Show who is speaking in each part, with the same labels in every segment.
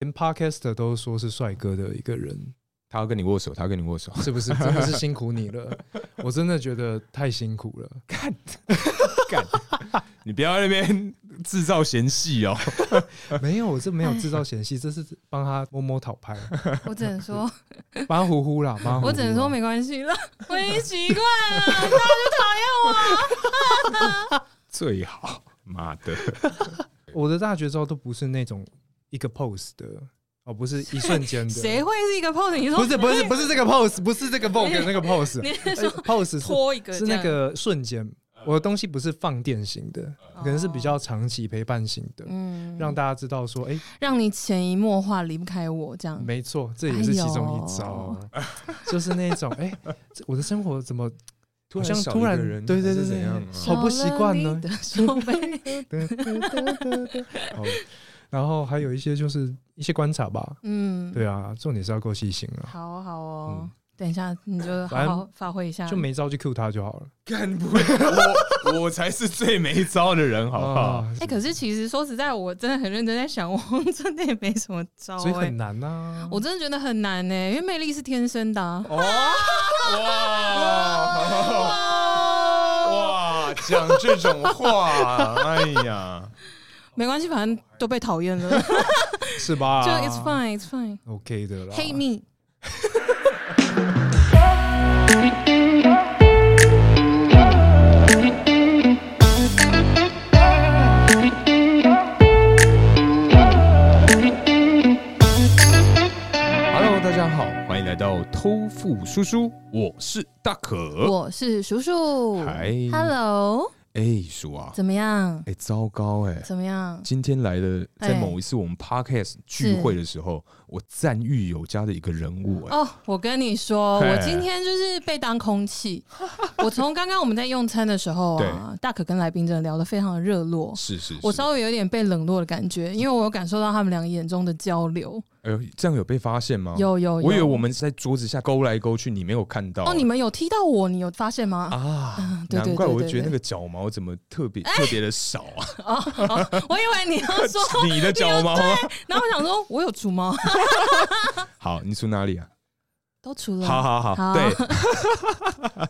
Speaker 1: 连 Podcaster 都说是帅哥的一个人，
Speaker 2: 他要跟你握手，他要跟你握手，
Speaker 1: 是不是？真的是辛苦你了，我真的觉得太辛苦了。
Speaker 2: 干干，你不要在那边制造嫌隙哦。
Speaker 1: 没有，我这没有制
Speaker 3: 哎
Speaker 1: 造嫌隙，这是帮他摸摸讨拍，
Speaker 3: 我只 能说，
Speaker 1: 帮他呼呼啦，帮他呼呼啦
Speaker 3: 我只能说没关系 了，我已经习惯了，大家就讨厌我。
Speaker 2: 最好，妈的，
Speaker 1: 我的大绝招都不是那种一个 pose 的，哦，不是一瞬间的。
Speaker 3: 谁会是一个 pose？你说
Speaker 1: 不是不是不是这个 pose，不是这个 vogue 那个 pose，
Speaker 3: 你
Speaker 1: 哎
Speaker 3: 是说
Speaker 1: pose 是
Speaker 3: 拖一个
Speaker 1: 是
Speaker 3: 这
Speaker 1: 那
Speaker 3: 样
Speaker 1: 个瞬间。我的东西不是放电型的，可能是比较长期陪伴型的，
Speaker 3: 哦嗯
Speaker 1: 让大家知道说，哎、
Speaker 3: 让你潜移默化离不开我
Speaker 2: 嗯
Speaker 3: 这样。
Speaker 1: 没错，这也是其中一招，啊
Speaker 2: 哎
Speaker 1: 就是那种，哎、这我的生活怎么好像
Speaker 2: 少
Speaker 1: 突
Speaker 2: 哎一
Speaker 1: 然
Speaker 2: 个人
Speaker 1: 对对
Speaker 2: 还是
Speaker 1: 对
Speaker 2: 怎
Speaker 1: 对
Speaker 2: 样
Speaker 1: 对
Speaker 2: 啊
Speaker 1: 好不习惯呢
Speaker 3: 少了你的 手背
Speaker 1: 哦，然后还有一些就是一些观察吧，
Speaker 3: 嗯，
Speaker 1: 对啊，重点是要够细心啊，
Speaker 3: 好哦好哦，
Speaker 1: 嗯
Speaker 3: 等一下你就好
Speaker 1: 反
Speaker 3: 好
Speaker 1: 正
Speaker 3: 发挥一下，
Speaker 1: 就没招去 cue 他就好了，
Speaker 2: 干不会，我我才是最没招的人，好不好？
Speaker 1: 啊
Speaker 3: 哎、可是其实说实在，我真的很认真在想，我 真的也没什么招
Speaker 1: 啊所以
Speaker 3: 哎、
Speaker 1: 很难啊呐、
Speaker 3: 我真的觉得很难呢、因为魅力是天生的、啊。
Speaker 2: 哦，哇哇，讲这种话，哎呀，
Speaker 3: 没关系，反正都被讨厌了，
Speaker 1: 是吧？
Speaker 3: 就 it's fine, it's fine.
Speaker 1: OK 的
Speaker 2: 啊
Speaker 1: 啦。
Speaker 3: Hate me，
Speaker 2: Hello，大家好，欢迎来到偷富叔叔，我是大可。
Speaker 3: 我是叔叔。
Speaker 2: 嗨
Speaker 3: Hello，
Speaker 2: 哎，叔啊，
Speaker 3: 怎么样？
Speaker 2: 哎，糟糕哎。
Speaker 3: 怎么样？
Speaker 2: 今天来的，在
Speaker 3: 哎
Speaker 2: 某一次我们 podcast 聚会的时候，我赞誉有加的一个人物、哎、
Speaker 3: 哦，我跟你说，
Speaker 2: 嘿
Speaker 3: 我今天就是被当 空气。我从刚刚我们在用餐的时候啊，大可跟来宾真的聊得非常的热络，
Speaker 2: 是是是，
Speaker 3: 我稍微有点被冷落的感觉，因为我有感受到他们两个眼中的交流。
Speaker 2: 哎呦，这样有被发现吗？，
Speaker 3: 有有有，
Speaker 2: 哦我以为我们是在桌子下勾来勾去，你没有看到、
Speaker 3: 哦，你们有踢到我，你有发现 吗？
Speaker 2: 啊，
Speaker 3: 对对
Speaker 2: 难怪
Speaker 3: 对
Speaker 2: 我
Speaker 3: 对
Speaker 2: 觉得
Speaker 3: 对
Speaker 2: 那个脚毛怎么特别、特别的少啊，
Speaker 3: 哦我以为你要 说，
Speaker 2: 你的脚毛啊吗？
Speaker 3: 然后我想说，我有除吗？
Speaker 2: 好，你出哪里啊？
Speaker 3: 都除了。
Speaker 2: 好好
Speaker 3: 好
Speaker 2: 好，对，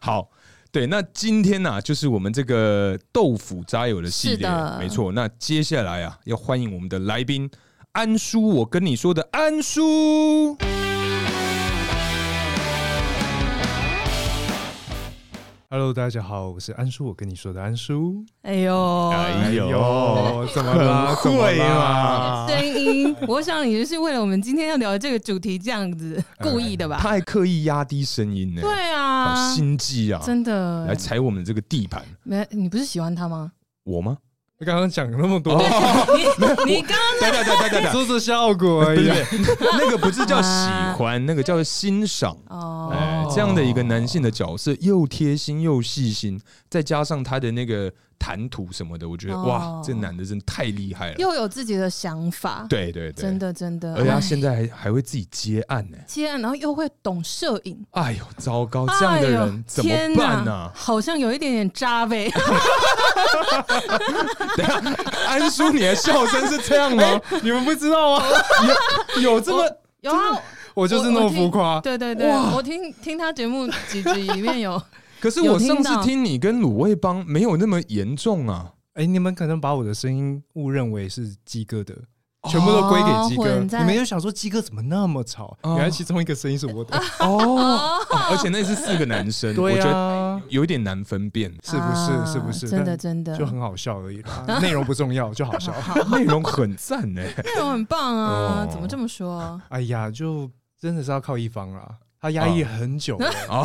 Speaker 2: 好。对，那今天呢、啊就是我们这个豆腐渣友的系
Speaker 3: 是
Speaker 2: 列
Speaker 3: 的，
Speaker 2: 没错。那接下来啊，要欢迎我们的来宾安叔，我跟你说的安叔。
Speaker 1: Hello，大家好，我是安叔，我跟你说的安叔。
Speaker 3: 哎呦，
Speaker 2: 哎呦
Speaker 1: 怎么啦？
Speaker 2: 很
Speaker 1: 怎么
Speaker 2: 会啊
Speaker 1: 啦？
Speaker 2: 嘛
Speaker 3: 声音，我想你就是为了我们今天要聊的这个主题这样子故意的
Speaker 2: 哎他
Speaker 3: 吧？
Speaker 2: 还刻意压低声音呢，
Speaker 3: 对
Speaker 2: 好
Speaker 3: 啊，
Speaker 2: 心机啊，
Speaker 3: 真的
Speaker 2: 来。踩我们这个地盘，
Speaker 3: 没，你不是喜欢他吗？
Speaker 2: 我 吗？
Speaker 1: 刚刚讲那么多，
Speaker 3: 你 你刚
Speaker 2: 等等等等 等等，
Speaker 1: 做做效果而
Speaker 2: 不
Speaker 1: 已
Speaker 2: 是
Speaker 1: 啊。
Speaker 2: 那个不是叫喜欢，那个叫欣赏。
Speaker 3: 啊哦，
Speaker 2: 哎，这样的一个男性的角色，又贴心又细心，再加上他的那个谈吐什么的，我觉得
Speaker 3: 哦
Speaker 2: 哇，这男的真的太厉害了。
Speaker 3: 又有自己的想法，
Speaker 2: 对对对，
Speaker 3: 真。的真的。
Speaker 2: 而且他
Speaker 3: 哎
Speaker 2: 现在还还会自己接案呢。
Speaker 3: 接案，然后又会懂摄影，
Speaker 2: 哎呦，糟糕，这样的
Speaker 3: 哎呦
Speaker 2: 人怎么
Speaker 3: 天
Speaker 2: 办啊
Speaker 3: 哪
Speaker 2: 呢？
Speaker 3: 好像有一点点渣呗。
Speaker 2: 安叔，你的笑声是这 样吗？
Speaker 3: 哎
Speaker 1: 你们不知道啊吗？有有这么，
Speaker 3: 有啊，
Speaker 1: 我就是那么浮夸。
Speaker 3: 对对对，我听听他节目几集里面有，
Speaker 2: 可是
Speaker 3: 有
Speaker 2: 我
Speaker 3: 听
Speaker 2: 上次
Speaker 3: 到
Speaker 2: 听你跟卤味帮没有那么严重啊。
Speaker 1: 哎，你们可能把我的声音误认为是鸡哥的。全部都归给鸡哥，
Speaker 3: 哦混在
Speaker 1: 你们又想说鸡哥怎么那么吵？
Speaker 2: 哦
Speaker 1: 原来其中一个声音是 我的，
Speaker 2: 哦，而且那是四个男生，我
Speaker 1: 对
Speaker 2: 觉得
Speaker 1: 啊，
Speaker 2: 有点难分辨，
Speaker 1: 是不
Speaker 3: 啊
Speaker 1: 是？是不是？
Speaker 3: 真的
Speaker 1: 但
Speaker 3: 真的
Speaker 1: 就很好笑而已 啦，内容不重要，就好笑。
Speaker 2: 内容很赞欸呢。
Speaker 3: 内容很棒啊
Speaker 2: 哦，
Speaker 3: 怎么这么说？
Speaker 1: 哎呀，就真的是要靠一方啦。他压抑很久了，
Speaker 2: 哦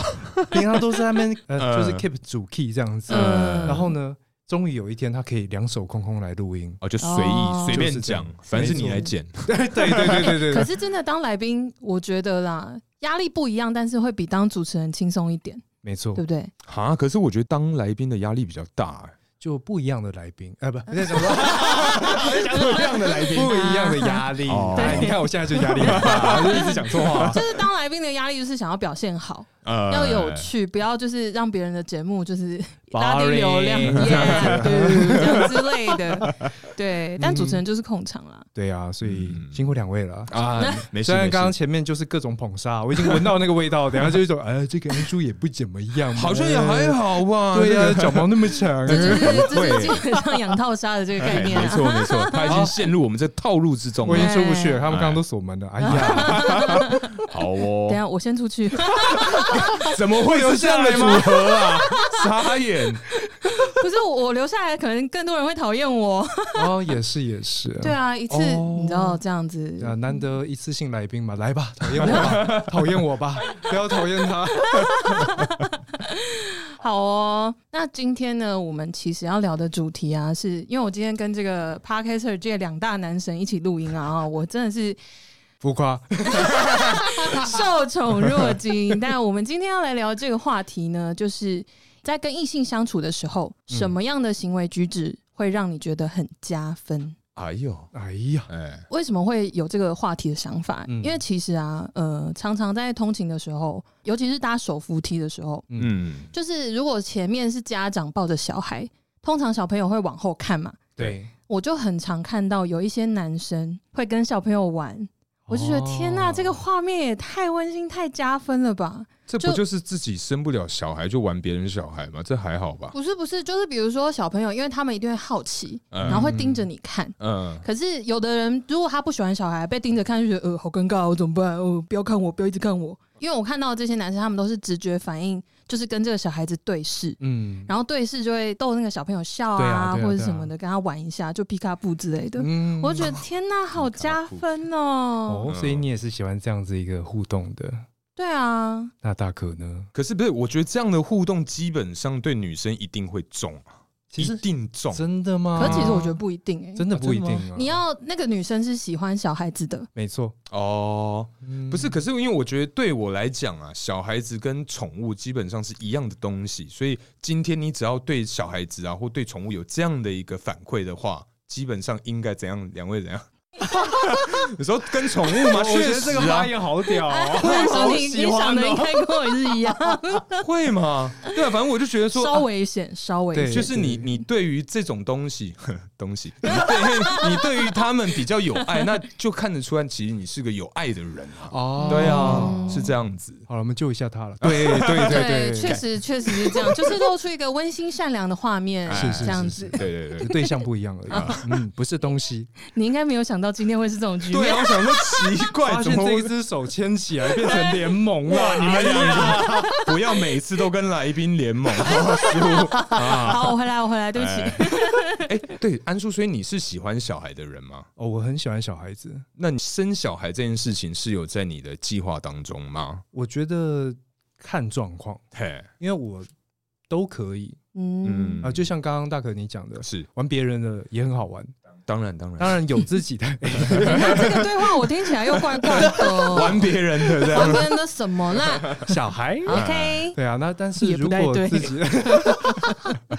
Speaker 1: 平常都是在那边 呃，就是
Speaker 2: 嗯
Speaker 1: keep 主 key 这样子。
Speaker 3: 嗯
Speaker 1: 呃然后呢，终于有一天他可以两手空空来录音。
Speaker 2: 哦，就随
Speaker 3: 哦
Speaker 2: 意随
Speaker 1: 就是
Speaker 2: 便
Speaker 1: 这样
Speaker 2: 讲，反正是你
Speaker 1: 没错
Speaker 2: 来剪。
Speaker 1: 对对对对对对对，
Speaker 3: 可是真的当来宾，我觉得啦，压力不一样，但是会比当主持人轻松一点，
Speaker 1: 没错
Speaker 3: 对，不对？
Speaker 2: 啊，可是我觉得当来宾的压力比较大、欸，
Speaker 1: 就不一样的来宾， 哎，不，在讲什么？
Speaker 2: 不一样的来
Speaker 1: 不一样的压力。
Speaker 2: 哦
Speaker 1: 哎，你看我现在就压力很 大，我就一直讲错话。
Speaker 3: 就是当
Speaker 1: 哎
Speaker 3: 来宾的压力就是想要表现好，
Speaker 2: 呃
Speaker 3: 要有趣，不要就是让别人的节目就是拉低流量
Speaker 2: Boring
Speaker 3: ，yeah，对，这样之类的，
Speaker 1: 嗯
Speaker 3: 对。但主持人就是控场啦，
Speaker 1: 对啊，所以
Speaker 2: 嗯
Speaker 1: 辛苦两位了。
Speaker 2: 啊，没事
Speaker 1: 虽然
Speaker 2: 没
Speaker 1: 刚刚
Speaker 2: 事，
Speaker 1: 前面就是各种捧杀，我已经闻到那个味道，等下就一种，哎，这个 N 猪也不怎么样， 呃
Speaker 2: 好像也还好 吧，
Speaker 1: 对
Speaker 2: 这
Speaker 1: 呀、
Speaker 3: 啊
Speaker 2: 个
Speaker 1: 脚毛那么长，啊
Speaker 3: 这就是
Speaker 2: 会
Speaker 3: 这就是基本上养套杀的这个概念
Speaker 2: 哎没
Speaker 3: 啊。
Speaker 2: 错没错，他已经陷入我们这套路之中
Speaker 1: 我已
Speaker 2: 了。
Speaker 1: 经出不去了。他们刚刚都锁门了，哎呀，
Speaker 2: 好
Speaker 3: 等一
Speaker 2: 哦，
Speaker 3: 下我先出去， 不
Speaker 2: 怎么会有这样的 组合啊？傻眼，
Speaker 3: 是我我留下来，可能更多人会讨厌我。
Speaker 1: 哦，也是也是，
Speaker 3: 对啊，一次
Speaker 1: 哦
Speaker 3: 你知道这样子，
Speaker 1: 啊，难得一次性来宾嘛，来吧，讨厌我 吧，讨厌我吧，不要讨厌他。
Speaker 3: 好哦，那今天呢，我们其实要聊的主题啊，是因为我今天跟这个 Parker 界两大男神一起录音啊，啊，我真的是
Speaker 1: 浮夸，
Speaker 3: 受宠若惊。但我们今天要来聊这个话题呢，就是在跟异性相处的时候，
Speaker 1: 嗯
Speaker 3: 什么样的行为举止会让你觉得很加分？
Speaker 2: 哎呦，
Speaker 1: 哎呀，
Speaker 2: 哎，
Speaker 3: 为什么会有这个话题的想法？
Speaker 1: 嗯
Speaker 3: 因为其实啊，呃，常常在通勤的时候，尤其是搭手扶梯的时候，
Speaker 2: 嗯，
Speaker 3: 就是如果前面是家长抱着小孩，通常小朋友会往后看嘛。
Speaker 1: 对，
Speaker 3: 我就很常看到有一些男生会跟小朋友玩，我就觉得、天呐，这个画面也太温馨、太加分了吧？
Speaker 2: 这
Speaker 3: 就
Speaker 2: 不就是自己生不了小孩就玩别人小孩吗？这还好吧？
Speaker 3: 不是不是，就是比如说小朋友，因为他们一定会好奇，
Speaker 2: 然
Speaker 3: 然后会盯着你看。
Speaker 2: 嗯，
Speaker 3: 可是有的人如果他不喜欢小孩，被盯着看就觉得呃好尴尬哦，我怎么办？哦不要看我，不要一直看我。因为我看到这些男生，他们都是直觉反应，就是跟这个小孩子对视，
Speaker 1: 嗯，
Speaker 3: 然后对视就会逗那个小朋友笑
Speaker 1: 对啊对啊
Speaker 3: 或者
Speaker 1: 对啊
Speaker 3: 什么的，跟他玩一下，就皮卡布之类的。
Speaker 1: 嗯
Speaker 3: 我就觉得天呐，好加分哦！
Speaker 1: 哦，所以你也是喜欢这样子一个互动的。
Speaker 3: 对啊，
Speaker 1: 那大可呢？
Speaker 2: 可是不是？我觉得这样的互动基本上对女生一定会中啊，
Speaker 1: 其
Speaker 2: 一
Speaker 1: 实
Speaker 2: 定中。
Speaker 1: 真的吗？
Speaker 3: 可是其实我觉得不一定哎、
Speaker 1: 真的不一定
Speaker 2: 啊真
Speaker 1: 啊。
Speaker 3: 你要那个女生是喜欢小孩子 的，
Speaker 1: 没错，
Speaker 2: 哦，
Speaker 1: 嗯
Speaker 2: 不是，可是因为我觉得对我来讲啊，小孩子跟宠物基本上是一样的东西，所以今天你只要对小孩子啊或对宠物有这样的一个反馈的话，基本上应该怎样？两位怎样？ 有时候跟宠物嘛，确实啊，
Speaker 1: 言好屌哦
Speaker 3: 或者说你
Speaker 1: 喜
Speaker 3: 你
Speaker 1: 欢
Speaker 3: 想的
Speaker 1: 哦
Speaker 3: 应该跟我是一样，
Speaker 2: 会吗？对啊，反正我就觉得说，
Speaker 3: 稍
Speaker 2: 啊
Speaker 3: 危险，稍危
Speaker 1: 对
Speaker 3: 险，
Speaker 2: 就是你，你对于这种东西， 东西，你对，你对于他们比较有爱，那就看得出来，其实你是个有爱的人啊。
Speaker 1: 哦
Speaker 2: 对啊
Speaker 3: 哦，
Speaker 2: 是这样子。
Speaker 1: 好了，我们救一下他了。对对
Speaker 3: 对，确实确实是这样，就是露出一个温馨善良的 画面，
Speaker 1: 是是
Speaker 3: 这样
Speaker 1: 是
Speaker 3: 子
Speaker 1: 是。
Speaker 2: 对对对
Speaker 1: 对，对象不一样而已。嗯，不是东西。
Speaker 3: 你应该没有想到今天会是这种局
Speaker 2: 对
Speaker 3: 面
Speaker 2: 啊，，我想说奇怪，
Speaker 1: 发
Speaker 2: 怎
Speaker 1: 现
Speaker 2: 么
Speaker 1: 这一
Speaker 2: 会
Speaker 1: 只手牵起来变成联盟了，你们俩
Speaker 2: 不要每次都跟来宾联盟？啊，
Speaker 3: 好，我回来，我回来，对不起，
Speaker 2: 起。 哎，对，安叔，所以你是喜欢小孩的人吗？
Speaker 1: 哦，我很喜欢小孩子，
Speaker 2: 那你生小孩这件事情是有在你的计划当中吗？
Speaker 1: 我觉得看状况，
Speaker 2: 嘿，
Speaker 1: 因为我都可以
Speaker 3: 嗯
Speaker 2: 嗯，
Speaker 1: 啊，就像刚刚大可你讲的，
Speaker 2: 是，
Speaker 1: 玩别人的也很好玩，
Speaker 2: 当然当然，
Speaker 1: 当然有自己 的，
Speaker 3: 那 这个对话我听起来又怪怪 的，
Speaker 2: 玩别人的这样
Speaker 3: 旁。边的什么啦
Speaker 1: 小孩。
Speaker 2: 哎
Speaker 3: ？OK，
Speaker 1: 对啊，那但是
Speaker 3: 也
Speaker 1: 如
Speaker 3: 不太
Speaker 1: 果
Speaker 3: 对
Speaker 1: 自 己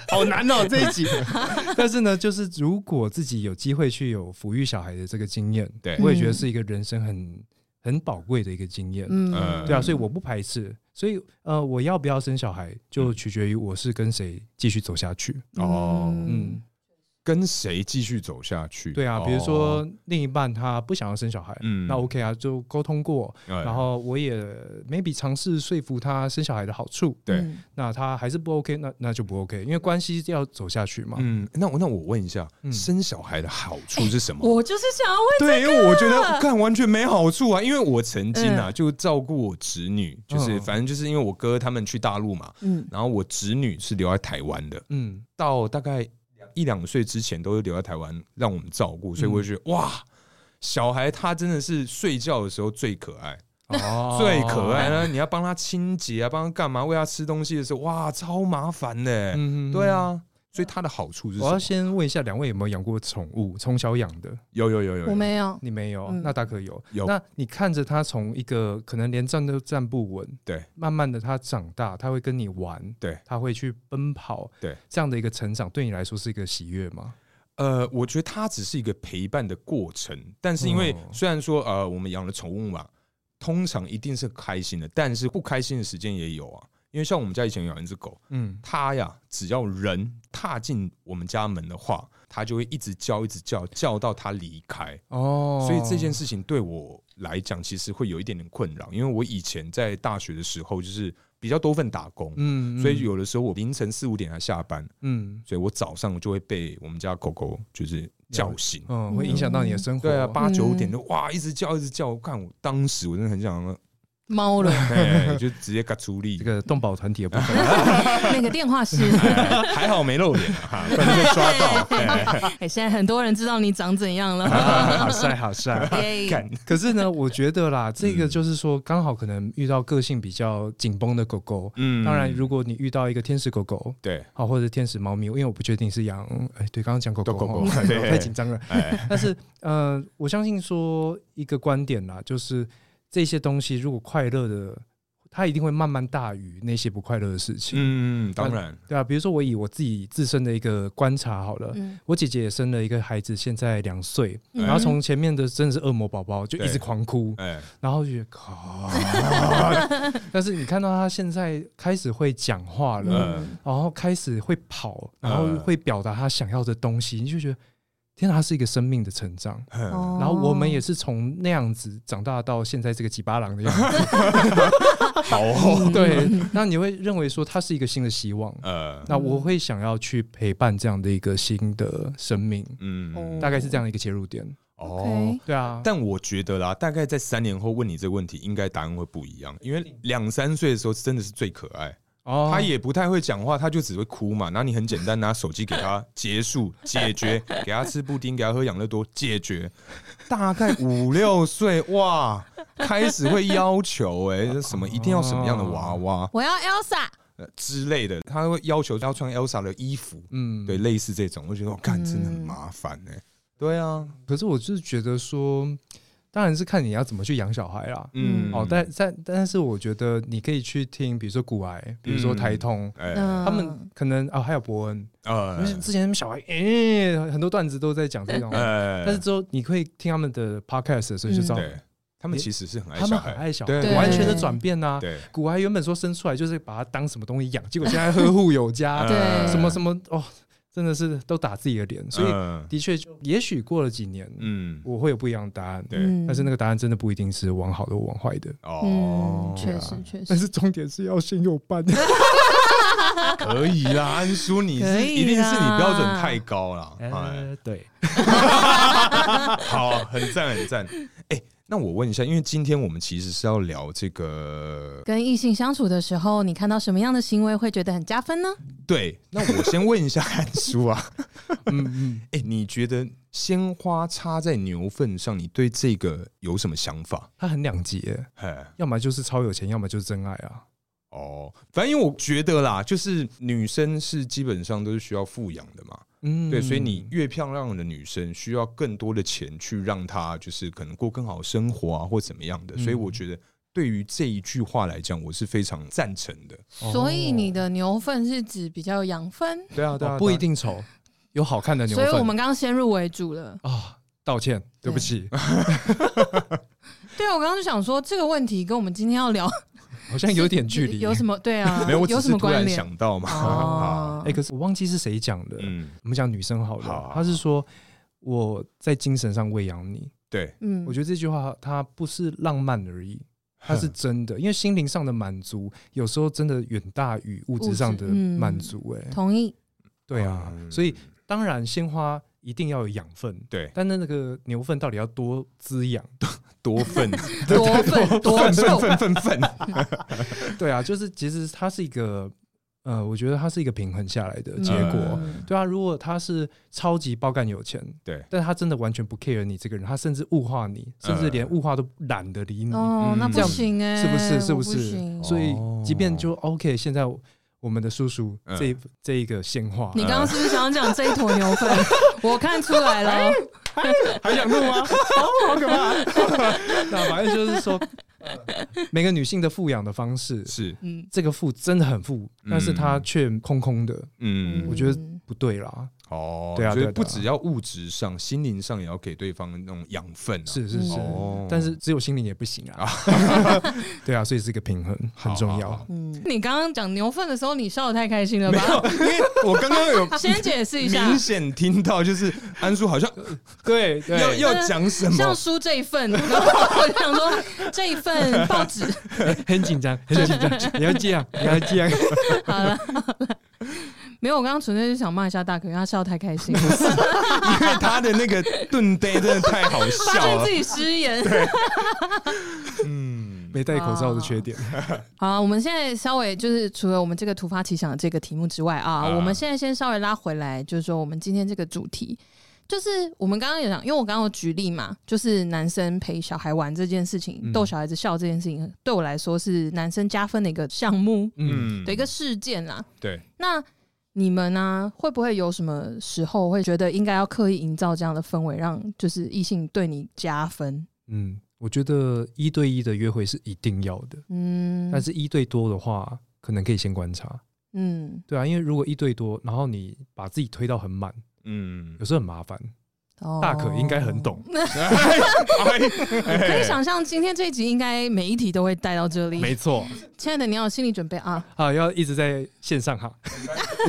Speaker 1: 好难哦这一集， 但是呢，就是如果自己有机会去有抚育小孩的这个经验，
Speaker 2: 对
Speaker 1: 我也觉得是一个人生很很宝贵的一个经验。
Speaker 3: 嗯，
Speaker 1: 对啊，所以我不排斥，所以呃，我要不要生小孩就取决于我是跟谁继续走下去。
Speaker 2: 哦
Speaker 1: 嗯，
Speaker 2: 跟谁继续走下去？
Speaker 1: 对啊，
Speaker 2: 哦
Speaker 1: 比如说另一半他不想要生小孩，
Speaker 2: 嗯
Speaker 1: 那 OK 啊，就沟通过，
Speaker 2: 哎
Speaker 1: 然后我也 maybe 尝试说服他生小孩的好处，
Speaker 2: 对
Speaker 3: 嗯
Speaker 1: 那他还是不 OK，那那就不 OK，因为关系要走下去嘛。
Speaker 2: 嗯，那我那我问一下，
Speaker 1: 嗯
Speaker 2: 生小孩的好处是什么？
Speaker 3: 哎我就是想要问，
Speaker 2: 对，因为我觉得哦干完全没好处啊，因为我曾经啊、就照顾我侄女，就是
Speaker 1: 嗯
Speaker 2: 反正就是因为我哥他们去大陆嘛，
Speaker 3: 嗯，
Speaker 2: 然后我侄女是留在台湾的，
Speaker 1: 嗯，
Speaker 2: 到大概一两岁之前都是留在台湾让我们照顾，所以我就觉得、哇，小孩他真的是睡觉的时候最可爱。
Speaker 1: 哦
Speaker 2: 最可爱。哎呢，你要帮他清洁啊，帮他干嘛？喂他吃东西的时候，哇，超麻烦的、
Speaker 1: 嗯
Speaker 2: 对。啊，所以它的好处是什
Speaker 1: 我要
Speaker 2: 么？
Speaker 1: 先问一下，两位有没有养过宠物？从小养的，
Speaker 2: 有有有有
Speaker 3: 我没有，
Speaker 1: 你没有，
Speaker 3: 嗯
Speaker 1: 那大可有。
Speaker 2: 有
Speaker 1: 那你看着他从一个可能连站都站不稳，
Speaker 2: 对，
Speaker 1: 慢慢的他长大，他会跟你玩，
Speaker 2: 对，
Speaker 1: 他会去奔跑，
Speaker 2: 对，
Speaker 1: 这样的一个成长，对你来说是一个喜悦吗？
Speaker 2: 呃，我觉得它只是一个陪伴的过程，但是因为
Speaker 1: 哦
Speaker 2: 虽然说呃，我们养了宠物嘛，通常一定是开心的，但是不开心的时间也有啊。因为像我们家以前养一只狗，
Speaker 1: 嗯，
Speaker 2: 它呀，只要人踏进我们家门的话，它就会一直叫，一直叫，叫到它离开。
Speaker 1: 哦，
Speaker 2: 所以这件事情对我来讲，其实会有一点点困扰，因为我以前在大学的时候就是比较多份打工，
Speaker 1: 嗯，嗯，
Speaker 2: 所以有的时候我凌晨四五点才下班，
Speaker 1: 嗯
Speaker 2: 所以我早上就会被我们家狗狗就是叫醒。
Speaker 1: 嗯，会影响到你的生活，
Speaker 2: 对啊，八九
Speaker 3: 嗯
Speaker 2: 点就哇，一直叫，一直叫，看我当时我真的很想，
Speaker 3: 猫了，
Speaker 2: 哎，就直接嘎出力
Speaker 1: 这，个动保团体的部 分，
Speaker 3: 那个电话是。
Speaker 2: 哎还好没露脸啊，哈不 然被抓到。哎啊
Speaker 3: 哎，现在很多人知道你长怎样了。
Speaker 1: 好帅好帅。
Speaker 3: 耶
Speaker 2: 干嗯
Speaker 1: 可是呢，我觉得 啦，这个就是说，刚好可能遇到个性比较紧绷的狗狗。
Speaker 2: 嗯
Speaker 1: 当然，如果你遇到一个天使狗狗，
Speaker 2: 对，
Speaker 1: 好或者天使猫咪，因为我不确定是养，哎，对，刚刚讲狗狗，
Speaker 2: 狗狗
Speaker 1: 哦
Speaker 2: 对
Speaker 1: 太紧张了。
Speaker 2: 哎，
Speaker 1: 但是，呃，我相信说一个观点啦，就是这些东西如果快乐的，它一定会慢慢大于那些不快乐的事情。
Speaker 2: 嗯，当然，
Speaker 1: 对啊，比如说我以我自己自身的一个观察好了，
Speaker 3: 嗯
Speaker 1: 我姐姐也生了一个孩子，现在两岁，
Speaker 2: 哎
Speaker 3: 嗯
Speaker 1: 然后从前面的真的是恶魔宝宝，就一直
Speaker 2: 对
Speaker 1: 狂哭，
Speaker 2: 哎，
Speaker 1: 然后就觉得靠， 但是你看到他现在开始会讲话了，
Speaker 2: 嗯
Speaker 1: 然后开始会跑，然后
Speaker 2: 嗯
Speaker 1: 会表达他想要的东西，你就觉得天啊，他是一个生命的成长。
Speaker 2: 嗯
Speaker 3: 哦
Speaker 1: 然后我们也是从那样子长大到现在这个几巴郎的样子，
Speaker 2: 好哦，
Speaker 1: 对，那你会认为说他是一个新的希望。
Speaker 2: 呃，
Speaker 1: 那我会想要去陪伴这样的一个新的生命，
Speaker 3: 哦
Speaker 2: 嗯，
Speaker 1: 大概是这样的一个切入点。
Speaker 2: 哦。
Speaker 1: 对啊，
Speaker 2: 但我觉得啦，大概在三年后问你这个问题，应该答案会不一样，因为两三岁的时候真的是最可爱，
Speaker 1: 哦
Speaker 2: 他也不太会讲话，他就只会哭嘛。然后你很简单拿手机给他结束解决，给他吃布丁，给他喝养乐多解决。大概五六岁哇，开始会要求哎、这什么一定要什么样的娃娃、
Speaker 3: 我要 Elsa，
Speaker 2: 呃、之类的，他会要求要穿 Elsa 的衣服，
Speaker 1: 嗯
Speaker 2: 对，。类似这种，我觉得我哦干、真的很
Speaker 3: 嗯
Speaker 2: 麻烦哎、对啊，
Speaker 1: 可是我就是觉得说，当然是看你要怎么去养小孩啦。
Speaker 2: 嗯，
Speaker 1: 哦，但但但是我觉得你可以去听，比如说古癌，比如说台通。
Speaker 2: 哎、
Speaker 3: 嗯，
Speaker 1: 他们可能啊、还有伯恩，
Speaker 2: 呃
Speaker 1: 就是之前他们小孩，诶、
Speaker 2: 嗯
Speaker 1: 很多段子都在讲这种，
Speaker 2: 呃，
Speaker 1: 但是之后你会听他们的 podcast 的时候就知道，
Speaker 2: 嗯对他们其实是很爱
Speaker 1: 哎他
Speaker 2: 小
Speaker 1: 们很
Speaker 2: 孩，
Speaker 1: 爱小孩，
Speaker 2: 对
Speaker 3: 对
Speaker 1: 完全的转变呐、啊。
Speaker 2: 对，
Speaker 1: 古癌原本说生出来就是把它当什么东西养，结果现在呵护有加，
Speaker 3: 对
Speaker 2: 呃
Speaker 1: 什么什么哦，真的是都打自己的脸，所以
Speaker 2: 嗯
Speaker 1: 的确就，也许过了几年，
Speaker 2: 嗯，
Speaker 1: 我会有不一样的答案。
Speaker 2: 对
Speaker 3: 嗯
Speaker 1: 哎但是那个答案真的不一定是往好的或往坏的，
Speaker 2: 哦
Speaker 3: 嗯，，确实确
Speaker 1: 啊但
Speaker 3: 实，
Speaker 1: 是重点是要先有 伴。
Speaker 2: 可以啦，安叔，你
Speaker 3: 可
Speaker 2: 是
Speaker 3: 以
Speaker 2: 一定是你
Speaker 3: 啦
Speaker 2: 标准太高了，哎，
Speaker 1: 呃，对，
Speaker 2: 好，很赞很赞。哎，那我问一下，因为今天我们其实是要聊这个，
Speaker 3: 跟异性相处的时候，你看到什么样的行为会觉得很加分呢？
Speaker 2: 对，那我先问一下安叔啊，
Speaker 1: 嗯嗯，
Speaker 2: 哎，你觉得鲜花插在牛粪上，你对这个有什么想法？
Speaker 1: 他很两极耶，
Speaker 2: 哎，
Speaker 1: 要么就是超有钱，要么就是真爱啊。
Speaker 2: 哦，反正因为我觉得啦，就是女生是基本上都是需要富养的嘛，
Speaker 1: 嗯，
Speaker 2: 对，所以你越漂亮的女生需要更多的钱去让她就是可能过更好的生活啊，或怎么样的。所以
Speaker 1: 嗯
Speaker 2: 我觉得对于这一句话来讲，我是非常赞成的。
Speaker 1: 哦嗯
Speaker 3: 所以你的牛粪是指比较养分，
Speaker 2: 对啊，
Speaker 1: 哦不一。定丑，有好看的牛
Speaker 3: 所
Speaker 1: 粪。
Speaker 3: 以我们刚刚先入为主了。
Speaker 1: 啊，道歉，对不 起，
Speaker 3: 对啊，我刚刚就想说这个问题跟我们今天要聊
Speaker 1: 好像有点距离。，
Speaker 3: 有什么对啊？
Speaker 2: 没有，我只
Speaker 3: 有什
Speaker 2: 是
Speaker 3: 么
Speaker 2: 突
Speaker 3: 关
Speaker 2: 然
Speaker 3: 联？
Speaker 2: 想到 嘛。
Speaker 3: 哦
Speaker 1: 哎，可是我忘记是谁讲的。
Speaker 2: 嗯，
Speaker 1: 我们讲女生好啊了，
Speaker 2: 好好
Speaker 1: 她是说我在精神上喂养你。
Speaker 2: 对，
Speaker 3: 嗯
Speaker 1: 我觉得这句话它不是浪漫而已，它
Speaker 2: 嗯
Speaker 1: 是真的，因为心灵上的满足有时候真的远大于物质上的满足、哎、
Speaker 3: 同意。
Speaker 1: 对啊，
Speaker 2: 嗯
Speaker 1: 所以当然鲜花一定要有养分，
Speaker 2: 对
Speaker 1: 但那那个牛粪到底要多滋养？
Speaker 2: 多份
Speaker 3: 多粪多
Speaker 2: 份
Speaker 3: 臭，
Speaker 2: 份份份，
Speaker 1: 对啊，就是其实它是一个，呃，我觉得它是一个平衡下来的结果。
Speaker 2: 嗯
Speaker 1: 对啊，如果他是超级包干有钱，
Speaker 2: 对
Speaker 1: 但他真的完全不 care 你这个人，他甚至物化你，甚至连物化都懒得理你。
Speaker 3: 哦，那
Speaker 2: 这
Speaker 3: 不
Speaker 2: 样
Speaker 3: 行
Speaker 1: 嗯
Speaker 3: 哎，
Speaker 1: 是不是？是
Speaker 3: 我不
Speaker 1: 是
Speaker 3: 行？
Speaker 1: 所以
Speaker 2: 哦
Speaker 1: 即便就 OK，现在我们的叔叔
Speaker 2: 嗯
Speaker 1: 这一这一个现
Speaker 2: 哦
Speaker 1: 化，
Speaker 3: 你刚刚是不是想讲这一坨牛粪？ 我看出来
Speaker 2: 哎
Speaker 3: 了，
Speaker 2: 还想录吗？ 好可怕！
Speaker 1: 那反正就是说，呃每个女性的富养的方式，
Speaker 2: 是，
Speaker 3: 嗯
Speaker 1: 这个富真的很富，但是她
Speaker 2: 嗯
Speaker 1: 却空空的，
Speaker 2: 嗯
Speaker 3: 嗯
Speaker 1: 我觉得不对啦。
Speaker 2: 哦，
Speaker 1: 对啊
Speaker 2: 所以
Speaker 1: 对啊
Speaker 2: 不
Speaker 1: 对啊
Speaker 2: 只要物质上，心灵上也要给对方那种养分、啊。，
Speaker 1: 是是是，
Speaker 3: 嗯
Speaker 2: 哦，
Speaker 1: 但是只有心灵也不行 啊。对啊，所以是一个平衡很重
Speaker 2: 好好好
Speaker 1: 要。
Speaker 3: 嗯，你刚刚讲牛粪的时候，你笑得太开心 了
Speaker 2: 没
Speaker 3: 吧？
Speaker 2: 有，因为我刚刚有
Speaker 3: 先解释一下，
Speaker 2: 明显听到，就是安叔好像
Speaker 1: 对
Speaker 2: 要
Speaker 1: 对，
Speaker 2: 要讲什
Speaker 3: 像
Speaker 2: 么，
Speaker 3: 书这一份，然后我就 想说这一份报纸
Speaker 1: 很紧张，很紧张。 你要这样，你要这 样。
Speaker 3: 好了好了，没有，我刚刚纯粹是想骂一下大可，因为他笑得太开心 了，
Speaker 2: 啊因为他的那个盾杯真的太好 笑
Speaker 3: 发现
Speaker 2: 了
Speaker 3: 自。己失言。
Speaker 2: 嗯，
Speaker 1: 没戴口罩的缺点，
Speaker 3: 好啊，我们现在稍微就是除了我们这个突发奇想的这个题目之外啊，
Speaker 2: 啊
Speaker 3: 我们现在先稍微拉回来，就是说我们今天这个主题，就是我们刚刚有讲，因为我刚刚有举例嘛，就是男生陪小孩玩这件事情，
Speaker 1: 嗯
Speaker 3: 逗小孩子笑这件事情，对我来说是男生加分的一个项目
Speaker 1: 嗯，
Speaker 2: 嗯，
Speaker 3: 的一个事件啦。
Speaker 2: 对，
Speaker 3: 那你们呢、会不会有什么时候会觉得应该要刻意营造这样的氛围，让就是异性对你加分？
Speaker 1: 嗯，我觉得一对一的约会是一定要的，
Speaker 3: 嗯，
Speaker 1: 但是一对多的话，可能可以先观察。
Speaker 3: 嗯，
Speaker 1: 对啊，因为如果一对多，然后你把自己推到很满，
Speaker 2: 嗯
Speaker 1: 有，时候很麻烦。
Speaker 3: 哦
Speaker 1: 大可应该很懂，
Speaker 2: 哎
Speaker 3: 可以想象，今天这一集应该每一题都会带到这里。
Speaker 1: 错
Speaker 3: 亲爱的，你要有心理准备啊！
Speaker 1: 啊，要一直在线上哈。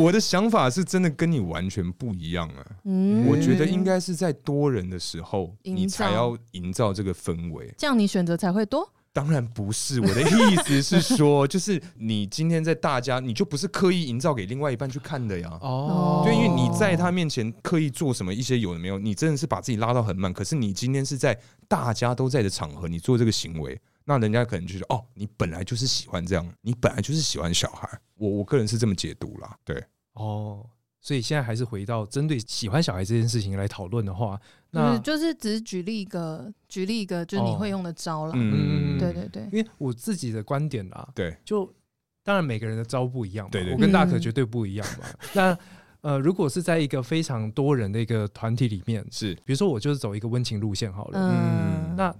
Speaker 2: 我的想法是真的跟你完全不一样啊。
Speaker 3: 嗯，
Speaker 2: 我觉得应该是在多人的时候，你才要营造这个氛围。
Speaker 3: 这样，你选择才会多。
Speaker 2: 当然不是，我的意思是说， 就是你今天在大家，你就不是刻意营造给另外一半去看的呀。
Speaker 3: 哦
Speaker 2: 对，因为你在他面前刻意做什么一些有的没有，你真的是把自己拉到很满。可是你今天是在大家都在的场合，你做这个行为，那人家可能就觉得哦，你本来就是喜欢这样，你本来就是喜欢小孩。我我个人是这么解读啦，对，
Speaker 1: 哦，所以现在还是回到针对喜欢小孩这件事情来讨论的话，
Speaker 3: 就
Speaker 1: 那
Speaker 3: 是就是只是举例一个，举例一个，就是你
Speaker 1: 哦
Speaker 3: 会用的招啦。
Speaker 1: 嗯
Speaker 3: 对对对，
Speaker 1: 因为我自己的观点啦，
Speaker 2: 对，
Speaker 1: 就当然每个人的招不一样嘛，
Speaker 2: 对对对
Speaker 1: 我跟大可
Speaker 3: 嗯
Speaker 1: 绝对不一样嘛。 那呃，如果是在一个非常多人的一个团体里面，
Speaker 2: 是
Speaker 1: 比如说我就是走一个温情路线好了，
Speaker 3: 嗯，
Speaker 1: 那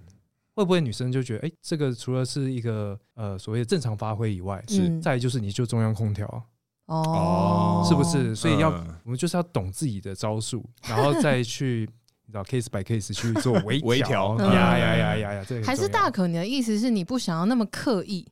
Speaker 1: 会不会女生就觉得，哎、这个除了是一个呃所谓的正常发挥以外，
Speaker 2: 是
Speaker 3: 嗯
Speaker 1: 再来就是你就中央空调，啊
Speaker 3: 哦，
Speaker 1: 是不是？所以要、
Speaker 2: 嗯
Speaker 1: 我们就是要懂自己的招数，然后再去你知 道 case by case 去做微
Speaker 2: 微调
Speaker 1: 呀
Speaker 3: 嗯
Speaker 1: 呀呀呀呀，这个很
Speaker 3: 还是
Speaker 1: 重要
Speaker 3: 大可？你的意思是你不想要那么刻意？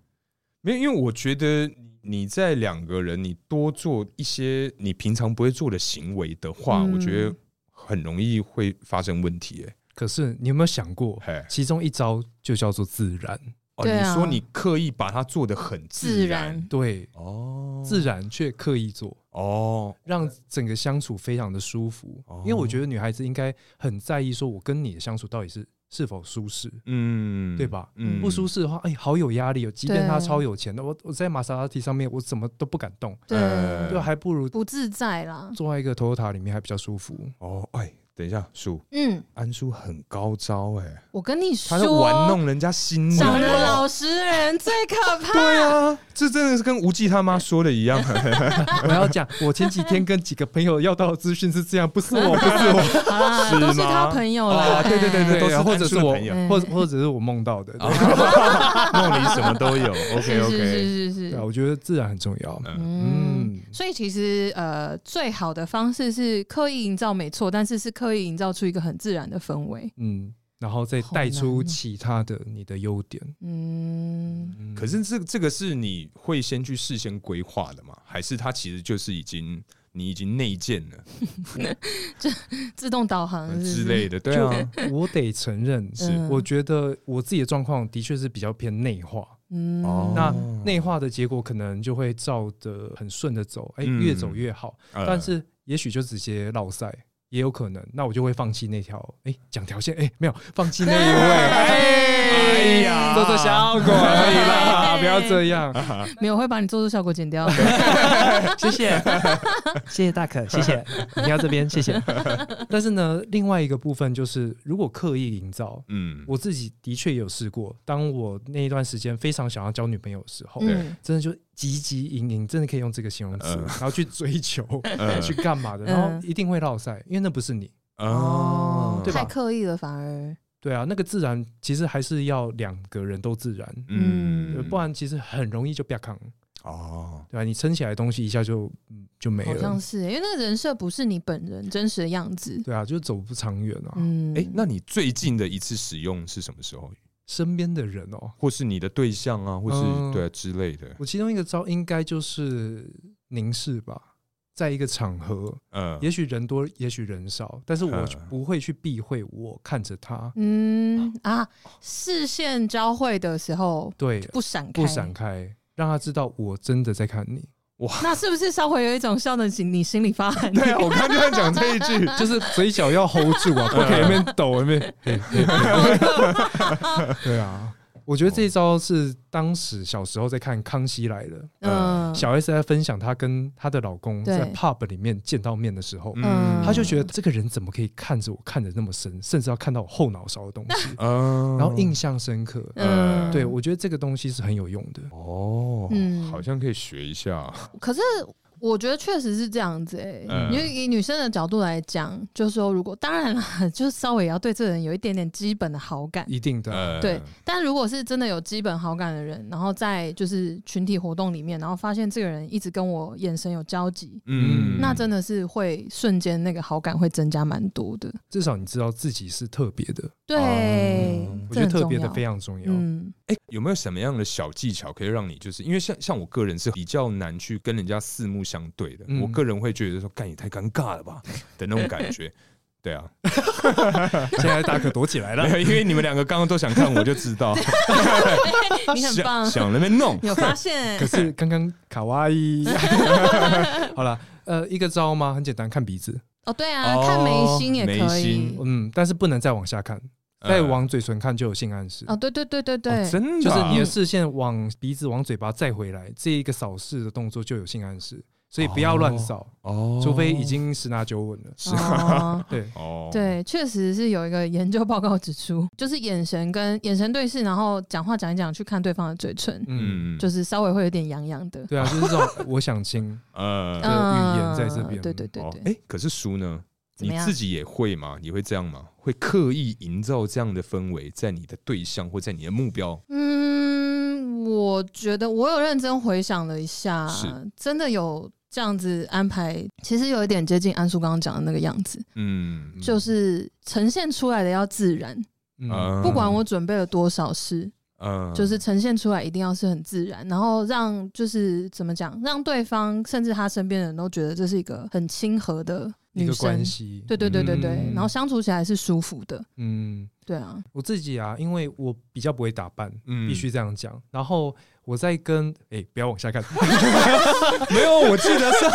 Speaker 2: 没有，因为我觉得你在两个人，你多做一些你平常不会做的行为的话，
Speaker 3: 嗯
Speaker 2: 我觉得很容易会发生问题、欸。
Speaker 1: 可是你有没有想过，
Speaker 2: 哎，
Speaker 1: 其中一招就叫做自然？
Speaker 2: 哦，
Speaker 3: 对啊
Speaker 2: 你说你刻意把它做的很
Speaker 3: 自
Speaker 2: 自
Speaker 3: 然
Speaker 2: 然，
Speaker 1: 对，
Speaker 2: 哦，
Speaker 1: 自然却刻意做，
Speaker 2: 哦，
Speaker 1: 让整个相处非常的舒服。
Speaker 2: 哦
Speaker 1: 因为我觉得女孩子应该很在意，说我跟你的相处到底是是否舒适。
Speaker 2: 嗯，
Speaker 1: 对吧
Speaker 2: 嗯
Speaker 1: 不舒
Speaker 2: 适，
Speaker 1: 适的话，哎，好有压力哦。即便他
Speaker 3: 对
Speaker 1: 超有钱的，我我在玛莎拉蒂上面，我怎么都不敢动，
Speaker 3: 对
Speaker 2: 呃，
Speaker 1: 嗯就还不如
Speaker 3: 不自在啦。
Speaker 1: 坐在一个 Toyota 里面还比较舒服。
Speaker 2: 哦，哎，等一下，叔，
Speaker 3: 嗯，
Speaker 2: 安叔很高招哎、欸，
Speaker 3: 我跟你
Speaker 2: 他在
Speaker 3: 说，
Speaker 2: 玩弄人家心理。
Speaker 3: 长得老实人最可怕。
Speaker 2: 对啊，这真的是跟吴忌他妈说的一 样。
Speaker 1: 我要讲，我前几天跟几个朋友要到的资讯是这样，不是我，不是我，
Speaker 3: 好啦，
Speaker 2: 是
Speaker 3: 都是
Speaker 2: 吗
Speaker 3: 他朋友啦。
Speaker 2: 啊，对对对
Speaker 1: 对
Speaker 2: 对，都是
Speaker 1: 或者
Speaker 2: 安叔
Speaker 1: 是
Speaker 2: 的
Speaker 1: 我
Speaker 2: 朋友，
Speaker 3: 嗯
Speaker 1: 或或者是我梦到的。对
Speaker 2: 梦里什么都 有。OK
Speaker 3: 是是
Speaker 2: OK，
Speaker 3: 是是
Speaker 1: 对啊，
Speaker 3: 是，
Speaker 1: 我觉得自然很重要。
Speaker 3: 嗯。
Speaker 1: 嗯，
Speaker 3: 所以其实呃，最好的方式是刻意营造没错，但是是刻意营造出一个很自然的氛围。
Speaker 1: 嗯，然后再
Speaker 3: 好
Speaker 1: 带出
Speaker 3: 难哦
Speaker 1: 其他的你的优点。
Speaker 3: 嗯，
Speaker 1: 嗯
Speaker 2: 可是这这个是你会先去事先规划的吗？还是它其实就是已经你已经内建了
Speaker 3: 自动导航嗯是不
Speaker 2: 之
Speaker 3: 是
Speaker 2: 类的？对啊，
Speaker 1: 我得承认，
Speaker 2: 是
Speaker 3: 嗯
Speaker 1: 我觉得我自己的状况的确是比较偏内化。
Speaker 3: 嗯
Speaker 2: 哦
Speaker 1: 那内化的结果可能就会照得很顺的走，哎，
Speaker 2: 嗯
Speaker 1: 越走越好。
Speaker 2: 呃
Speaker 1: 但是也许就直接落赛，也有可能。那我就会放弃那条，哎，讲条线，哎，没有放弃那一位，哎
Speaker 2: 哎呀
Speaker 1: 做做效果而已啦，不要这样。
Speaker 3: 没有会把你做出效果剪掉。
Speaker 1: 谢谢，谢谢大可，谢谢你要这边，谢谢。但是呢，另外一个部分就是，如果刻意营造，
Speaker 2: 嗯，
Speaker 1: 我自己的确有试过。当我那一段时间非常想要交女朋友的时候，
Speaker 3: 嗯，
Speaker 1: 真的就汲汲营营，真的可以用这个形容词，
Speaker 2: 嗯
Speaker 1: 然后去追求、
Speaker 2: 呃
Speaker 1: 去干
Speaker 3: 嗯
Speaker 1: 嘛的，然后一定会落赛，因为那不是你。
Speaker 2: 哦
Speaker 1: 对吧
Speaker 3: 太刻意了，反而
Speaker 1: 对啊，那个自然其实还是要两个人都自然，
Speaker 3: 嗯
Speaker 1: 对不然其实很容易就不要扛。
Speaker 2: 哦，
Speaker 1: 对吧、你撑起来的东西一下就嗯就没
Speaker 3: 好像
Speaker 1: 了，
Speaker 3: 是、因为那个人设不是你本人真实的样子。
Speaker 1: 对啊，就走不长远啊。
Speaker 3: 嗯，
Speaker 2: 哎、那你最近的一次使用是什么时候？
Speaker 1: 身边的人哦，
Speaker 2: 或是你的对象啊，或是、
Speaker 1: 嗯
Speaker 2: 对、啊、之类的？
Speaker 1: 我其中一个招应该就是凝视吧，在一个场合，
Speaker 2: 呃，
Speaker 1: 也许人多，也许人少，但是我
Speaker 2: 嗯
Speaker 1: 不会去避讳，我看着他，
Speaker 3: 嗯啊，视线交汇的时候
Speaker 1: 对，
Speaker 3: 不闪开，
Speaker 1: 不闪开，让他知道我真的在看你，
Speaker 3: 那是不是稍微有一种笑的你心里发寒？
Speaker 2: 对啊，我刚刚就在讲这一句，
Speaker 1: 就是嘴角要 hold 住啊，不可以那边抖那边，嘿嘿嘿 对啊。我觉得这一招是当时小时候在看《康熙来了》，
Speaker 3: 嗯，
Speaker 1: 小 S 在分享她跟她的老公
Speaker 3: 对
Speaker 1: 在 pub 里面见到面的时候，
Speaker 3: 嗯
Speaker 1: 她就觉得这个人怎么可以看着我看得那么深，甚至要看到我后脑勺的东西，
Speaker 2: 得，嗯、
Speaker 1: 然后印象深刻。
Speaker 3: 嗯，
Speaker 1: 呃对，我觉得这个东西是很有用的。
Speaker 2: 哦，
Speaker 3: 嗯
Speaker 2: 好像可以学一下，啊
Speaker 3: 可是我觉得确实是这样子哎、
Speaker 2: 嗯
Speaker 3: 因为以女生的角度来讲，就是说，如果当然啦， 就是稍微也要对这个人有一点点基本的好感。
Speaker 1: 一定的啊，
Speaker 2: 呃，
Speaker 3: 对，但如果是真的有基本好感的人，然后在就是群体活动里面，然后发现这个人一直跟我眼神有交集，
Speaker 1: 嗯
Speaker 3: 那真的是会瞬间那个好感会增加蛮多的。
Speaker 2: 哦
Speaker 1: 至少你知道自己是特别的，
Speaker 3: 对，
Speaker 1: 我觉得
Speaker 3: 这很重
Speaker 1: 特别的
Speaker 3: 要
Speaker 1: 非常重要。
Speaker 3: 嗯
Speaker 2: 哎、有没有什么样的小技巧可以让你，就是因为像像我个人是比较难去跟人家四目相对的，
Speaker 1: 嗯
Speaker 2: 我个人会觉得说，干也太尴尬了吧的那种感觉。对啊，
Speaker 1: 现在大可躲起来
Speaker 2: 没
Speaker 1: 了，
Speaker 2: 有，因为你们两个刚刚都想看，我就知道，
Speaker 3: 你很
Speaker 2: 想
Speaker 3: 棒，
Speaker 2: 想那边 弄，
Speaker 3: 有发 现
Speaker 1: 可？是刚刚卡哇 伊，好了，呃，一个招吗？很简单，看鼻子，
Speaker 3: 哦，对啊，
Speaker 2: 哦
Speaker 3: 看眉心也
Speaker 2: 眉
Speaker 3: 可以
Speaker 2: 心。
Speaker 1: 嗯，但是不能再往下看，
Speaker 2: 呃
Speaker 1: 再往嘴唇看就有性暗示。
Speaker 3: 哦，对对对对对，
Speaker 2: 哦真
Speaker 1: 就
Speaker 2: 的
Speaker 1: 是
Speaker 2: 啊
Speaker 1: 你的视线往鼻子、往嘴巴再回来，这一个扫视的动作就有性暗示，所以不要乱扫，
Speaker 2: 哦
Speaker 1: 除非已经十拿九稳了。
Speaker 3: 哦
Speaker 1: 对，
Speaker 2: 哦，
Speaker 3: 对，确实是有一个研究报告指出，就是眼神跟眼神对视，然后讲话讲一讲，去看对方的嘴唇，
Speaker 1: 嗯，
Speaker 3: 就是稍微会有点痒痒的。
Speaker 1: 对啊，就是这种我想亲，
Speaker 2: 呃
Speaker 1: 嗯语言在这边
Speaker 3: 对对对
Speaker 2: 哦
Speaker 3: 对，
Speaker 2: 哎、可是叔呢？
Speaker 3: 怎
Speaker 2: 你
Speaker 3: 么样
Speaker 2: 自己也会吗？你会这样吗？会刻意营造这样的氛围，在你的对象或在你的目标？
Speaker 3: 嗯，我觉得我有认真回想了一下
Speaker 2: 是，
Speaker 3: 真的有这样子安排，其实有一点接近安叔刚刚讲的那个样子，
Speaker 2: 嗯，
Speaker 3: 就是呈现出来的要自然，
Speaker 1: 嗯，
Speaker 2: 呃
Speaker 3: 不管我准备了多少事，
Speaker 2: 呃
Speaker 3: 就是呈现出来一定要是很自然，然后让就是怎么讲，让对方甚至他身边的人都觉得这是一个很亲和的
Speaker 1: 一
Speaker 3: 女
Speaker 1: 个关
Speaker 3: 生，
Speaker 1: 系，
Speaker 3: 对对对对对，
Speaker 1: 嗯
Speaker 3: 然后相处起来是舒服的，
Speaker 1: 嗯，
Speaker 3: 对啊，
Speaker 1: 我自己啊，因为我比较不会打扮，
Speaker 2: 嗯
Speaker 1: 必须这样讲。然后我在跟哎、不要往下看，
Speaker 2: 没有，我记得上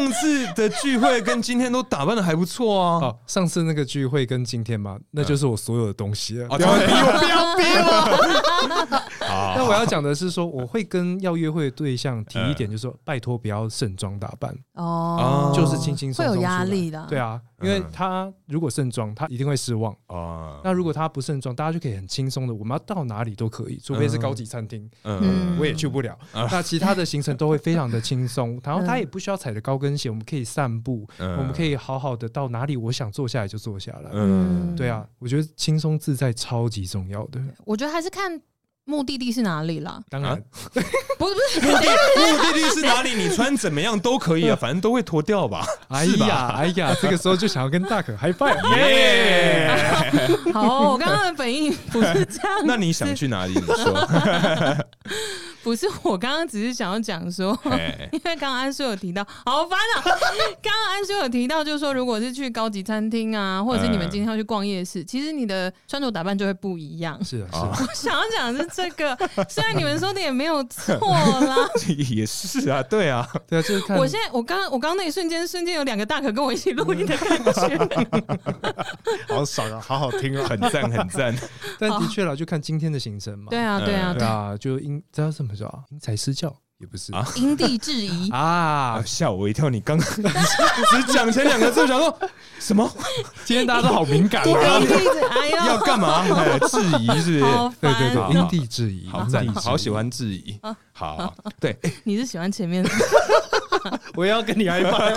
Speaker 2: 上次的聚会跟今天都打扮的还不错啊。
Speaker 1: 哦，上次那个聚会跟今天嘛，那就是我所有的东西了。
Speaker 2: 啊，当 然
Speaker 1: 不要逼我！但
Speaker 2: 啊，
Speaker 1: 我要讲的是说，我会跟要约会的对象提一点，就是说，拜托不要盛装打扮，
Speaker 3: 哦，
Speaker 1: 就是轻轻松
Speaker 3: 会
Speaker 1: 松
Speaker 3: 有
Speaker 1: 出
Speaker 3: 压
Speaker 1: 来
Speaker 3: 力的，
Speaker 1: 对
Speaker 3: 啊，
Speaker 1: 啊，因为
Speaker 2: 嗯
Speaker 1: 他如果盛装，他一定会失望。
Speaker 2: 啊
Speaker 1: 那如果他不盛装，大家就可以很轻松的，我们要到哪里都可以，除非是高级餐厅，
Speaker 3: 嗯
Speaker 1: 我也去不了。那其他的行程都会非常的轻松，然后他也不需要踩着高跟鞋，我们可以散步，我们可以好好的到哪里，我想坐下来就坐下来。
Speaker 2: 嗯
Speaker 1: 对啊，我觉得轻松自在超级重要的。
Speaker 3: 我觉得还是看目的地是哪里 啦，
Speaker 1: 当然
Speaker 2: 啊，
Speaker 3: 不是不是，
Speaker 2: 目的地是哪里？你穿怎么样都可
Speaker 3: 嗯
Speaker 2: 以啊，反正都会脱掉吧。
Speaker 1: 哎呀哎呀，这个时候就想要跟大可嗨翻。
Speaker 2: 耶！，
Speaker 3: 好，我刚刚的本意不是这样
Speaker 2: 那你想去哪里？你 说。
Speaker 3: 不是我刚刚只是想要讲说。
Speaker 2: 哎
Speaker 3: 因为刚刚安叔有提到，好烦啊！刚刚安叔有提到，就是说，如果是去高级餐厅啊，或者是你们今天要去逛夜市，其实你的穿着打扮就会不一样。
Speaker 1: 是啊，是
Speaker 2: 啊
Speaker 1: 啊，
Speaker 3: 我想要讲的是这个，虽然你们说的也没有错啦。
Speaker 2: 也是啊，对啊，
Speaker 1: 对啊，就是看
Speaker 3: 我现在，我刚我刚那一瞬间，瞬间有两个大可跟我一起录音的感觉。
Speaker 1: 好爽啊，好好听啊。
Speaker 2: 很赞很赞。
Speaker 1: 但的确啦，就看今天的行程嘛。
Speaker 3: 对啊，对啊，
Speaker 1: 对
Speaker 3: 对，
Speaker 1: 啊，就因这要怎么说啊？因材施教也不是
Speaker 2: 啊
Speaker 3: 因地制宜。
Speaker 1: 啊
Speaker 2: 啊，。吓我一跳！你刚刚只讲前两个字，我想说什么？
Speaker 1: 今天大家都好敏感
Speaker 3: 因
Speaker 1: 啊
Speaker 3: 地。制宜，哎
Speaker 2: 要
Speaker 3: 呦，
Speaker 2: 干嘛？哎质疑是不是？
Speaker 3: 好
Speaker 1: 对
Speaker 3: 烦！
Speaker 1: 对
Speaker 2: 好
Speaker 1: 对，因地制宜，
Speaker 2: 好
Speaker 1: 因
Speaker 2: 赞
Speaker 1: 地，制宜
Speaker 2: 好喜。欢质疑。好，对，
Speaker 3: 你是喜欢前面的？
Speaker 1: 我要跟你挨拍。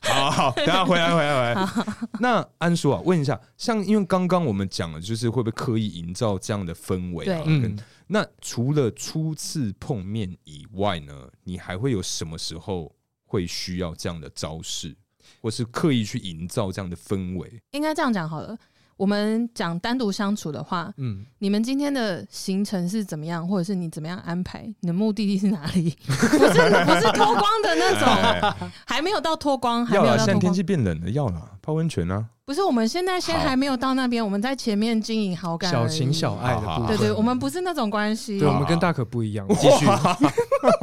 Speaker 2: 好好，等一下回来回来回来。那安叔啊，问一下，像因为刚刚我们讲了，就是会不会刻意营造这样的氛围啊？
Speaker 3: 对
Speaker 2: 跟
Speaker 1: 嗯，
Speaker 2: 那除了初次碰面以外呢，你还会有什么时候会需要这样的招式，或是刻意去营造这样的氛围？
Speaker 3: 应该这样讲好了。我们讲单独相处的话，
Speaker 1: 嗯，
Speaker 3: 你们今天的行程是怎么样，或者是你怎么样安排？你的目的地是哪 里？不是不是脱光的那种，
Speaker 2: 哎
Speaker 3: 还没有到脱光，还
Speaker 2: 要
Speaker 3: 没有
Speaker 2: 啦，
Speaker 3: 到
Speaker 2: 现
Speaker 3: 脱
Speaker 2: 在天
Speaker 3: 光
Speaker 2: 气。变冷了，要啦，泡温泉啊。
Speaker 3: 不是，我们现在先
Speaker 2: 好
Speaker 3: 还没有到那边，我们在前面经营好感而
Speaker 1: 小
Speaker 3: 已，
Speaker 1: 情小爱的部分。
Speaker 3: 对对，我们不是那种关系。
Speaker 1: 对，我们跟大可不一样。继续，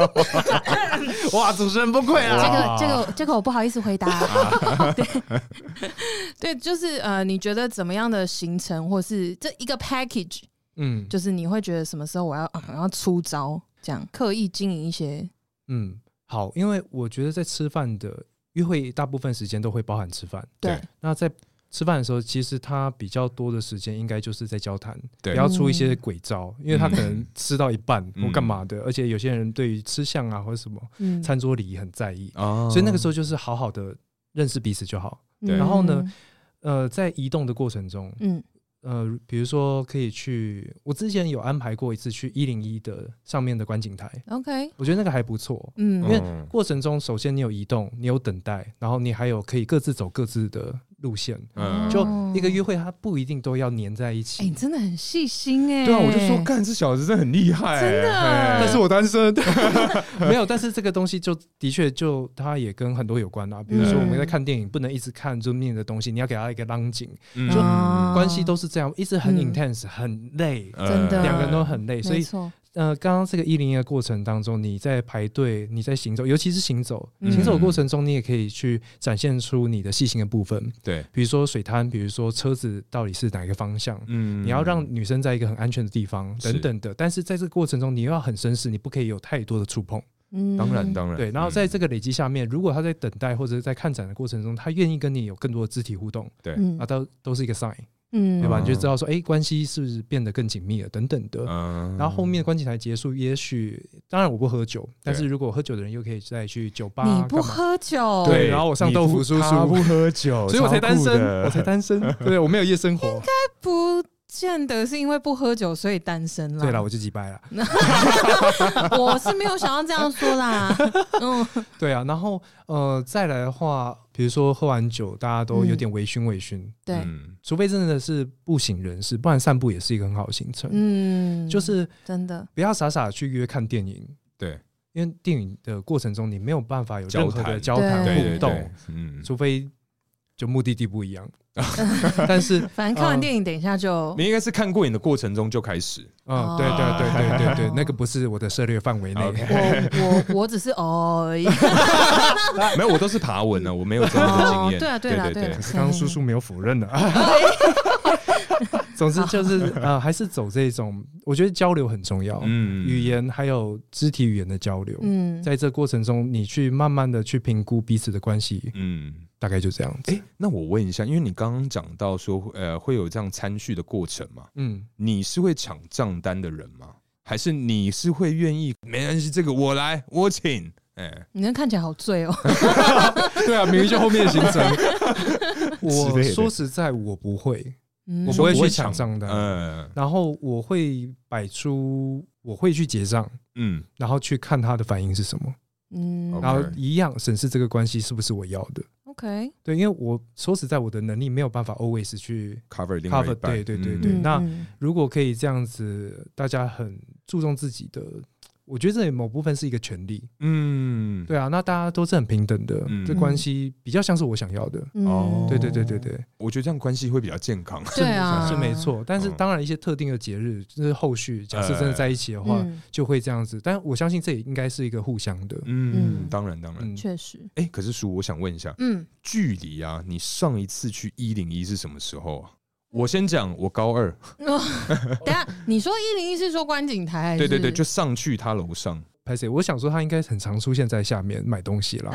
Speaker 1: 哇，主持人崩溃
Speaker 3: 这
Speaker 2: 啊
Speaker 1: 了。
Speaker 3: 个这个这个我不好意思回答。
Speaker 1: 啊
Speaker 3: 对对，就是呃，你觉得怎么样的行程，或是这一个 package，
Speaker 1: 嗯
Speaker 3: 就是你会觉得什么时候我要、啊、我要出招，这样刻意经营一些
Speaker 1: 嗯，好，因为我觉得在吃饭的约会，大部分时间都会包含吃饭。
Speaker 3: 对
Speaker 2: 对
Speaker 1: 那在吃饭的时候，其实他比较多的时间应该就是在交谈，
Speaker 2: 对
Speaker 1: 不要出一些鬼招，因为他可能吃到一半
Speaker 2: 嗯
Speaker 1: 或干嘛的，而且有些人对于吃相啊或者什么
Speaker 3: 嗯
Speaker 1: 餐桌礼仪很在意，
Speaker 2: 啊
Speaker 1: 所以那个时候就是好好的认识彼此就好。
Speaker 2: 对
Speaker 1: 然后呢？呃，在移动的过程中，
Speaker 3: 嗯，
Speaker 1: 呃，比如说可以去，我之前有安排过一次去一零一的上面的观景台，
Speaker 3: 嗯，OK，
Speaker 1: 我觉得那个还不错。
Speaker 3: 嗯，
Speaker 1: 因为过程中，首先你有移动，你有等待，然后你还有可以各自走各自的路线。
Speaker 2: 嗯
Speaker 1: 就一个约会，它不一定都要粘在一
Speaker 3: 哦哎、
Speaker 1: 起。
Speaker 3: 你真的很细心哎、
Speaker 2: 对啊，我就说，干这小子真的很厉害、
Speaker 3: 真的
Speaker 2: 哎
Speaker 1: 但是我单身， 没有。但是这个东西就的确就它也跟很多有关啊，
Speaker 3: 嗯
Speaker 1: 比如说我们在看电影，不能一直看就面的东西，你要给他一个浪景，
Speaker 2: 嗯
Speaker 1: 就
Speaker 3: 啊
Speaker 1: 关系都是这样，一直很
Speaker 3: 嗯
Speaker 1: intense，很累，
Speaker 2: 呃
Speaker 3: 真的
Speaker 1: 两个人都很累，所
Speaker 3: 没
Speaker 1: 以
Speaker 3: 错，
Speaker 1: 呃，刚刚这个一零一的过程当中，你在排队，你在行走，尤其是行走，
Speaker 3: 嗯
Speaker 1: 行走的过程中，你也可以去展现出你的细心的部分，
Speaker 2: 对，
Speaker 1: 比如说水滩，比如说车子到底是哪一个方向，
Speaker 2: 嗯
Speaker 1: 你要让女生在一个很安全的地方
Speaker 2: 是
Speaker 1: 等等的。但是在这个过程中，你又要很绅士，你不可以有太多的触碰。
Speaker 3: 嗯
Speaker 2: 当然当然
Speaker 1: 对，然后在这个累积下面，如果她在等待或者在看展的过程中，她愿意跟你有更多的肢体互动，
Speaker 2: 对
Speaker 3: 嗯
Speaker 1: 啊，都都是一个 sign，
Speaker 3: 嗯，
Speaker 1: 对吧？
Speaker 2: 嗯
Speaker 1: 你就知道说，哎，关系是不是变得更紧密了等等的。
Speaker 2: 嗯
Speaker 1: 然后后面观景台结束，也许当然我不喝酒，但是如果喝酒的人又可以再去酒吧
Speaker 3: 你
Speaker 1: 干
Speaker 3: 不
Speaker 1: 嘛。
Speaker 3: 喝酒，
Speaker 1: 对然后我上豆腐叔叔
Speaker 2: 你不他不喝 酒，
Speaker 1: 所以我才单
Speaker 2: 超酷
Speaker 1: 身，
Speaker 2: 的
Speaker 1: 我才单身， 对我没有夜生活。
Speaker 3: 不见得是因为不喝酒所以单身啦。
Speaker 1: 对了，我就几掰了。
Speaker 3: 我是没有想要这样说啦。 嗯，
Speaker 1: 对啊，然后呃，再来的话，比如说喝完酒，大家都有点微醺微醺，
Speaker 3: 对，
Speaker 2: 嗯
Speaker 1: 除非真的是不省人事，不然散步也是一个很好的行程。
Speaker 3: 嗯，
Speaker 1: 就是
Speaker 3: 真的，
Speaker 1: 不要傻傻去约看电影，
Speaker 2: 对
Speaker 1: 因为电影的过程中你没有办法有任何的
Speaker 2: 交
Speaker 1: 交谈
Speaker 3: 对
Speaker 1: 互
Speaker 2: 对对
Speaker 1: 动，
Speaker 2: 对，嗯，
Speaker 1: 除非就目的地不一 样。但是，
Speaker 3: 反正看完
Speaker 1: 嗯
Speaker 3: 电影，等一下就
Speaker 2: 你应该是看过瘾的过程中就 开始，
Speaker 1: 嗯，对对对对对对
Speaker 3: 哦，
Speaker 1: 那个不是我的涉猎范围内。
Speaker 2: OK
Speaker 3: 我我我只是哦而已。
Speaker 2: 没有，我都是爬文啊的，我没有这样的经
Speaker 3: 哦
Speaker 2: 验。
Speaker 3: 对啊对
Speaker 2: 对
Speaker 3: 啦
Speaker 2: 对
Speaker 3: 对啦
Speaker 1: 刚刚叔叔没有否认的。 总之就是呃，还是走这种，我觉得交流很重要，
Speaker 2: 嗯
Speaker 1: 语言还有肢体语言的交流。
Speaker 3: 嗯，
Speaker 1: 在这过程中，你去慢慢的去评估彼此的关系，
Speaker 2: 嗯，
Speaker 1: 大概就这样子。
Speaker 2: 哎，那我问一下，因为你刚刚讲到说，呃，会有这样参序的过程嘛？
Speaker 1: 嗯，
Speaker 2: 你是会抢账单的人吗？还是你是会愿意？没关系，这个我来，我请。哎，
Speaker 3: 你那看起来好醉哦。
Speaker 1: 对啊，明明就后面的行程。
Speaker 2: 之
Speaker 1: 我
Speaker 2: 类的
Speaker 1: 说实在，我不会，
Speaker 3: 嗯
Speaker 1: 我不
Speaker 2: 说
Speaker 1: 会
Speaker 2: 不会
Speaker 1: 去抢账单，
Speaker 2: 嗯
Speaker 1: 然后我会摆出，我会去结账，
Speaker 2: 嗯，
Speaker 1: 然后去看他的反应是什么。
Speaker 3: 嗯
Speaker 1: 然后
Speaker 2: OK
Speaker 1: 一样审视这个关系是不是我要的。
Speaker 3: ，OK，
Speaker 1: 对，因为我说实在，我的能力没有办法 always 去。
Speaker 2: cover 另外一
Speaker 1: cover，
Speaker 2: 半
Speaker 1: 对对对
Speaker 2: 嗯
Speaker 1: 对
Speaker 3: 嗯
Speaker 1: 那
Speaker 3: 嗯
Speaker 1: 如果可以这样子，大家很注重自己的，我觉得这也某部分是一个权利。
Speaker 2: 嗯，
Speaker 1: 对啊，那大家都是很平等的，
Speaker 2: 嗯
Speaker 1: 这关系比较像是我想要的。
Speaker 3: 嗯
Speaker 2: 哦
Speaker 1: 对对对对对，
Speaker 2: 我觉得这样关系会比较健康。
Speaker 3: 对啊，
Speaker 1: 是没错。但是
Speaker 2: 嗯
Speaker 1: 当然，一些特定的节日，就是后续假设真的在一起的话，
Speaker 3: 嗯，
Speaker 1: 就会这样子。但我相信这也应该是一个互相的。
Speaker 2: 嗯，
Speaker 3: 嗯
Speaker 2: 当然当然。
Speaker 1: 嗯，
Speaker 3: 确实，
Speaker 2: 哎、可是叔，我想问一下，
Speaker 3: 嗯
Speaker 2: 距离啊，你上一次去一零一是什么时候啊？
Speaker 3: 嗯
Speaker 2: 我先讲，我高二，
Speaker 3: 哦，等一下，你说一零一是说观景台还是？
Speaker 2: 对对对，就上去他楼上，
Speaker 1: 拍谁？我想说他应该很常出现在下面买东西啦。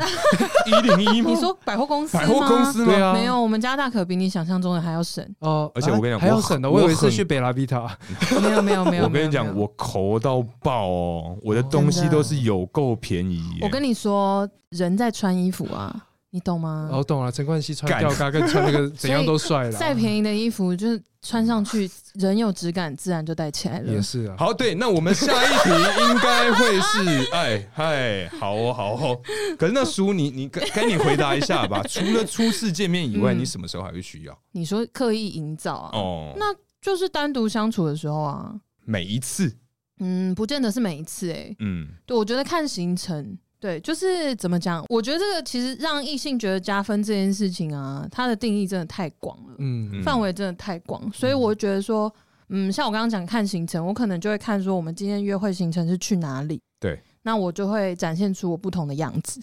Speaker 2: 一零一吗？
Speaker 3: 你说百货公司啊吗？
Speaker 2: 百货公司吗
Speaker 1: 对？啊，
Speaker 3: 没有，我们家大可比你想象中的还要省。
Speaker 1: 哦，
Speaker 2: 而且我跟你讲
Speaker 1: 还要
Speaker 2: 我
Speaker 1: 省的，
Speaker 2: 我
Speaker 1: 我以为是
Speaker 2: 很
Speaker 1: 去北拉维 塔。
Speaker 3: 没有没有没有，
Speaker 2: 我跟你
Speaker 3: 没有
Speaker 2: 讲，
Speaker 3: 没有
Speaker 2: 我抠到爆哦！我的东西
Speaker 3: 真的
Speaker 2: 都是有够便宜耶。
Speaker 3: 我跟你说，人在穿衣服啊，你懂吗？
Speaker 1: 哦，懂了，陈冠希穿
Speaker 2: 干
Speaker 1: 吊嘎跟穿 那个怎样都帅了，啊
Speaker 3: 再便宜的衣服，就是穿上去人有质感，自然就戴起来了
Speaker 1: 也。是啊。
Speaker 2: 好，对，那我们下一题应该会是，哎嗨，好哦，好哦。可是那叔，你你该该你回答一下 吧。除了初次见面以外，
Speaker 3: 嗯
Speaker 2: 你什么时候还会需要？
Speaker 3: 你说刻意营造啊，
Speaker 2: 哦，
Speaker 3: 那就是单独相处的时候啊，
Speaker 2: 每一次，
Speaker 3: 嗯，不见得是每一次哎、欸。
Speaker 2: 嗯，
Speaker 3: 对，我觉得看行程，对，就是怎么讲？我觉得这个其实让异性觉得加分这件事情啊，它的定义真的太广了。
Speaker 1: 嗯，
Speaker 2: 嗯
Speaker 3: 范围真的太广，所以我觉得说，嗯，像我刚刚讲看行程，我可能就会看说我们今天约会行程是去哪里，
Speaker 2: 对，
Speaker 3: 那我就会展现出我不同的样子，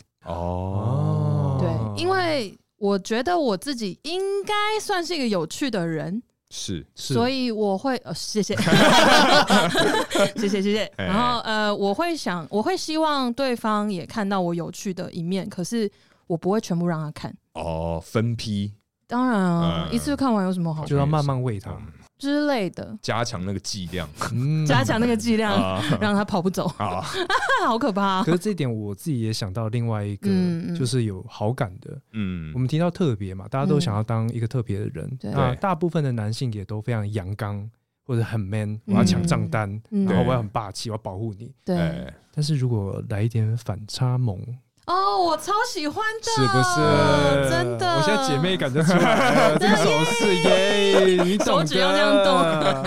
Speaker 2: 哦，
Speaker 3: 对，
Speaker 1: 哦
Speaker 3: 因为我觉得我自己应该算是一个有趣的人，
Speaker 2: 是
Speaker 1: 是
Speaker 3: 所以我会，呃，谢 谢，谢谢，谢谢，
Speaker 2: 哎
Speaker 3: 然后呃，我会想，我会希望对方也看到我有趣的一面，可是我不会全部让他看。
Speaker 2: 哦，分批
Speaker 3: 当然啊，
Speaker 2: 嗯
Speaker 3: 一次看完有什么好
Speaker 1: 就要慢慢喂他，
Speaker 3: 之类的，
Speaker 2: 加强那个剂量
Speaker 1: 嗯
Speaker 3: 加强那个剂 量，
Speaker 2: 啊
Speaker 3: 让他跑不走，
Speaker 2: 啊，
Speaker 3: 好可怕啊、
Speaker 1: 可是这一点我自己也想到另外一个
Speaker 3: 嗯嗯，
Speaker 1: 就是有好感的。
Speaker 2: 嗯
Speaker 1: 我，们提到特别嘛，大家都想要当一个特别的人。
Speaker 3: 嗯对
Speaker 1: 那大部分的男性也都非常阳刚或者很 man，我要抢账单，
Speaker 3: 嗯
Speaker 1: 然后我要很霸气，我要保护你。
Speaker 3: 对，
Speaker 2: 哎，
Speaker 1: 但是如果来一点反差萌，
Speaker 3: 哦，我超喜欢的，
Speaker 1: 是不是？
Speaker 3: 真的，
Speaker 1: 我现在姐妹感觉出来了，这个手势耶，你懂
Speaker 3: 手指要这样
Speaker 1: 动。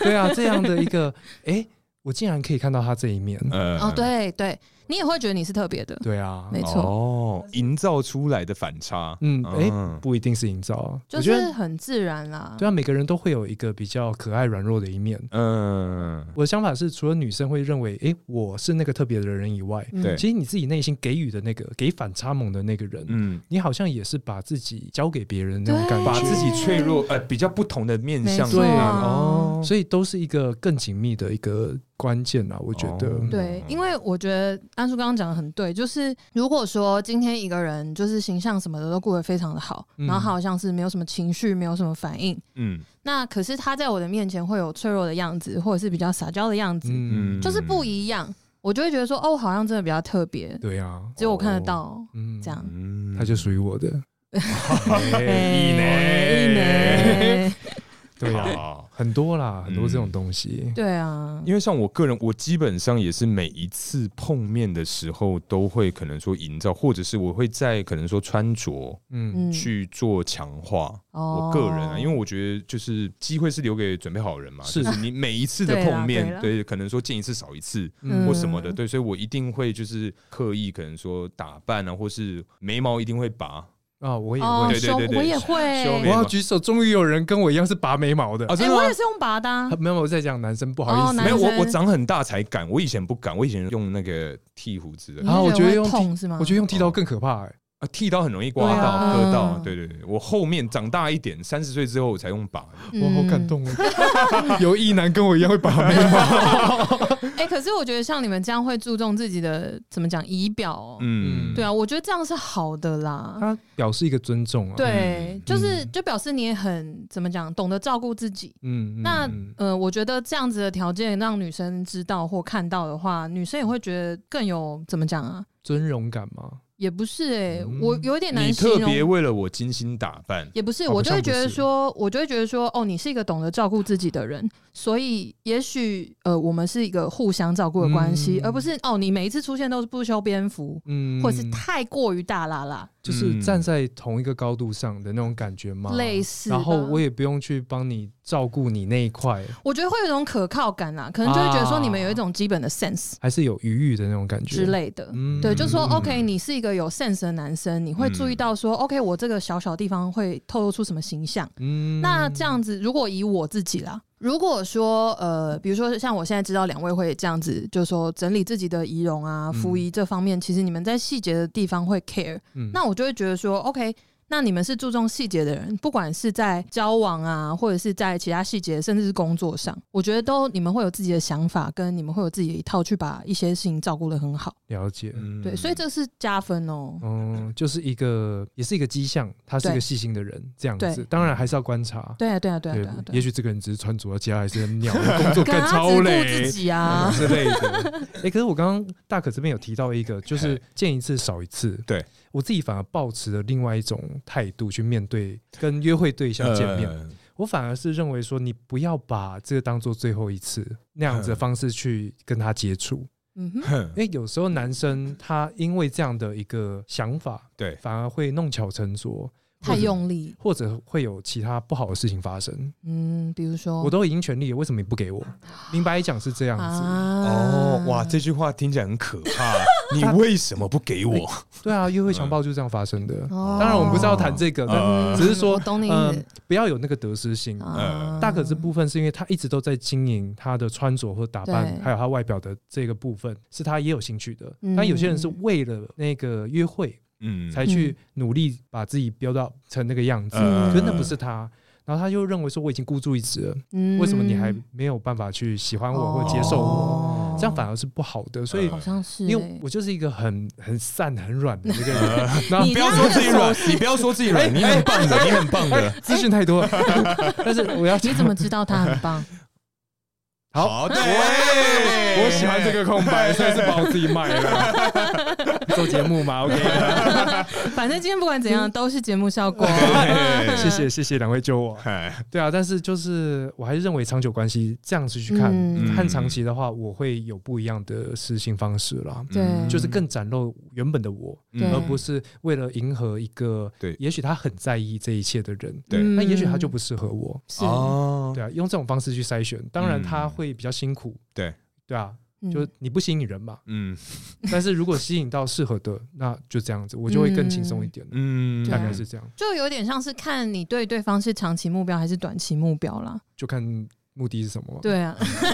Speaker 1: 对啊，这样的一个，哎，我竟然可以看到他这一面。
Speaker 2: 呃
Speaker 3: 哦，，对对，你也会觉得你是特别的，
Speaker 1: 对啊，
Speaker 3: 没错，
Speaker 2: 哦，营造出来的反差，
Speaker 1: 嗯，哎，
Speaker 2: 嗯
Speaker 1: 不一定是营造啊，
Speaker 3: 就
Speaker 1: 我觉
Speaker 3: 是
Speaker 1: 得
Speaker 3: 很自然啦。
Speaker 1: 对啊，每个人都会有一个比较可爱软弱的一面。
Speaker 2: 嗯，
Speaker 1: 我的想法是，除了女生会认为，哎，我是那个特别的人以外，
Speaker 3: 嗯
Speaker 2: 对
Speaker 1: 其实你自己内心给予的那个给反差萌的那个人，
Speaker 2: 嗯，
Speaker 1: 你好像也是把自己交给别人那种
Speaker 3: 对
Speaker 1: 感觉，
Speaker 2: 把自己脆弱呃比较不同的面
Speaker 3: 没
Speaker 2: 相
Speaker 3: 错啊
Speaker 2: 哦，
Speaker 1: 所以都是一个更紧密的一个关键啊啦，我觉得。
Speaker 2: 哦
Speaker 3: 对
Speaker 2: 嗯，
Speaker 3: 因为我觉得安叔刚刚讲的很对，就是如果说今天一个人就是形象什么的都顾得非常的好，
Speaker 1: 嗯
Speaker 3: 然后他好像是没有什么情绪，没有什么反应，
Speaker 2: 嗯
Speaker 3: 那可是他在我的面前会有脆弱的样子，或者是比较撒娇的样子，
Speaker 1: 嗯，
Speaker 3: 就是不一样，我就会觉得说，哦，好像真的比较特别，
Speaker 1: 对啊，
Speaker 3: 只有我看得
Speaker 2: 哦
Speaker 3: 到、
Speaker 1: 嗯，
Speaker 3: 这样。哎
Speaker 2: 嗯
Speaker 1: 它就属于我的。
Speaker 2: 哎
Speaker 3: 一枚，
Speaker 1: 对
Speaker 3: 嗯
Speaker 1: 啊，
Speaker 2: 啊。
Speaker 1: 很多啦，很多这种
Speaker 2: 嗯
Speaker 1: 东西。
Speaker 3: 对啊，
Speaker 2: 因为像我个人，我基本上也是每一次碰面的时候，都会可能说营造，或者是我会在可能说穿着
Speaker 1: 嗯，
Speaker 2: 去做强化。我
Speaker 3: 哦
Speaker 2: 个人啊，因为我觉得就是机会是留给准备好的人嘛，
Speaker 1: 是
Speaker 2: 就是你每一次的
Speaker 3: 对啦
Speaker 2: 碰
Speaker 3: 对
Speaker 2: 面，
Speaker 3: 啦
Speaker 2: 对，可能说见一次少一次，
Speaker 3: 嗯
Speaker 2: 或什么的，对，所以我一定会就是刻意可能说打扮啊，或是眉毛一定会拔
Speaker 1: 啊，我也
Speaker 3: 哦，
Speaker 1: 会。
Speaker 2: 对对
Speaker 3: 胸
Speaker 2: 对对
Speaker 3: 我也
Speaker 2: 胸
Speaker 1: 我
Speaker 2: 眉
Speaker 3: 会，
Speaker 1: 要举手，终于有人跟我一样是拔眉毛的
Speaker 2: 啊，。真
Speaker 3: 哎，
Speaker 2: 的
Speaker 3: 我也
Speaker 2: 吗？
Speaker 3: 是用拔的啊，
Speaker 1: 没有，我在讲男生，不好
Speaker 3: 哦
Speaker 1: 意思
Speaker 3: 男
Speaker 2: 没。有，
Speaker 3: 生
Speaker 2: 我我长很大才敢，我以前不敢，我以前用那个剃胡子的
Speaker 3: 你
Speaker 1: 啊
Speaker 3: 是
Speaker 1: 我觉得
Speaker 3: 会
Speaker 1: 用
Speaker 3: 痛是吗？
Speaker 1: 我觉得用剃刀更可怕哎。
Speaker 2: 啊，剃刀很容易刮
Speaker 3: 对
Speaker 2: 到、
Speaker 3: 啊
Speaker 2: 割到，对对对，我后面长大一点，三十岁之后我才用拔的，
Speaker 3: 嗯
Speaker 1: 我好感。动哦， 有一男跟我一样会拔眉毛。
Speaker 3: 哎，可是我觉得像你们这样会注重自己的怎么讲仪表哦，
Speaker 2: 嗯，
Speaker 1: 嗯
Speaker 3: 对啊，我觉得这样是好的啦。
Speaker 1: 他表示一个尊重啊。
Speaker 3: 对
Speaker 2: 嗯，
Speaker 3: 就是
Speaker 1: 啊嗯
Speaker 3: 就表示你也很怎么讲，懂得照顾自己。
Speaker 1: 嗯，嗯
Speaker 3: 那
Speaker 1: 嗯
Speaker 3: 呃，我觉得这样子的条件让女生知道或看到的话，女生也会觉得更有怎么讲啊？
Speaker 1: 尊荣感嘛，
Speaker 3: 也不是哎、
Speaker 1: 嗯
Speaker 3: 我有点难
Speaker 2: 你
Speaker 3: 形
Speaker 2: 特
Speaker 3: 容
Speaker 2: 别为了我精心打扮，
Speaker 3: 也不是，
Speaker 1: 好
Speaker 3: 我就
Speaker 1: 像
Speaker 3: 会
Speaker 1: 哦不
Speaker 3: 觉得
Speaker 1: 是
Speaker 3: 说，我就会觉得说，哦，你是一个懂得照顾自己的人，所以也许呃，我们是一个互相照顾的关系，
Speaker 1: 嗯
Speaker 3: 而不是哦，你每一次出现都是不修边幅，
Speaker 1: 嗯，
Speaker 3: 或者是太过于大啦啦，
Speaker 1: 就是站在同一个高度上的那种感觉嘛，
Speaker 3: 类似吧。
Speaker 1: 然后我也不用去帮你照顾你那一块，
Speaker 3: 我觉得会有一种可靠感啦，可能就会觉得说
Speaker 1: 啊
Speaker 3: 你们有一种基本的 sense
Speaker 1: 还是有余裕的那种感觉
Speaker 3: 之。类的。
Speaker 1: 嗯
Speaker 3: 对，就说
Speaker 2: 嗯
Speaker 3: OK，你是一个有 sense 的男生，你会注意到说、OK，我这个小小地方会透露出什么形象。
Speaker 1: 嗯
Speaker 3: 那这样子，如果以我自己啦，如果说呃，比如说像我现在知道两位会这样子，就是说整理自己的仪容啊、
Speaker 1: 嗯
Speaker 3: 服仪这方面，其实你们在细节的地方会 care，、
Speaker 1: 嗯
Speaker 3: 那我就会觉得说，OK，那你们是注重细节的人，不管是在交往啊，或者是在其他细节，甚至是工作上，我觉得都你们会有自己的想法，跟你们会有自己的一套去把一些事情照顾的很好。
Speaker 1: 了解。
Speaker 2: 嗯
Speaker 3: 对，所以这是加分哦。
Speaker 1: 嗯，就是一个，也是一个迹象，他是一
Speaker 3: 对
Speaker 1: 个细心的人，这样子
Speaker 3: 对。
Speaker 1: 当然还是要观察，
Speaker 3: 对啊，对啊，对啊，对啊，对
Speaker 1: 也
Speaker 3: 啊。
Speaker 1: 许这个人只是穿着，其他还是 很鸟，工作
Speaker 3: 可
Speaker 1: 干
Speaker 3: 能他
Speaker 1: 超
Speaker 3: 只顾
Speaker 1: 累
Speaker 3: 自。己啊，
Speaker 2: 之类的，
Speaker 1: 哎、可是我刚刚大可这边有提到一个， 就是
Speaker 2: 嘿
Speaker 1: 见一次少一次。
Speaker 2: 对
Speaker 1: 我自己反而抱持了另外一种态度去面对跟约会对象见面，
Speaker 2: 呃
Speaker 1: 我反而是认为说，你不要把这个当做最后一次那样子的
Speaker 2: 嗯
Speaker 1: 方式去跟他接触，
Speaker 3: 嗯哼，
Speaker 2: 哼
Speaker 1: 因为有时候男生他因为这样的一个想法，
Speaker 2: 对，
Speaker 1: 反而会弄巧成拙，
Speaker 3: 太用力，
Speaker 1: 或者会有其他不好的事情发生。
Speaker 3: 嗯，比如说
Speaker 1: 我都已经全力了，为什么你不给我？明白讲是这样子，
Speaker 3: 啊
Speaker 2: 哦，哇，
Speaker 1: 嗯
Speaker 2: 这句话听起来很可怕， 你为什么不给我？
Speaker 1: 对啊，约会强暴就是这样发生的。
Speaker 3: 哦
Speaker 1: 当然，我们不是要谈这个，但
Speaker 2: 呃
Speaker 1: 只是说
Speaker 3: 我懂你意
Speaker 1: 嗯
Speaker 3: 思，
Speaker 1: 不要有那个得失心。
Speaker 3: 啊
Speaker 1: 大可这部分是因为他一直都在经营他的穿着或打扮，
Speaker 3: 对
Speaker 1: 还有他外表的这个部分，是他也有兴趣的。
Speaker 3: 嗯
Speaker 1: 但有些人是为了那个约会
Speaker 2: 嗯
Speaker 1: 才去努力把自己飙到成那个样子，
Speaker 2: 呃
Speaker 1: 可是那嗯不是他。然后他又认为说我已经孤注一掷了，
Speaker 3: 嗯
Speaker 1: 为什么你还没有办法去喜欢我或接受我？
Speaker 3: 哦
Speaker 1: 这样反而是不好的。所以
Speaker 2: 呃
Speaker 3: 好像是欸，
Speaker 1: 因为我就是一个很很散很软的一个人，
Speaker 2: 呃
Speaker 1: 然后
Speaker 3: 你
Speaker 2: 不要说自己软，你不要说自己
Speaker 1: 哎
Speaker 2: 软，你很棒的，你很棒的。
Speaker 1: 资讯太多 了，但是我要
Speaker 3: 你怎么知道他很 棒？
Speaker 1: 好
Speaker 2: 好，对，
Speaker 1: 我喜欢这 个空白，所以是把我自己卖了。 做节目嘛，OK，
Speaker 3: 啊反正今天不管怎
Speaker 1: 嗯
Speaker 3: 样都是节目效果。
Speaker 2: 对
Speaker 1: 谢谢谢谢两位救我。
Speaker 2: 哎
Speaker 1: 对啊，但是就是我还是认为长久关系这样子去看，
Speaker 3: 嗯
Speaker 1: 看长期的话，我会有不一样的实行方式啦，
Speaker 3: 对
Speaker 2: 嗯
Speaker 1: 就是更展露原本的我，
Speaker 3: 对
Speaker 1: 而不是为了迎合一个
Speaker 2: 对
Speaker 1: 也许他很在意这一切的人，
Speaker 2: 对
Speaker 1: 那也许他就不适合我。
Speaker 3: 嗯是，
Speaker 2: 哦，
Speaker 1: 对啊，用这种方式去筛选，当然他会比较辛苦。
Speaker 2: 嗯对
Speaker 1: 对啊，
Speaker 3: 嗯
Speaker 1: 就是你不吸引人嘛，
Speaker 2: 嗯
Speaker 1: 但是如果吸引到适合的，那就这样子，我就会更轻松一点。
Speaker 2: 嗯，
Speaker 1: 大概是这样，
Speaker 3: 就有点像是看你对对方是长期目标还是短期目标啦。
Speaker 1: 就看目的是什么嘛。
Speaker 3: 对啊，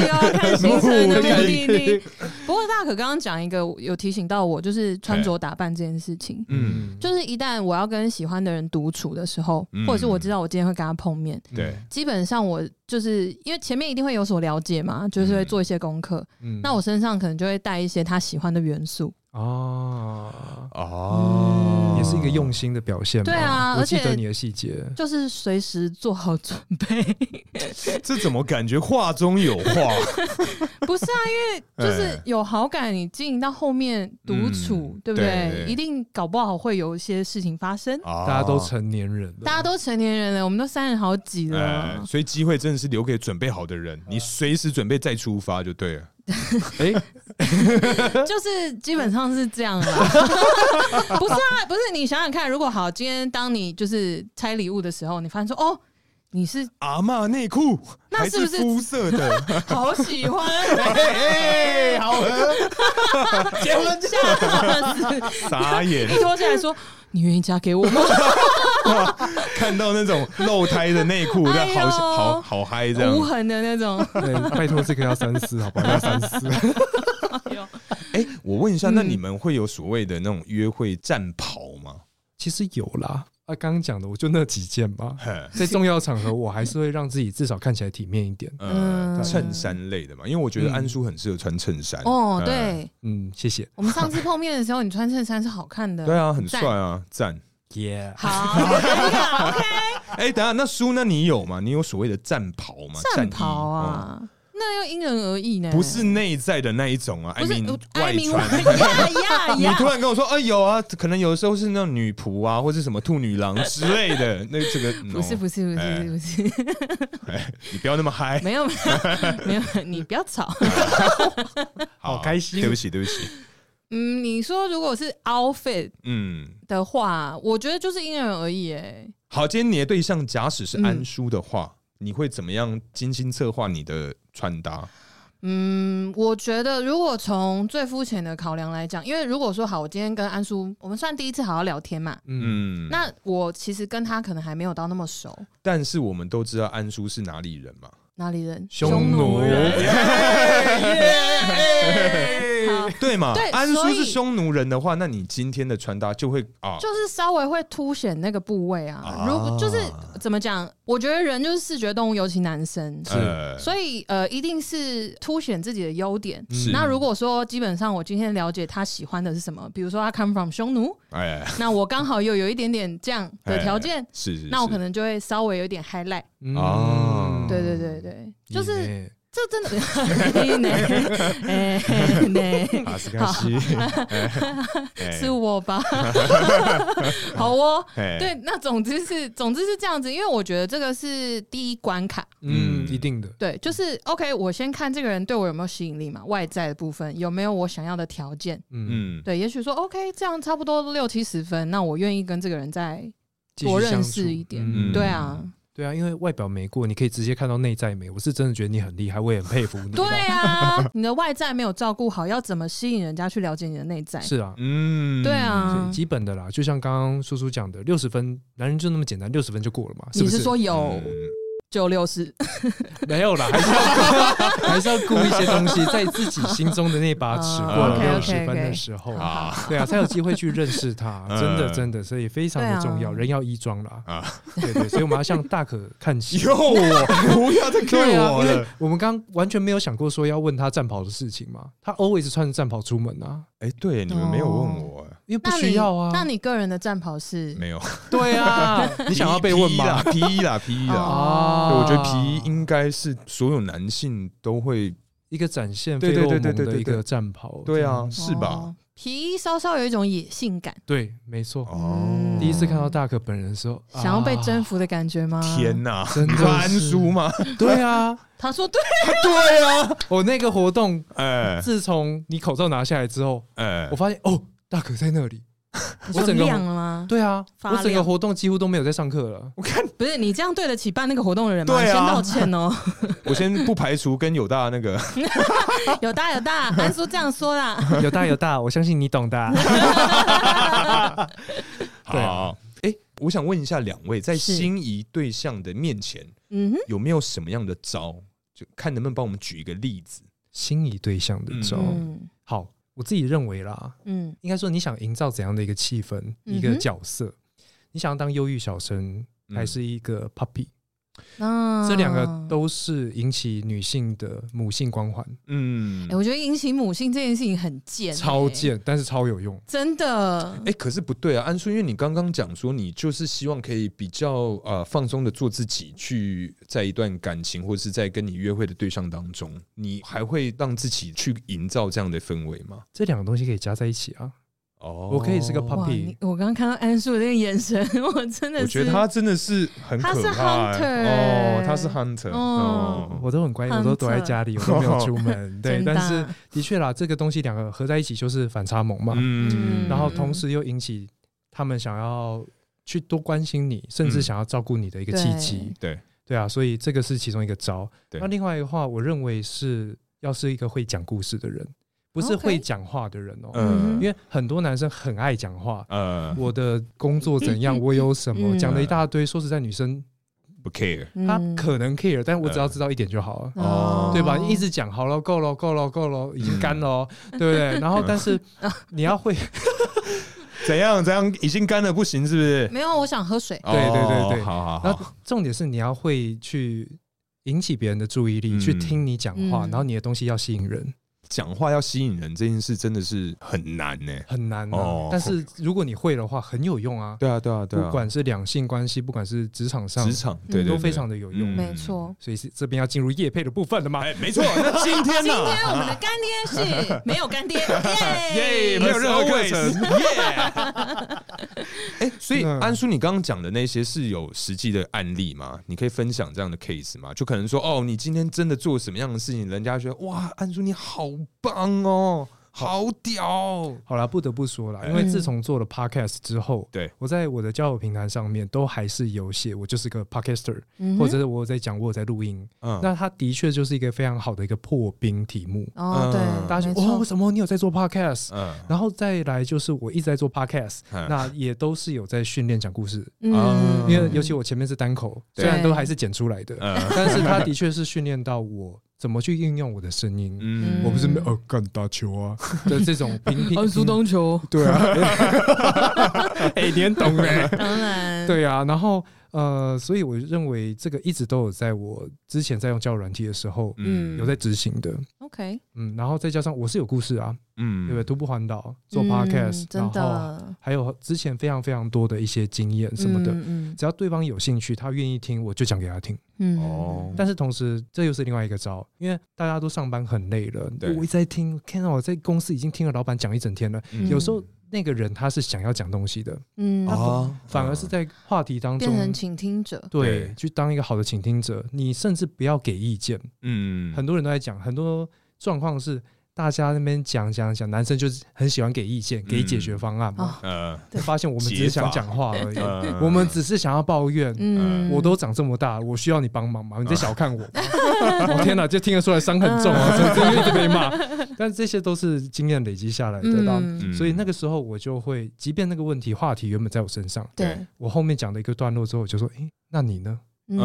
Speaker 3: 又要看行程的 目的地。不过大可刚刚讲一个有提醒到我，就是穿着打扮这件事情。
Speaker 2: 嗯，
Speaker 3: 就是一旦我要跟喜欢的人独处的时候，
Speaker 2: 嗯
Speaker 3: 或者是我知道我今天会跟他碰面，
Speaker 2: 对，
Speaker 3: 基本上我就是因为前面一定会有所了解嘛，就是会做一些功课。
Speaker 1: 嗯
Speaker 3: 那我身上可能就会带一些他喜欢的元素。
Speaker 1: 啊，
Speaker 2: 哦，
Speaker 1: 也是一个用心的表现嘛。
Speaker 3: 对啊
Speaker 1: 我记
Speaker 3: 而且
Speaker 1: 得你的细节。
Speaker 3: 就是随时做好准 备，
Speaker 2: 这怎么感觉话中有 话？
Speaker 3: 不是啊，因为就是有好感，你经营到后面独处，
Speaker 2: 嗯
Speaker 3: 对不对？
Speaker 2: 对对
Speaker 3: 一定搞不好会有一些事情发生。
Speaker 2: 大
Speaker 1: 大家都啊成年人了，
Speaker 3: 大家都成年人了，我们都三十好几了，
Speaker 2: 哎，所以机会真的是留给准备好的人，你随时准备再出发就对了。
Speaker 1: 哎，
Speaker 3: 就是基本上是这 样啦。不是啊，不是你想想看，如果好，今天当你就是拆礼物的时候，你发现说哦，你是
Speaker 2: 阿嬷内裤
Speaker 3: 那
Speaker 2: 还
Speaker 3: 是不是
Speaker 2: 肤色 的？
Speaker 3: 好喜欢，
Speaker 2: 哎，哎好喝，
Speaker 3: 结婚吓到死，
Speaker 2: 傻眼
Speaker 3: 一，脱下来说你愿意嫁给我吗？
Speaker 2: 看到那种露胎的内 裤，那
Speaker 3: 哎呦
Speaker 2: 好好好嗨 这样
Speaker 3: 无。痕的 那种，
Speaker 1: 对，拜托这个要三思，好不好？要三思。
Speaker 3: 哎呦
Speaker 2: 哎，我问一下，
Speaker 3: 嗯
Speaker 2: 那你们会有所谓的那种约会战袍吗？
Speaker 1: 其实有啦，啊，刚刚讲的我就那几件 吧。
Speaker 2: 嘿
Speaker 3: 嗯
Speaker 1: 在重要场合，我还是会让自己至少看起来体面一点。
Speaker 2: 呃，
Speaker 3: 嗯
Speaker 2: 衬衫类的嘛，因为我觉得安叔很适合穿衬衫。
Speaker 3: 哦，
Speaker 2: 嗯，
Speaker 3: 对
Speaker 1: 嗯，谢谢。
Speaker 3: 我们上次碰面的时候，你穿衬衫是好看的，
Speaker 2: 对啊，很
Speaker 3: 赞
Speaker 2: 帅啊，赞。
Speaker 1: 耶，
Speaker 3: 好，OK，
Speaker 2: 哎，等一下，那叔，那你有吗？你有所谓的战袍吗？
Speaker 3: 战
Speaker 2: 衣哦
Speaker 3: 袍，啊，那又因人而异呢，
Speaker 2: 嗯不是内在的那一种啊，I
Speaker 3: 不是
Speaker 2: mean
Speaker 3: 艾
Speaker 2: 外
Speaker 3: 明
Speaker 2: 穿。
Speaker 3: 呀呀
Speaker 2: 你突
Speaker 3: 呀！
Speaker 2: 然跟我说，啊，有啊，可能有的时候是那种女仆啊，或者什么兔女郎之类的， 那这个
Speaker 3: 不是
Speaker 2: no
Speaker 3: 不是不
Speaker 2: 哎
Speaker 3: 是不是不是，
Speaker 2: 你不要那么 嗨，
Speaker 3: 没有没有没有，你不要吵。
Speaker 1: 好开心
Speaker 2: 对不起，对不起，
Speaker 3: 嗯，你说如果是 outfit
Speaker 2: 嗯，
Speaker 3: 的话，我觉得就是因人而异哎。
Speaker 2: 好，今天你的对象假使是安叔的
Speaker 3: 嗯
Speaker 2: 话，你会怎么样精心策划你的穿搭？
Speaker 3: 嗯，我觉得如果从最肤浅的考量来讲，因为如果说好，我今天跟安叔，我们算第一次好好聊天嘛，
Speaker 1: 嗯，
Speaker 2: 嗯，
Speaker 3: 那我其实跟他可能还没有到那么熟。
Speaker 2: 但是我们都知道安叔是哪里人嘛，哦
Speaker 3: 哪里人？
Speaker 1: 匈奴
Speaker 3: 人。
Speaker 2: 耶
Speaker 3: 好，
Speaker 2: 对哎对嘛？
Speaker 3: 对
Speaker 2: 安
Speaker 3: 所
Speaker 2: 叔
Speaker 3: 以
Speaker 2: 是匈奴人的话，那你今天的穿搭就会啊，
Speaker 3: 就是稍微会凸显那个部位啊
Speaker 2: 啊。
Speaker 3: 如果就是怎么讲，我觉得人就是视觉动物，尤其男生，
Speaker 1: 是
Speaker 2: 呃
Speaker 3: 所以呃，一定是凸显自己的优点。
Speaker 2: 是
Speaker 3: 那如果说基本上我今天了解他喜欢的是什么，比如说他 come from 匈奴，
Speaker 2: 哎，
Speaker 3: 那我刚好又有一点点这样的条件，
Speaker 2: 是是，
Speaker 3: 那我可
Speaker 2: 能
Speaker 3: 能就会稍微有一点 highlight。
Speaker 1: 嗯
Speaker 2: 哦
Speaker 3: 嗯对对对对，就是
Speaker 2: 嗯
Speaker 1: 耶
Speaker 3: 这真 的，哎哎哎
Speaker 2: 啊，斯卡西，
Speaker 3: 是我 吧？好哦，
Speaker 2: 哎，
Speaker 3: 对，那总之是总之是这样子，因为我觉得这个是第一关卡。
Speaker 1: 嗯，
Speaker 2: 嗯
Speaker 1: 一定的，
Speaker 3: 对，就是 OK，我先看这个人对我有没有吸引力嘛，外在的部分有没有我想要的条件。
Speaker 1: 嗯，
Speaker 2: 嗯，
Speaker 3: 对，也许说 OK，这样差不多六七十分，那我愿意跟这个人再
Speaker 1: 继续
Speaker 3: 多认
Speaker 1: 相
Speaker 3: 识
Speaker 1: 处
Speaker 3: 一点
Speaker 2: 嗯
Speaker 3: 对啊，
Speaker 1: 对啊，因为外表没过，你可以直接看到内在美。我是真的觉得你很厉害，我也很佩服你。
Speaker 3: 对啊， 你的外在没有照顾好，要怎么吸引人家去了解你的内在？
Speaker 1: 是啊，
Speaker 2: 嗯，
Speaker 3: 对
Speaker 1: 所
Speaker 3: 啊
Speaker 1: 以，基本的啦，就像刚刚叔叔讲的，六十分，男人就那么简单，六十分就过了嘛？是
Speaker 3: 你
Speaker 1: 不
Speaker 3: 是说有
Speaker 1: 啊
Speaker 2: 嗯，
Speaker 3: 就六十？
Speaker 1: 没有啦，还是要还是要顾一 些东西，在自己心中的那把尺
Speaker 3: 哦
Speaker 1: 过了六十
Speaker 3: OK，OK，OK
Speaker 1: 分的时候，
Speaker 2: 啊，
Speaker 1: 对啊，才有机会去认识他，
Speaker 2: 嗯
Speaker 1: 真的真的，所以非常的重要，
Speaker 3: 对啊
Speaker 1: 人要衣装啦，
Speaker 2: 啊
Speaker 1: 对对，所以我们要向大可看齐。
Speaker 2: 哟，不要再
Speaker 1: 啊 对
Speaker 2: cue
Speaker 1: 啊，
Speaker 2: 我
Speaker 1: 因为
Speaker 2: 了，
Speaker 1: 我们刚完全没有想过说要问他战袍的事情嘛，他 always 穿着战袍出门啊，
Speaker 2: 哎，对，你们没有问我，哎
Speaker 1: 因为不
Speaker 3: 那
Speaker 1: 需
Speaker 3: 你
Speaker 1: 要啊。
Speaker 3: 那你个人的战袍是
Speaker 2: 没有，
Speaker 1: 对啊， 你想要被问吗？
Speaker 2: 皮衣啦，皮衣啦，皮衣啦。
Speaker 1: 啊
Speaker 2: 对，我觉得皮衣应该是所有男性都会，
Speaker 1: 一个展现
Speaker 2: 对
Speaker 1: 费
Speaker 2: 对
Speaker 1: 洛蒙
Speaker 2: 对对
Speaker 1: 的
Speaker 2: 对
Speaker 1: 一
Speaker 2: 对
Speaker 1: 个战袍，
Speaker 2: 对
Speaker 1: 这
Speaker 2: 啊，
Speaker 1: 样
Speaker 2: 是吧
Speaker 3: 哦？？皮衣稍稍有一种野性感，
Speaker 1: 对，没错。
Speaker 2: 哦，
Speaker 1: 第一次看到大可本人的时候，
Speaker 3: 想要被征
Speaker 1: 服，
Speaker 3: 服的感觉吗？
Speaker 2: 天哪，
Speaker 1: 真的
Speaker 2: 你说安
Speaker 1: 是
Speaker 2: 叔吗？
Speaker 1: 对啊，
Speaker 3: 他说对，
Speaker 2: 对啊，
Speaker 1: 我那个活动，
Speaker 2: 哎
Speaker 1: 自从你口罩拿下来之后，
Speaker 2: 哎
Speaker 1: 我，发现哦，大可在那里。我
Speaker 3: 你说
Speaker 1: 整个
Speaker 3: 亮了吗？
Speaker 1: 对啊，
Speaker 3: 发
Speaker 1: 我整个
Speaker 3: 亮
Speaker 1: 活动几乎都没有在上课 了。
Speaker 2: 我看
Speaker 3: 不是你这样对得起办那个活动的人吗？
Speaker 2: 对啊
Speaker 3: 先道歉哦。
Speaker 2: 我先不排除跟友大那个，
Speaker 3: 有大有大，安叔这样说啦。
Speaker 1: 有大有大，我相信你懂的啊。 对啊
Speaker 2: 好，哎，我想问一下两位，在
Speaker 3: 是
Speaker 2: 心仪对象的面前，
Speaker 3: 嗯哼，
Speaker 2: 有没有什么样的招？就看能不能帮我们举一个例子。
Speaker 1: 心仪对象的招，
Speaker 3: 嗯
Speaker 1: 好，我自己认为啦，
Speaker 3: 嗯
Speaker 1: 应该说你想营造怎样的一个气氛、一
Speaker 3: 嗯
Speaker 1: 个
Speaker 3: 哼
Speaker 1: 角色？你想要当忧郁小生，
Speaker 2: 嗯
Speaker 1: 还是一个 puppy？、
Speaker 3: 那
Speaker 1: 这两个都是引起女性的母性光环，
Speaker 2: 嗯
Speaker 3: 哎、，我觉得引起母性这件事情很贱、欸
Speaker 1: 超，贱，但是超有用。
Speaker 3: 真的。
Speaker 2: 哎、可是不对啊，安叔，因为你刚刚讲说，你就是希望可以比较呃放松的做自己，去在一段感情或是在跟你约会的对象当中，你还会让自己去营造这样的氛围吗？
Speaker 1: 这两个东西可以加在一起啊。
Speaker 2: 哦
Speaker 1: 我可以是个
Speaker 3: 哇，
Speaker 1: puppy
Speaker 3: 你我刚刚看到安叔的那个眼神， 我真的是，
Speaker 2: 我觉得他真的是很可怕、
Speaker 3: 他是 hunter
Speaker 2: 哦，他是 hunter，
Speaker 3: 哦
Speaker 2: 哦，
Speaker 1: 我都很乖，我都躲在家里，我都没有出门。对，
Speaker 3: 真的
Speaker 1: 但是的确啦，这个东西两个合在一起就是反差萌嘛。
Speaker 2: 嗯
Speaker 1: 然后同时又引起他们想要去多关心你，甚至
Speaker 2: 嗯
Speaker 1: 想要照顾你的一个契机。
Speaker 2: 对对
Speaker 1: 对啊，所以这个是其中一个招。
Speaker 2: 对
Speaker 1: 那另外的话，我认为是要是一个会讲故事的人，不是
Speaker 3: OK
Speaker 1: 会讲话的人哦、
Speaker 2: 嗯
Speaker 1: 因为很多男生很爱讲话。
Speaker 2: 呃
Speaker 1: 我的工作怎样？我有什么
Speaker 3: 嗯
Speaker 1: 讲了一大堆？说实在，女生
Speaker 2: 不 care，
Speaker 1: 她
Speaker 3: 嗯
Speaker 1: 可能 care，但我只要
Speaker 2: 嗯
Speaker 1: 知道一点就好了。
Speaker 2: 哦
Speaker 1: 对吧？一直讲好了，够了，够了，够了，已经干了哦，对不对？
Speaker 2: 嗯
Speaker 1: 然后，但是你要会，
Speaker 2: 怎样怎样，已经干了不行是不是？
Speaker 3: 没有，我想喝水。
Speaker 2: 对
Speaker 1: 对对对
Speaker 2: 好好
Speaker 1: 然
Speaker 2: 好，
Speaker 1: 后重点是你要会去引起别人的注意力，
Speaker 2: 嗯
Speaker 1: 去听你讲话，
Speaker 3: 嗯
Speaker 1: 然后你的东西要吸引人，
Speaker 2: 讲话要吸引人这件事真的是很难呢、
Speaker 1: 很难、啊。
Speaker 2: 哦
Speaker 1: 但是如果你会的话，很有用啊。
Speaker 2: 对啊，对啊，对啊，
Speaker 1: 不管是两性关系，不管是职场上
Speaker 2: 职，场，对对
Speaker 1: 都非常的有用。
Speaker 2: 嗯
Speaker 3: 没错，
Speaker 1: 所以是这边要进入叶配的部分了吗？
Speaker 2: 哎，没错。那今天
Speaker 3: 今
Speaker 2: 呢？
Speaker 3: 天我们的干爹是没有干 爹，耶
Speaker 2: 耶，没有任何课程，耶！ 哎，所以
Speaker 1: 嗯
Speaker 2: 安叔，你刚刚讲的那些是有实际的案例吗？你可以分享这样的 case 吗？就可能说，哦，你今天真的做什么样的事情，人家觉得哇，安叔你好棒哦，好屌，哦
Speaker 1: 好啦，不得不说啦，
Speaker 2: 哎
Speaker 1: 因为自从做了 podcast 之后，
Speaker 2: 对
Speaker 1: 我在我的交友平台上面都还是有写我就是个 podcaster，、
Speaker 3: 嗯哼
Speaker 1: 或者是我有在讲我有在录音，
Speaker 2: 嗯，
Speaker 1: 那它的确就是一个非常好的一个破冰题目。
Speaker 3: 哦，
Speaker 2: 嗯
Speaker 3: 对，
Speaker 1: 大家
Speaker 3: 没
Speaker 1: 觉得哇，
Speaker 3: 错
Speaker 1: 为，什么你有在做 podcast？、
Speaker 2: 嗯
Speaker 1: 然后再来就是我一直在做 podcast，、
Speaker 2: 嗯
Speaker 1: 那也都是有在训练讲故事，
Speaker 2: 啊
Speaker 3: 嗯
Speaker 1: 因为尤其我前面是单口，
Speaker 2: 对
Speaker 1: 虽然都还是剪出来的，
Speaker 2: 嗯
Speaker 1: 但是它的确是训练到我怎么去应用我的声音？
Speaker 2: 嗯
Speaker 1: 我不是没
Speaker 3: 嗯
Speaker 1: 呃干打球啊的这种平 平
Speaker 3: 嗯，苏东球，
Speaker 1: 对 啊，哎，你很懂哎、
Speaker 3: 当然，
Speaker 1: 对啊，然后呃，所以我认为这个一直都有在我之前在用交友软体的时候
Speaker 3: 嗯
Speaker 1: 有在执行的，
Speaker 3: ，OK，
Speaker 1: 嗯，然后再加上我是有故事啊，
Speaker 2: 嗯
Speaker 1: 对不对？徒步环岛做
Speaker 3: 嗯
Speaker 1: podcast，、
Speaker 3: 真
Speaker 1: 然后
Speaker 3: 的
Speaker 1: 还有之前非常非常多的一些经验什么的，
Speaker 3: 嗯
Speaker 1: 只要对方有兴趣，他愿意听，我就讲给他听。
Speaker 3: 嗯
Speaker 2: 哦
Speaker 1: 但是同时，这又是另外一个招，因为大家都上班很累了，
Speaker 2: 对
Speaker 1: 我一直在听，看到我在公司已经听了老板讲一整天了，
Speaker 2: 嗯
Speaker 1: 有时候。那个人他是想要讲东西的，
Speaker 3: 嗯，
Speaker 2: 哦
Speaker 1: 反而是在话题当中
Speaker 3: 变成倾听者，
Speaker 1: 对
Speaker 2: 对，
Speaker 1: 去当一个好的倾听者，你甚至不要给意见。
Speaker 2: 嗯
Speaker 1: 很多人都在讲，很多状况是大家那边讲讲讲，男生就是很喜欢给意见，给解决方案嘛。
Speaker 3: 啊
Speaker 2: 呃
Speaker 3: 对
Speaker 1: 发现我们只是想讲话而已，
Speaker 2: 呃
Speaker 1: 我们只是想要抱怨。
Speaker 3: 嗯，
Speaker 1: 我都长这么大了，我需要你帮忙吗？你在小看我吗？我、天哪，这听得出来伤很重啊，
Speaker 3: 嗯
Speaker 1: 真的一直被骂。但这些都是经验累积下来得到，
Speaker 3: 嗯
Speaker 2: 嗯
Speaker 1: 所以那个时候我就会，即便那个问题话题原本在我身上，
Speaker 3: 对，
Speaker 1: 我后面讲的一个段落之后，我就说，诶，那你呢？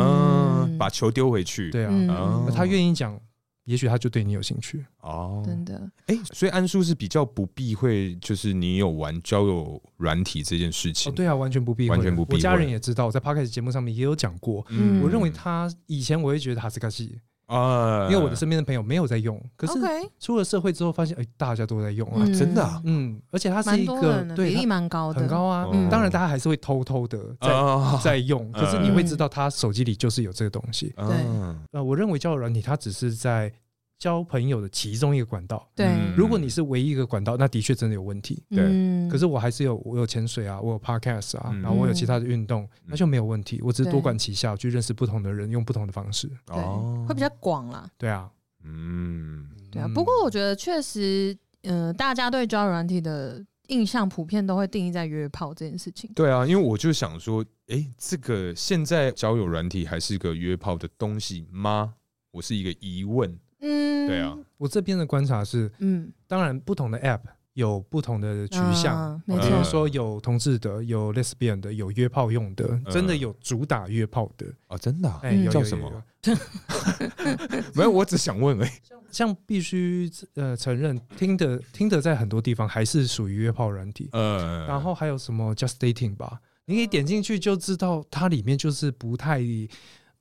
Speaker 2: 嗯把球丢回去，
Speaker 1: 对啊，
Speaker 3: 嗯
Speaker 2: 哦
Speaker 1: 那他愿意讲，也许他就对你有兴趣。
Speaker 2: 哦，
Speaker 3: 真的，
Speaker 2: 哎，所以安叔是比较不避讳，就是你有玩交友软体这件事
Speaker 1: 哦，
Speaker 2: 情，
Speaker 1: 对啊，完全不避讳，
Speaker 2: 完全不避讳
Speaker 1: 我家人也知道，我在 podcast 节目上面也有讲过。
Speaker 3: 嗯
Speaker 1: 我认为他以前我会觉得哈斯卡西，
Speaker 2: 啊
Speaker 1: 因为我的身边的朋友没有在用，可是
Speaker 3: OK，
Speaker 1: 出了社会之后发现，哎，大家都在用啊
Speaker 3: 嗯，
Speaker 2: 真的啊
Speaker 1: 嗯，而且它是
Speaker 3: 蛮
Speaker 1: 一
Speaker 3: 多
Speaker 1: 个
Speaker 3: 人的，
Speaker 1: 对
Speaker 3: 比例
Speaker 1: 它
Speaker 3: 蛮高的，
Speaker 1: 很高啊
Speaker 2: 嗯，
Speaker 1: 当然大家还是会偷偷的在
Speaker 2: 啊
Speaker 1: 在用，可是
Speaker 2: 嗯
Speaker 1: 你会知道他手机里就是有这个东西。
Speaker 2: 嗯
Speaker 1: 呃，我认为交友软体它只是在交朋友的其中一个管道。
Speaker 3: 对，
Speaker 2: 嗯
Speaker 1: 如果你是唯一一个管道，那的确真的有问题。
Speaker 2: 对
Speaker 3: 嗯
Speaker 1: 可是我还是有，我有潜水啊，我有 podcast 啊，
Speaker 2: 嗯
Speaker 1: 然后我有其他的运动，那就没有问题。我只是
Speaker 3: 对
Speaker 1: 多管齐下，去认识不同的人，用不同的方式。
Speaker 3: 对
Speaker 1: 哦
Speaker 3: 会比较广啦，
Speaker 1: 对啊，
Speaker 2: 哦嗯
Speaker 3: 对啊。
Speaker 1: 嗯
Speaker 3: 不过我觉得确实，嗯，大家对交友软体的印象普遍都会定义在约炮这件事情，
Speaker 2: 对啊，因为我就想说，哎，这个现在交友软体还是个约炮的东西吗？我是一个疑问。
Speaker 1: 哎
Speaker 3: 嗯，
Speaker 2: 对啊，，
Speaker 1: 我这边的观察是，
Speaker 3: 嗯，
Speaker 1: 当然不同的 app 有不同的取向
Speaker 3: 嗯，没
Speaker 1: 比
Speaker 2: 错
Speaker 1: 如说有同志的，有 lesbian 的，有约炮用的，真的有主打约炮的，
Speaker 2: 哦，真的啊、
Speaker 1: 哎，有
Speaker 2: 呃叫
Speaker 1: 有
Speaker 2: 什
Speaker 1: 有
Speaker 2: 么
Speaker 1: 有
Speaker 2: 没有，我只想问而已。
Speaker 1: 像必须呃承认，听的听的在很多地方还是属于约炮软体，
Speaker 2: 呃，
Speaker 1: 然后还有什么 Just Dating 吧，你可以点进去就知道它里面就是不太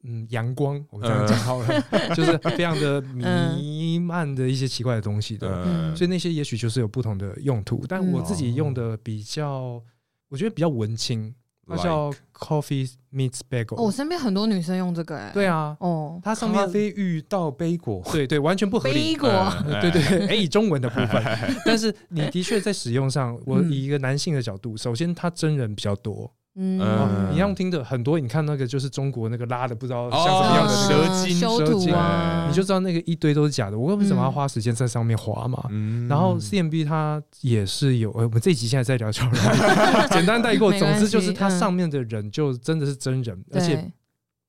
Speaker 1: 嗯阳光，我们这样讲好了，
Speaker 2: 呃
Speaker 1: 就是非常的弥漫的一些奇怪的东西的，
Speaker 2: 呃，
Speaker 1: 所以那些也许就是有不同的用途。但我自己
Speaker 2: 嗯
Speaker 1: 用的比较，我觉得比较文青，它叫 Coffee Meets
Speaker 3: 哦我
Speaker 1: Bagel，
Speaker 3: 身边很多女生用这个，哎，
Speaker 1: 对，啊，
Speaker 3: 哦，
Speaker 1: 它上面
Speaker 2: 非遇到杯 果，
Speaker 1: 对对完全不合理
Speaker 3: 背。果，
Speaker 1: 呃对对，哎，以中文的部分，
Speaker 2: 哎
Speaker 1: 但是你的确在使用上，我
Speaker 3: 嗯
Speaker 1: 以一个男性的角度，首先他真人比较多，
Speaker 2: 嗯
Speaker 1: 哦你要听的很多，你看那个就是中国那个拉的不知道像
Speaker 2: 哦
Speaker 1: 什么样的
Speaker 2: 嗯
Speaker 1: 那个，
Speaker 2: 蛇精
Speaker 3: 修
Speaker 1: 蛇
Speaker 3: 图
Speaker 1: 精
Speaker 3: 啊，
Speaker 1: 你就知道那个一堆都是假的。我为
Speaker 3: 嗯
Speaker 1: 什么要花时间在上面滑嘛？
Speaker 2: 嗯
Speaker 1: 然后 CMB 它也是有，呃，我们这一集现在在聊 交友软体简单带过。
Speaker 3: 没关
Speaker 1: 总
Speaker 3: 系
Speaker 1: 之就是它上面的人就真的是真人，而且
Speaker 3: 对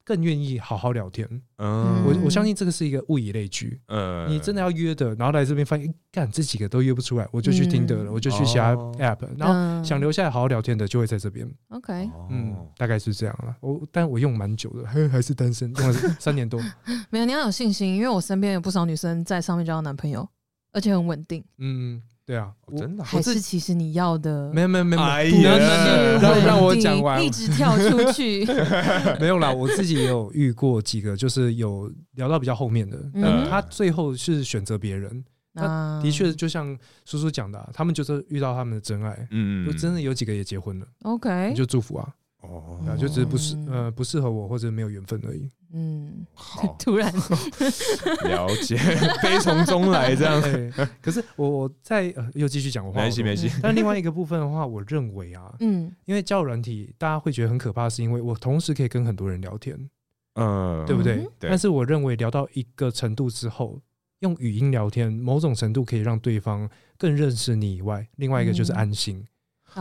Speaker 1: 更愿意好好聊天。
Speaker 2: 嗯
Speaker 1: 我我相信这个是一个物以类聚，
Speaker 2: 呃
Speaker 1: 你真的要约的，然后来这边发现，诶干这几个都约不出来，我就去听的了，
Speaker 3: 嗯
Speaker 1: 我就去其他
Speaker 2: 哦
Speaker 1: app，然后
Speaker 3: 嗯
Speaker 1: 想留下来好好聊天的就会在这边。
Speaker 3: OK，
Speaker 1: 嗯
Speaker 2: 哦，，
Speaker 1: 大概是这样了。我但我用蛮久的， 还还是单身，用了三年多。
Speaker 3: 没有，你要有信心，因为我身边有不少女生在上面交到男朋友，而且很稳定，
Speaker 1: 嗯，对啊，
Speaker 2: 哦真的啊
Speaker 3: 还是其实你要的
Speaker 1: 没有没有没有，
Speaker 2: 哎
Speaker 1: 不
Speaker 2: 呀
Speaker 1: 能
Speaker 2: 不
Speaker 1: 让
Speaker 3: 稳
Speaker 1: 让我
Speaker 3: 定
Speaker 1: 讲完
Speaker 3: 一，直跳 出去，
Speaker 1: 没有啦，我自己也有遇过几个，就是有聊到比较后面的，
Speaker 3: 嗯
Speaker 1: 但他最后是选择别人，
Speaker 3: 那
Speaker 1: 的确就像叔叔讲的啊，他们就是遇到他们的真爱，
Speaker 2: 嗯
Speaker 1: 就真的有几个也结婚了，
Speaker 3: OK，
Speaker 1: 你就祝福啊，
Speaker 2: 哦
Speaker 1: 对啊，就只是不适
Speaker 3: 嗯
Speaker 1: 呃不适合我或者没有缘分而已。
Speaker 3: 嗯，
Speaker 1: 哦
Speaker 2: 好
Speaker 3: 突然
Speaker 2: 了解， 悲从中来这样。
Speaker 1: 对，可是我我在呃又继续讲我
Speaker 2: 没
Speaker 1: 话，
Speaker 2: 关系，没
Speaker 1: 系。
Speaker 2: 关系。
Speaker 1: 但另外一个部分的话，我认为啊，
Speaker 3: 嗯
Speaker 1: 因为交友软体，大家会觉得很可怕，是因为我同时可以跟很多人聊天，
Speaker 2: 嗯，
Speaker 1: 对不对？
Speaker 3: 嗯
Speaker 2: 对
Speaker 1: 但是我认为聊到一个程度之后，用语音聊天，某种程度可以让对方更认识你以外，另外一个就是安心，
Speaker 3: 嗯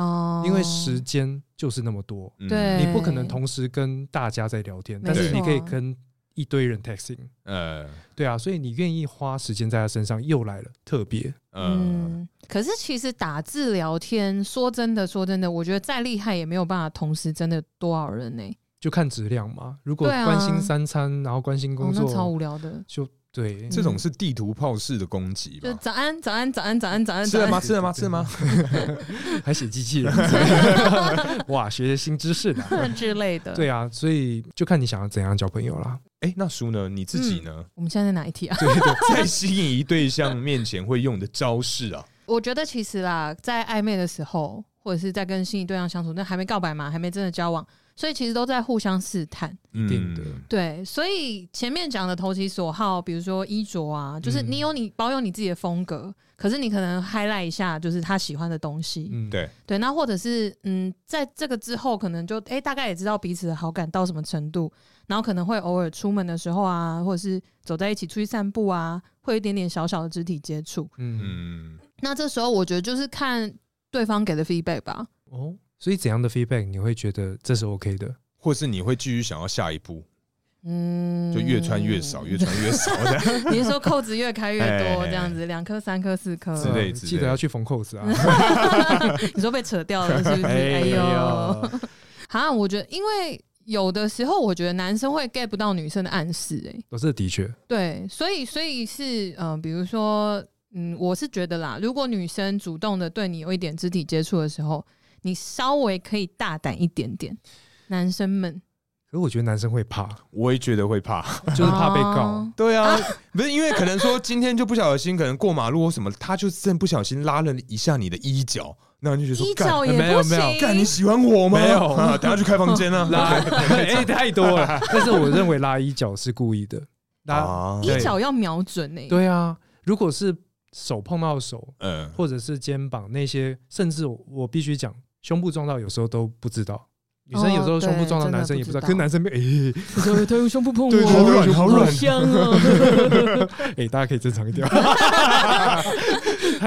Speaker 3: 哦，
Speaker 1: 因为时间就是那么多，
Speaker 2: 嗯
Speaker 3: 对
Speaker 1: 你不可能同时跟大家在聊天，
Speaker 3: 没
Speaker 1: 但是
Speaker 3: 错
Speaker 1: 你可以跟一堆人 texting。
Speaker 2: 呃
Speaker 1: 对啊，所以你愿意花时间在他身上，又来了，特别
Speaker 2: 呃，
Speaker 3: 嗯，可是其实打字聊天，说真的，说真的，我觉得再厉害也没有办法同时真的多少人呢、哦
Speaker 1: 就看质量嘛。如果
Speaker 3: 对啊
Speaker 1: 关心三餐，然后关心
Speaker 3: 哦
Speaker 1: 工，作，
Speaker 3: 那超无聊的。
Speaker 1: 就对，
Speaker 2: 这种是地图炮式的攻击
Speaker 3: 就
Speaker 1: 啊
Speaker 2: 吧？
Speaker 3: 早安，早安，早安，早安，早安，
Speaker 2: 吃
Speaker 3: 早
Speaker 2: 了
Speaker 3: 安
Speaker 2: 吗？。吃了吗？吃了吗？
Speaker 1: 还写机器 人，哇，学些新知识呢。
Speaker 3: 之类的，
Speaker 1: 对啊，所以就看你想要怎样交朋友啦。
Speaker 2: 哎，那叔呢？你自己呢？
Speaker 3: 我们现在在哪一题啊？
Speaker 2: 对对，在心仪对象面前会用的招式啊，
Speaker 3: 我觉得其实啦，在暧昧的时候，或者是在跟心仪对象相处，那还没告白嘛，还没真的交往，所以其实都在互相试探。
Speaker 2: 嗯
Speaker 1: 定的
Speaker 3: 对，所以前面讲的投其所好，比如说衣着啊，就是
Speaker 1: 嗯
Speaker 3: 你有你保有你自己的风格，可是你可能 highlight 一下就是他喜欢的东西。
Speaker 1: 嗯，
Speaker 2: 对，
Speaker 3: 对，那或者是嗯，在这个之后，可能就哎、诶大概也知道彼此的好感到什么程度，然后可能会偶尔出门的时候啊，或者是走在一起出去散步啊，会有一点点小小的肢体接触。
Speaker 1: 嗯，
Speaker 2: 嗯，
Speaker 3: 那这时候我觉得就是看对方给的 feedback 吧。
Speaker 1: 哦，所以怎样的 feedback 你会觉得这是 OK 的？
Speaker 2: 或是你会继续想要下一步，
Speaker 3: 嗯，
Speaker 2: 就越穿越少，越穿越少的
Speaker 3: 你是说扣子越开越
Speaker 2: 哎
Speaker 3: 多这样子，两颗、三颗、四颗
Speaker 2: 之类
Speaker 1: 呃
Speaker 2: 之类
Speaker 1: 记得要去缝扣子啊。
Speaker 3: 你说被扯掉了是 不是？哎呦，，哈，我觉得因为有的时候，我觉得男生会 get 不到女生的暗示、哎，
Speaker 1: 哦，这的确，
Speaker 3: 对，所以所以是嗯、呃比如说，嗯，我是觉得啦，如果女生主动的对你有一点肢体接触的时候，你稍微可以大胆一点点，男生们
Speaker 1: 可是我觉得男生会 怕，
Speaker 2: 我也觉得会怕。
Speaker 1: 就是怕被告
Speaker 3: 哦。
Speaker 2: 对啊，不是因为可能说今天就不小心，可能过马路或什么，他就真的不小心拉了一下你的衣角，那你就说
Speaker 3: 衣
Speaker 2: 干
Speaker 3: 角也
Speaker 1: 没有
Speaker 3: 不
Speaker 1: 没
Speaker 3: 行，
Speaker 1: 有
Speaker 2: 干你喜欢我吗？
Speaker 1: 没有
Speaker 2: 啊，等下去开房间 啊。
Speaker 1: 拉， 哎，太多了。但是我认为拉衣角是故意的，拉，
Speaker 2: 啊，
Speaker 1: 对
Speaker 3: 衣角要瞄准哎、
Speaker 1: 对啊，如果是手碰到手，
Speaker 2: 嗯，
Speaker 1: 或者是肩膀那些，甚至我我必须讲，胸部撞到有时候都不知道。女生有时候胸部撞到
Speaker 3: 哦对
Speaker 1: 男生也不知道，
Speaker 3: 真
Speaker 1: 跟男
Speaker 3: 的不知道
Speaker 1: 生没哎
Speaker 3: 你知 道他用胸部碰我，
Speaker 1: 对好软好软
Speaker 3: 香啊！
Speaker 1: 哎，大家可以正常一点， 太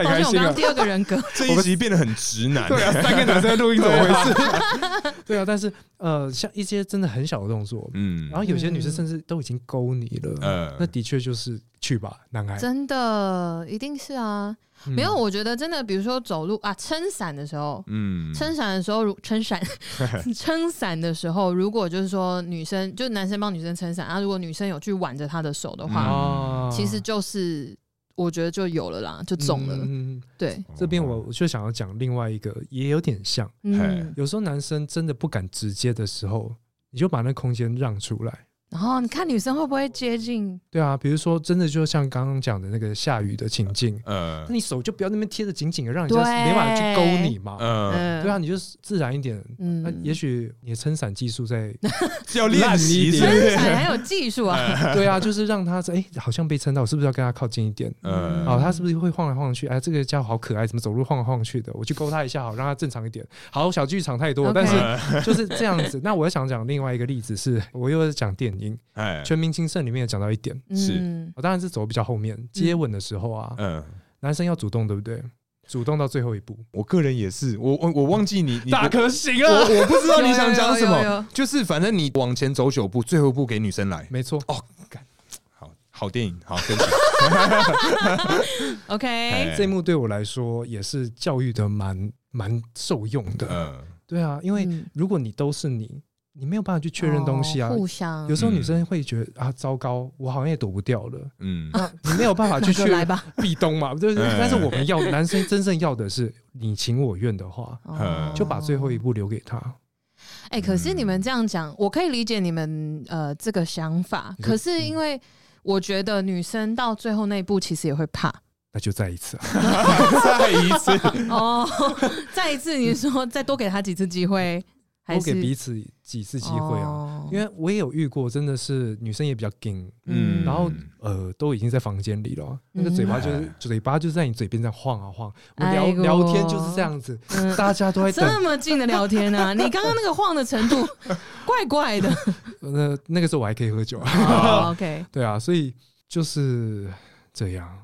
Speaker 3: 抱
Speaker 1: 开
Speaker 3: 歉，我
Speaker 1: 心
Speaker 3: 刚
Speaker 1: 了
Speaker 3: 刚。第二个 人格，
Speaker 2: 这一集变得很直男。
Speaker 1: 对啊，三个男生在录音怎么回事？ 对啊，但是呃，像一些真的很小的动作，
Speaker 2: 嗯
Speaker 1: 然后有些女生
Speaker 3: 嗯
Speaker 1: 甚至都已经勾你了，
Speaker 2: 呃
Speaker 1: 那的确就是去吧，男孩。
Speaker 3: 真的一定是啊。
Speaker 1: 嗯
Speaker 3: 没有，我觉得真的，比如说走路啊，撑伞的时候，
Speaker 2: 嗯
Speaker 3: 撑伞的时候，如 撑 伞，撑伞的时候，如果就是说女生，就男生帮女生撑伞，然、啊后如果女生有去挽着他的手的话，
Speaker 1: 啊
Speaker 3: 其实就是我觉得就有了啦，就中了。
Speaker 1: 嗯嗯嗯
Speaker 3: 对，
Speaker 2: 哦
Speaker 1: 这边我我就想要讲另外一个，也有点像，
Speaker 2: 嘿
Speaker 3: 嗯，
Speaker 1: 有时候男生真的不敢直接的时候，你就把那空间让出来。
Speaker 3: 然后你看女生会不会接近？
Speaker 1: 对啊，比如说真的就像刚刚讲的那个下雨的情境，
Speaker 2: 呃
Speaker 1: 那你手就不要那边贴的紧紧的，让人家
Speaker 3: 对
Speaker 1: 没办法去勾你嘛。
Speaker 2: 呃，
Speaker 3: 嗯，
Speaker 1: 对啊，，你就自然一点。那
Speaker 3: 嗯，
Speaker 1: 也许你的撑伞技术在，
Speaker 2: 要练习
Speaker 1: 烂一
Speaker 2: 是
Speaker 3: 撑伞还有技术啊。
Speaker 1: 对啊，就是让他哎、好像被撑到，我是不是要跟他靠近一点？
Speaker 3: 嗯
Speaker 2: 呃
Speaker 1: 哦，他是不是会晃来晃去？哎，这个家伙好可爱，怎么走路晃来晃去的？哎我去勾他一下，好，让他正常一点。好，小剧场太多
Speaker 3: OK
Speaker 1: 但是 就是这样子。那我想讲另外一个例子是，我又在讲电影
Speaker 2: 哎
Speaker 1: 《全明星盛》里面有讲到一点，哦
Speaker 2: 是
Speaker 3: 嗯
Speaker 1: 我、当然是走比较后面，接吻的时候啊，
Speaker 2: 嗯。
Speaker 1: 男生要主动，对不对？主动到最后一步，
Speaker 2: 我个人也是，我我我忘记你，你
Speaker 1: 大
Speaker 2: 我
Speaker 1: 可行
Speaker 2: 我
Speaker 1: 啊，
Speaker 2: 我不知道你想讲什
Speaker 3: 有有有有
Speaker 2: 么，就是反正你往前走九步，最后一步给女生来。
Speaker 1: 没错，
Speaker 2: 好好电影，好， 对不起
Speaker 3: ，OK，
Speaker 2: 哎
Speaker 1: 这一幕对我来说也是教育的蛮蛮受用的。
Speaker 2: 嗯
Speaker 1: 对啊，因为
Speaker 3: 嗯
Speaker 1: 如果你都是你，你没有办法去确认东西啊，
Speaker 3: 哦互相
Speaker 1: 有时候女生会觉得啊，糟糕，我好像也躲不掉 了。
Speaker 2: 嗯
Speaker 1: 你没有办法
Speaker 3: 那
Speaker 1: 去
Speaker 3: 就
Speaker 1: 去
Speaker 3: 来吧，
Speaker 1: 壁咚嘛， 对不对？
Speaker 2: 嗯
Speaker 1: 但是我们要男生真正要的是你情我愿的话，
Speaker 3: 哦
Speaker 2: 呃
Speaker 1: 就把最后一
Speaker 3: 步。
Speaker 1: 步留给他。
Speaker 3: 哎、可
Speaker 2: 嗯
Speaker 3: 是你们这样讲，我可以理解你们呃这个想法，
Speaker 1: 你说
Speaker 3: 可是因为我觉得女生到最后那一步其实也会怕
Speaker 1: 那就再一次啊，
Speaker 2: 再一次，
Speaker 3: 哦。 再一次，你说再多给她几次机会，还
Speaker 1: 多
Speaker 3: 是
Speaker 1: 给彼此几次机会啊。
Speaker 3: 哦
Speaker 1: 因为我也有遇过，真的是女生也比较硬，
Speaker 2: 嗯
Speaker 1: 然后呃，都已经在房间里了，啊那个嘴巴就是、
Speaker 2: 嗯
Speaker 1: 嘴巴就在你嘴边这样晃啊晃。我们
Speaker 3: 哎
Speaker 1: 聊
Speaker 3: 呦
Speaker 1: 聊天就是这样子，
Speaker 3: 嗯
Speaker 1: 大家都 在等
Speaker 3: 这么近的聊 天啊，你刚刚那个晃的程度怪怪 的。
Speaker 1: 那呃那个时候我还可以喝酒，啊
Speaker 3: 哦 OK，
Speaker 1: 对啊，所以就是这样。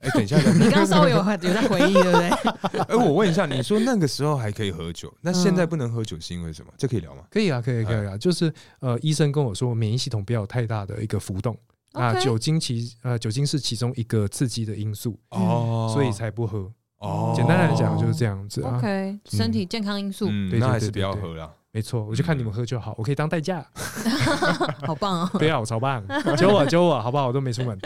Speaker 2: 哎，等一下，等一
Speaker 3: 你
Speaker 2: 下
Speaker 3: 刚刚稍微有有在回忆，对不 对？
Speaker 2: 哎，我问一下，你说那个时候还可以喝酒，那现在不能喝酒是因为什么？这可以聊吗？
Speaker 1: 可以啊，可以，可以啊，
Speaker 2: 哎
Speaker 1: 就是呃，医生跟我说，免疫系统不要有太大的一个浮动啊，
Speaker 3: OK
Speaker 1: 酒精其呃酒精是其中一个刺激的因素，
Speaker 3: 嗯
Speaker 2: 哦，
Speaker 1: 所以才不喝。
Speaker 2: 哦，
Speaker 1: 简单来讲就是这样子啊。
Speaker 3: OK，身体健康因素，
Speaker 2: 嗯，
Speaker 1: 对对
Speaker 2: 那还
Speaker 1: 对
Speaker 2: 是不
Speaker 1: 对
Speaker 2: 要
Speaker 1: 对
Speaker 2: 喝了。
Speaker 1: 没错，我就看你们喝就好，我可以当代 驾。
Speaker 3: 好棒哦！
Speaker 1: 对啊，我超棒， 揪我揪我，好不好？我都没出门。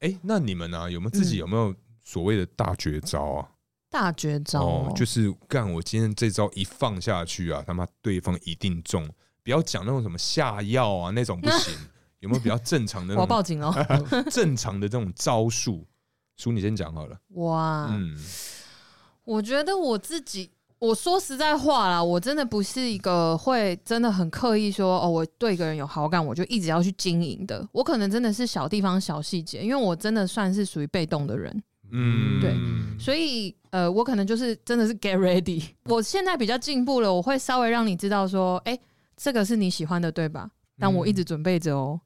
Speaker 2: 哎、那你们呢、有没有自己
Speaker 3: 嗯
Speaker 2: 有没有所谓的大绝招
Speaker 1: 嗯
Speaker 2: 啊？
Speaker 3: 大绝招哦、
Speaker 2: 就是干我今天这招一放下去啊，他妈对方一定中。不要讲那种什么下药啊那种不 行，有没有比较正常的
Speaker 3: 我
Speaker 2: 那
Speaker 3: 要
Speaker 2: 种
Speaker 3: 报警哦！
Speaker 2: 正常的这种招数？叔，你先讲好了。
Speaker 3: 哇，
Speaker 2: 嗯，
Speaker 3: 我觉得我自己，我说实在话啦，我真的不是一个会真的很刻意说哦，我对一个人有好感，我就一直要去经营的。我可能真的是小地方小细节，因为我真的算是属于被动的人，
Speaker 2: 嗯
Speaker 3: 对
Speaker 1: 嗯
Speaker 3: 所以呃，我可能就是真的是 get ready。我现在比较进步了，我会稍微让你知道说，哎、这个是你喜欢的，对吧？但我一
Speaker 1: 嗯
Speaker 3: 直准备着哦。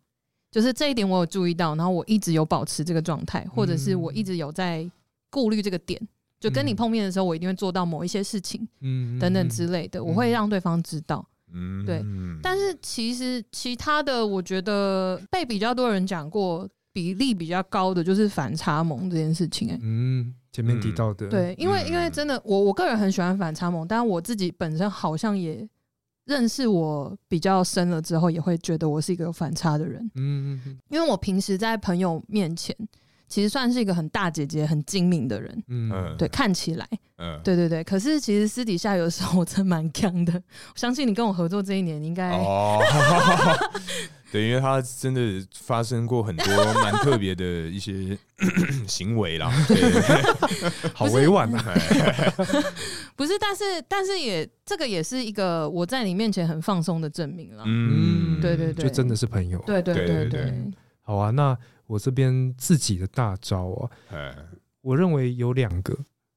Speaker 3: 就是这一点我有注意到，然后我一直有保持这个状态，或者是我一直有在顾虑这个点。就跟你
Speaker 1: 嗯
Speaker 3: 碰面的时候，我一定会做到某一些事情，
Speaker 1: 嗯
Speaker 3: 等等之类的，我会让对方知道。
Speaker 2: 嗯
Speaker 3: 对，但是其实其他的，我觉得被比较多人讲过，比例比较高的就是反差萌这件事情、哎，
Speaker 1: 嗯，前面提到的，
Speaker 3: 对，因为因为
Speaker 2: 嗯
Speaker 3: 真的，我我个人很喜欢反差萌，但我自己本身好像也认识我比较深了之后，也会觉得我是一个有反差的人，
Speaker 1: 嗯，嗯嗯
Speaker 3: 因为我平时在朋友面前，其实算是一个很大姐姐、很精明的人。
Speaker 1: 嗯嗯
Speaker 2: 嗯
Speaker 3: 对，看起来，
Speaker 2: 嗯，
Speaker 3: 对对对，可是其实私底下有时候我真蛮强的。我相信你跟我合作这一年，你应该、
Speaker 2: 哦， 对，因为他真的发生过 很多蛮特别的一些 行为啦。对，
Speaker 1: 好委婉啊。
Speaker 2: 哎
Speaker 3: 不是，但是但是也这个也是一个我在你面前很放松的证明了。
Speaker 2: 嗯，
Speaker 3: 对对对
Speaker 1: 就真的是朋友。
Speaker 3: 对对
Speaker 2: 对
Speaker 3: 对
Speaker 2: 对
Speaker 3: 对，
Speaker 1: 好啊，那我这边自己的大招啊，
Speaker 2: 哎
Speaker 1: 我认为有两个，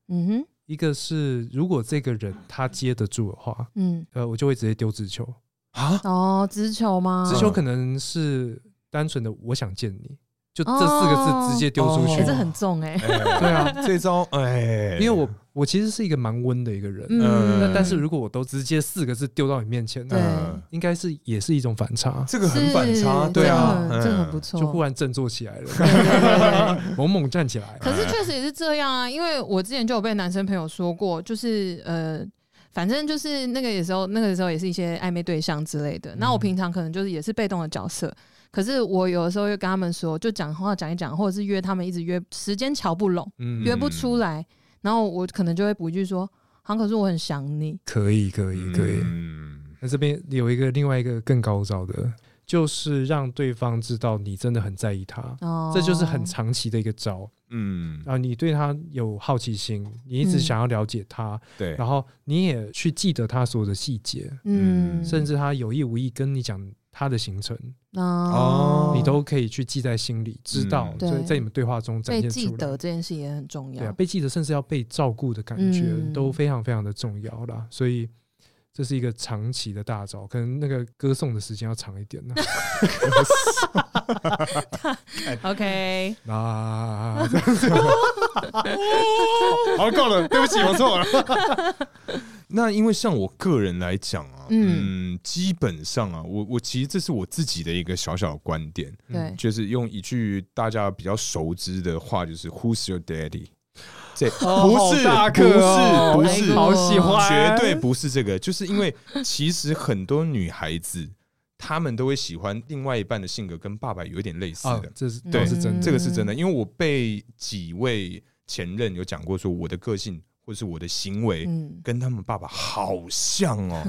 Speaker 3: 嗯哼，
Speaker 1: 一个是如果这个人他接得住的话，
Speaker 3: 嗯，
Speaker 1: 呃，我就会直接丢直球。
Speaker 2: 啊，
Speaker 3: 哦，直球吗？
Speaker 1: 直球可能是单纯的我想见你，就这四个
Speaker 3: 哦
Speaker 1: 字直接丢出
Speaker 2: 哦
Speaker 1: 去
Speaker 3: 可。是很重哎、
Speaker 2: 对
Speaker 1: 对啊，
Speaker 2: 这招
Speaker 1: 因
Speaker 2: 哎，
Speaker 1: 为我我其实是一个蛮温的一个人，
Speaker 2: 嗯
Speaker 1: 那但是如果我都直接四个字丢到你面前，
Speaker 3: 对
Speaker 1: 那应该是也是一种反差，
Speaker 2: 这个很反差，
Speaker 3: 是
Speaker 2: 嗯对啊
Speaker 3: 这，个很这个很不
Speaker 2: 嗯
Speaker 3: 错。
Speaker 1: 就忽然振作起来了，
Speaker 3: 对对对对
Speaker 1: 猛猛站起来。
Speaker 3: 可是确实也是这样
Speaker 1: 嗯
Speaker 3: 啊，因为我之前就有被男生朋友说过，就是呃。反正就是那个有时候，那个时候也是一些暧昧对象之类
Speaker 1: 嗯
Speaker 3: 的。那我平常可能就是也是被动的角色，可是我有的时候又跟他们说，就讲话讲一讲，或者是约他们一直约，时间瞧不拢，
Speaker 1: 嗯
Speaker 3: 约不出来，然后我可能就会补一句说：“航可是我很想你。
Speaker 1: 可以，可以，可以。
Speaker 2: 嗯
Speaker 1: 那这边有一个另外一个更高招的，就是让对方知道你真的很在意他”，
Speaker 3: 哦，
Speaker 1: 这就是很长期的一个招。
Speaker 2: 嗯，
Speaker 1: 然后你对他有好奇心，你一直
Speaker 3: 嗯
Speaker 1: 想要了解他，
Speaker 2: 嗯对，
Speaker 1: 然后你也去记得他所有的细节，
Speaker 3: 嗯，
Speaker 1: 甚至他有意无意跟你讲他的行程，
Speaker 3: 哦，
Speaker 1: 你都可以去记在心里，知道
Speaker 2: 嗯
Speaker 1: 所以
Speaker 3: 对
Speaker 1: 在你们对话中展
Speaker 3: 被
Speaker 1: 现
Speaker 3: 记
Speaker 1: 出来。
Speaker 3: 得这件事也很重
Speaker 1: 对啊，
Speaker 3: 要。
Speaker 1: 被记得，甚至要被照顾的感觉、
Speaker 3: 嗯
Speaker 1: 都非常非常的重要啦。所以这是一个长期的大招，可能那个歌颂的时间要长一 点呢。
Speaker 3: OK，
Speaker 1: 啊，
Speaker 2: 好够了，对不起，我错了。 那因为像我个人来讲啊，
Speaker 3: 嗯
Speaker 2: 嗯，基本上啊，我我其实这是我自己的一个小小的观点，
Speaker 3: 对，
Speaker 2: 就是用一句大家比较熟知的话，就是 “Who's your daddy”。这
Speaker 1: 哦
Speaker 2: 不是
Speaker 1: 好大颗哦
Speaker 2: 不是不是
Speaker 3: 哎呦好喜欢
Speaker 2: 绝对不是这个，就是因为其实很多女孩子她们都会喜欢另外一半的性格跟爸爸有一点类似
Speaker 1: 啊
Speaker 2: 的，，
Speaker 1: 这是
Speaker 2: 对
Speaker 1: 对是
Speaker 3: 嗯
Speaker 1: 真的，
Speaker 2: 这个是真的，因为我被几位前任有讲过，说我的个性或是我的行为
Speaker 3: 嗯，
Speaker 2: 跟他们爸爸好像哦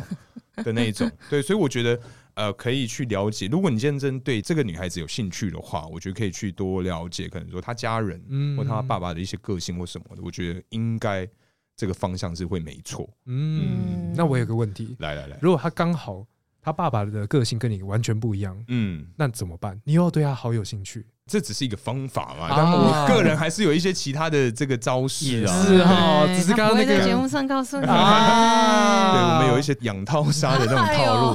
Speaker 2: 的那一种。对，所以我觉得呃，可以去了解。如果你认真对这个女孩子有兴趣的话，我觉得可以去多了解，可能说她家人
Speaker 1: 嗯
Speaker 2: 或她爸，爸的一些个性或什么的，我觉得应该这个方向是会没错。
Speaker 1: 嗯
Speaker 3: 嗯，
Speaker 1: 那我有个问题，
Speaker 2: 来来来，
Speaker 1: 如果他刚好他爸爸的个性跟你完全不一样，
Speaker 2: 嗯。
Speaker 1: 那怎么办？你又要对他好有兴趣，
Speaker 2: 这只是一个方法嘛，
Speaker 1: 啊
Speaker 2: 但我个人还是有一些其他的这个招式
Speaker 1: 也
Speaker 2: 啊，
Speaker 1: 是啊哦
Speaker 3: 哎
Speaker 1: 只是刚刚那个
Speaker 3: 他不会在节目上告诉你
Speaker 1: 啊
Speaker 2: 对，我们有一
Speaker 3: 些
Speaker 2: 些养套杀的那种套路